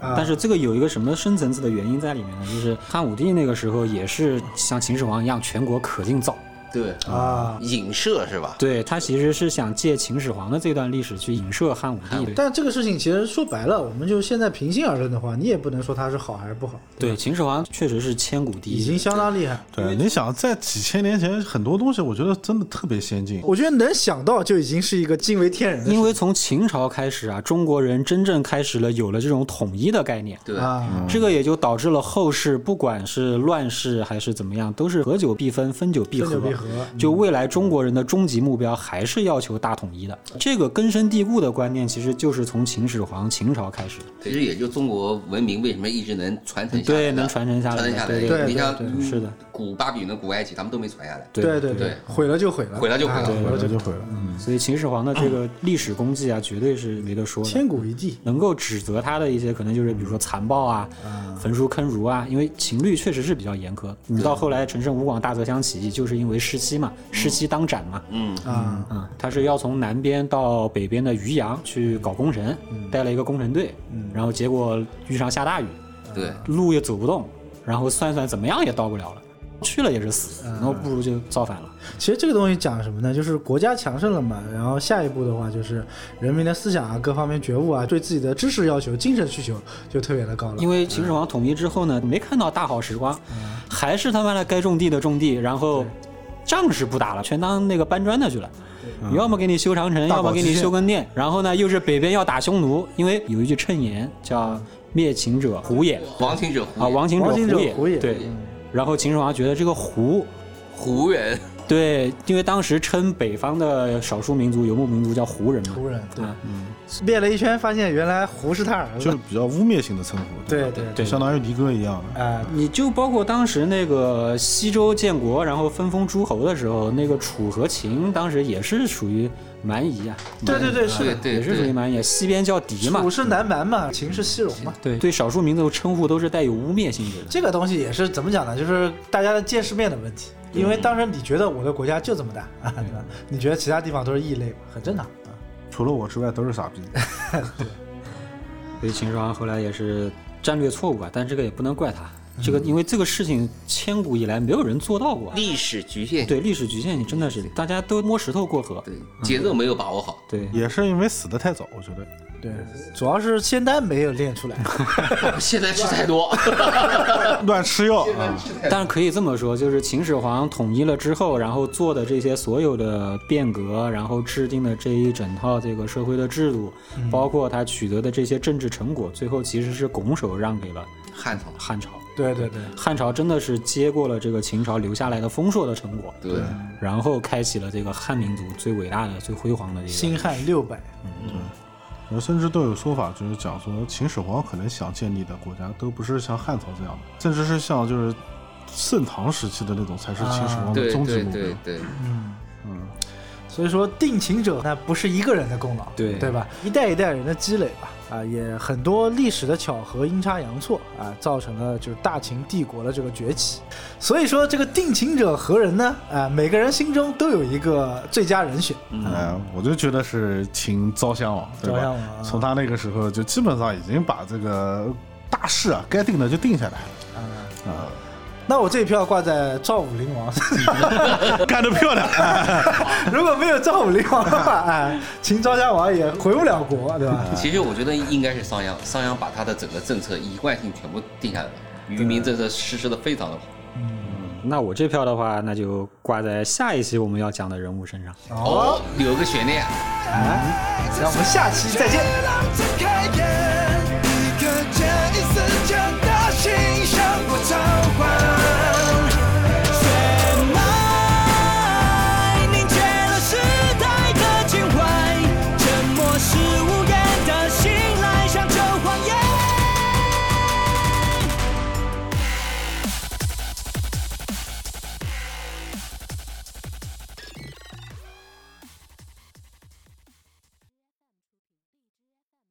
[SPEAKER 1] 啊
[SPEAKER 4] 但是这个有一个什么深层次的原因在里面呢？就是汉武帝那个时候也是像秦始皇一样，全国可劲造。
[SPEAKER 3] 对，
[SPEAKER 1] 啊，
[SPEAKER 3] 影射是吧？
[SPEAKER 4] 对他其实是想借秦始皇的这段历史去影射汉武帝的。
[SPEAKER 1] 但这个事情其实说白了，我们就现在平心而论的话，你也不能说它是好还是不好，
[SPEAKER 4] 对，秦始皇确实是千古第
[SPEAKER 1] 已
[SPEAKER 4] 一。
[SPEAKER 1] 经相当厉害。
[SPEAKER 2] 对，你想在几千年前，很多东西我觉得真的特别先进。
[SPEAKER 1] 我觉得能想到就已经是一个惊为天人的
[SPEAKER 4] 因为从秦朝开始啊，中国人真正开始了有了这种统一的概念。
[SPEAKER 3] 对，
[SPEAKER 1] 啊，
[SPEAKER 4] 这个也就导致了后世不管是乱世还是怎么样，都是合久必分，分久必合。
[SPEAKER 1] 分久必合嗯
[SPEAKER 4] 就未来中国人的终极目标还是要求大统一的，这个根深蒂固的观念其实就是从秦始皇秦朝开始的。
[SPEAKER 3] 其实也就中国文明为什么一直能传承下来的，
[SPEAKER 4] 对能传承下来的
[SPEAKER 3] 传承下来的。
[SPEAKER 4] 对
[SPEAKER 1] 对
[SPEAKER 3] 你像
[SPEAKER 1] 对
[SPEAKER 4] 对是的，
[SPEAKER 3] 古巴比伦、古埃及，他们都没传下来。
[SPEAKER 1] 嗯对对
[SPEAKER 4] 对
[SPEAKER 1] 对，毁了就毁了，
[SPEAKER 3] 毁了就毁了
[SPEAKER 1] 啊
[SPEAKER 3] 对
[SPEAKER 2] 毁了就毁了，嗯，
[SPEAKER 4] 所以秦始皇的这个历史功绩啊，绝对是没得说的。
[SPEAKER 1] 千古一帝。
[SPEAKER 4] 能够指责他的一些，可能就是比如说残暴啊、焚书坑儒啊，因为秦律确实是比较严苛。你到后来陈胜吴广大泽乡起义，就是因为弑妻嘛，弑妻当斩嘛，
[SPEAKER 3] 嗯，
[SPEAKER 1] 啊，
[SPEAKER 4] 啊，他是要从南边到北边的渔阳去搞工程，带了一个工程队，然后结果遇上下大雨，
[SPEAKER 3] 对，
[SPEAKER 4] 路也走不动，然后算算怎么样也到不了了。去了也是死，然后不如就造反了。
[SPEAKER 1] 其实这个东西讲什么呢？就是国家强盛了嘛，然后下一步的话就是人民的思想啊，各方面觉悟啊，对自己的知识要求、精神需求就特别的高了。
[SPEAKER 4] 因为秦始皇统一之后呢，没看到大好时光，
[SPEAKER 1] 嗯
[SPEAKER 4] 还是他妈的该种地的种地，然后仗是不打了，全当那个搬砖的去了。要么给你修长城，
[SPEAKER 2] 大
[SPEAKER 4] 要
[SPEAKER 2] 搞
[SPEAKER 4] 么给你
[SPEAKER 2] 基建
[SPEAKER 4] 修根殿，然后呢，又是北边要打匈奴，因为有一句谶言叫“灭秦者胡也”，
[SPEAKER 3] 亡秦者胡
[SPEAKER 4] 啊，
[SPEAKER 3] 也
[SPEAKER 4] 亡秦者
[SPEAKER 1] 嗯亡秦者
[SPEAKER 4] 胡也，
[SPEAKER 1] 胡也嗯
[SPEAKER 4] 对。然后秦始皇觉得这个胡，
[SPEAKER 3] 胡 人，
[SPEAKER 4] 对，因为当时称北方的少数民族游牧民族叫胡人嘛，
[SPEAKER 1] 胡人嗯对
[SPEAKER 4] 啊，
[SPEAKER 1] 灭了一圈，发现原来胡是他儿
[SPEAKER 2] 就是
[SPEAKER 1] 子。
[SPEAKER 2] 比较污蔑性的称呼，吧
[SPEAKER 1] 对对
[SPEAKER 4] 对哎
[SPEAKER 2] 相当于离哥一样的。
[SPEAKER 1] 啊，
[SPEAKER 4] 你就包括当时那个西周建国，然后分封诸侯的时候，那个楚和秦当时也是属于蛮夷啊，
[SPEAKER 1] 对对对是
[SPEAKER 3] 对
[SPEAKER 1] 的，
[SPEAKER 3] 对
[SPEAKER 4] 也是属于
[SPEAKER 3] 对，
[SPEAKER 4] 蛮夷，啊西边叫狄嘛
[SPEAKER 1] 楚，是南蛮嘛，秦是西戎嘛。
[SPEAKER 4] 对对，少数民族称呼都是带有污蔑性质的。
[SPEAKER 1] 这个东西也是怎么讲呢？就是大家的见识面的问题。因为当时你觉得我的国家就这么大啊，对吧？你觉得其他地方都是异类，很正常啊。
[SPEAKER 2] 除了我之外都是 傻逼。
[SPEAKER 4] 所以秦始皇后来也是战略错误啊，但这个也不能怪他，这个因为这个事情千古以来没有人做到过啊，
[SPEAKER 3] 历史局限，
[SPEAKER 4] 对历史局限性真的是大家都摸石头过河，
[SPEAKER 3] 对节奏没有把握好，
[SPEAKER 4] 对。
[SPEAKER 2] 也是因为死的太早，我觉得。
[SPEAKER 1] 对，主要是仙丹没有练出来。
[SPEAKER 4] 嗯
[SPEAKER 3] 现在吃太多，
[SPEAKER 2] 乱吃 药啊！
[SPEAKER 4] 但是可以这么说，就是秦始皇统一了之后，然后做的这些所有的变革，然后制定的这一整套这个社会的制度，包括他取得的这些政治成果，最后其实是拱手让给了
[SPEAKER 3] 汉朝，
[SPEAKER 4] 汉朝。
[SPEAKER 1] 对对对，
[SPEAKER 4] 汉朝真的是接过了这个秦朝留下来的丰硕的成果，
[SPEAKER 3] 对，
[SPEAKER 4] 然后开启了这个汉民族最伟大的、最辉煌的这个。嗯
[SPEAKER 1] 星汉六百，
[SPEAKER 2] 然后甚至都有说法，就是讲说秦始皇可能想建立的国家都不是像汉朝这样的，甚至是像就是盛唐时期的那种才是秦始皇的
[SPEAKER 3] 啊对
[SPEAKER 2] 终极
[SPEAKER 3] 对
[SPEAKER 2] 目标
[SPEAKER 3] 对。对，
[SPEAKER 1] 所以说定情者那不是一个人的功劳，
[SPEAKER 4] 对
[SPEAKER 1] 对吧？一代一代人的积累吧，啊，也很多历史的巧合阴差阳错啊，造成了就是大秦帝国的这个崛起。所以说这个定情者何人呢？啊，每个人心中都有一个最佳人选。
[SPEAKER 3] 嗯
[SPEAKER 2] 哎，我就觉得是秦昭襄王，对吧
[SPEAKER 1] 昭襄王啊
[SPEAKER 2] 从他那个时候就基本上已经把这个大事啊该定的就定下来了
[SPEAKER 1] 那我这一票挂在赵武灵王，
[SPEAKER 2] 干得漂亮！
[SPEAKER 1] 如果没有赵武灵王的话，哎，秦昭襄王也回不了国，对
[SPEAKER 4] 嗯
[SPEAKER 1] 吧？
[SPEAKER 3] 其实我觉得应该是商鞅，商鞅把他的整个政策一贯性全部定下来了，渔民政策实施的非常的好。
[SPEAKER 4] 哦那我这票的话，那就挂在下一期我们要讲的人物身上。
[SPEAKER 1] 哦，
[SPEAKER 3] 哦，留个悬念。
[SPEAKER 1] 那我们下期再
[SPEAKER 5] 「
[SPEAKER 1] 见。
[SPEAKER 5] 君の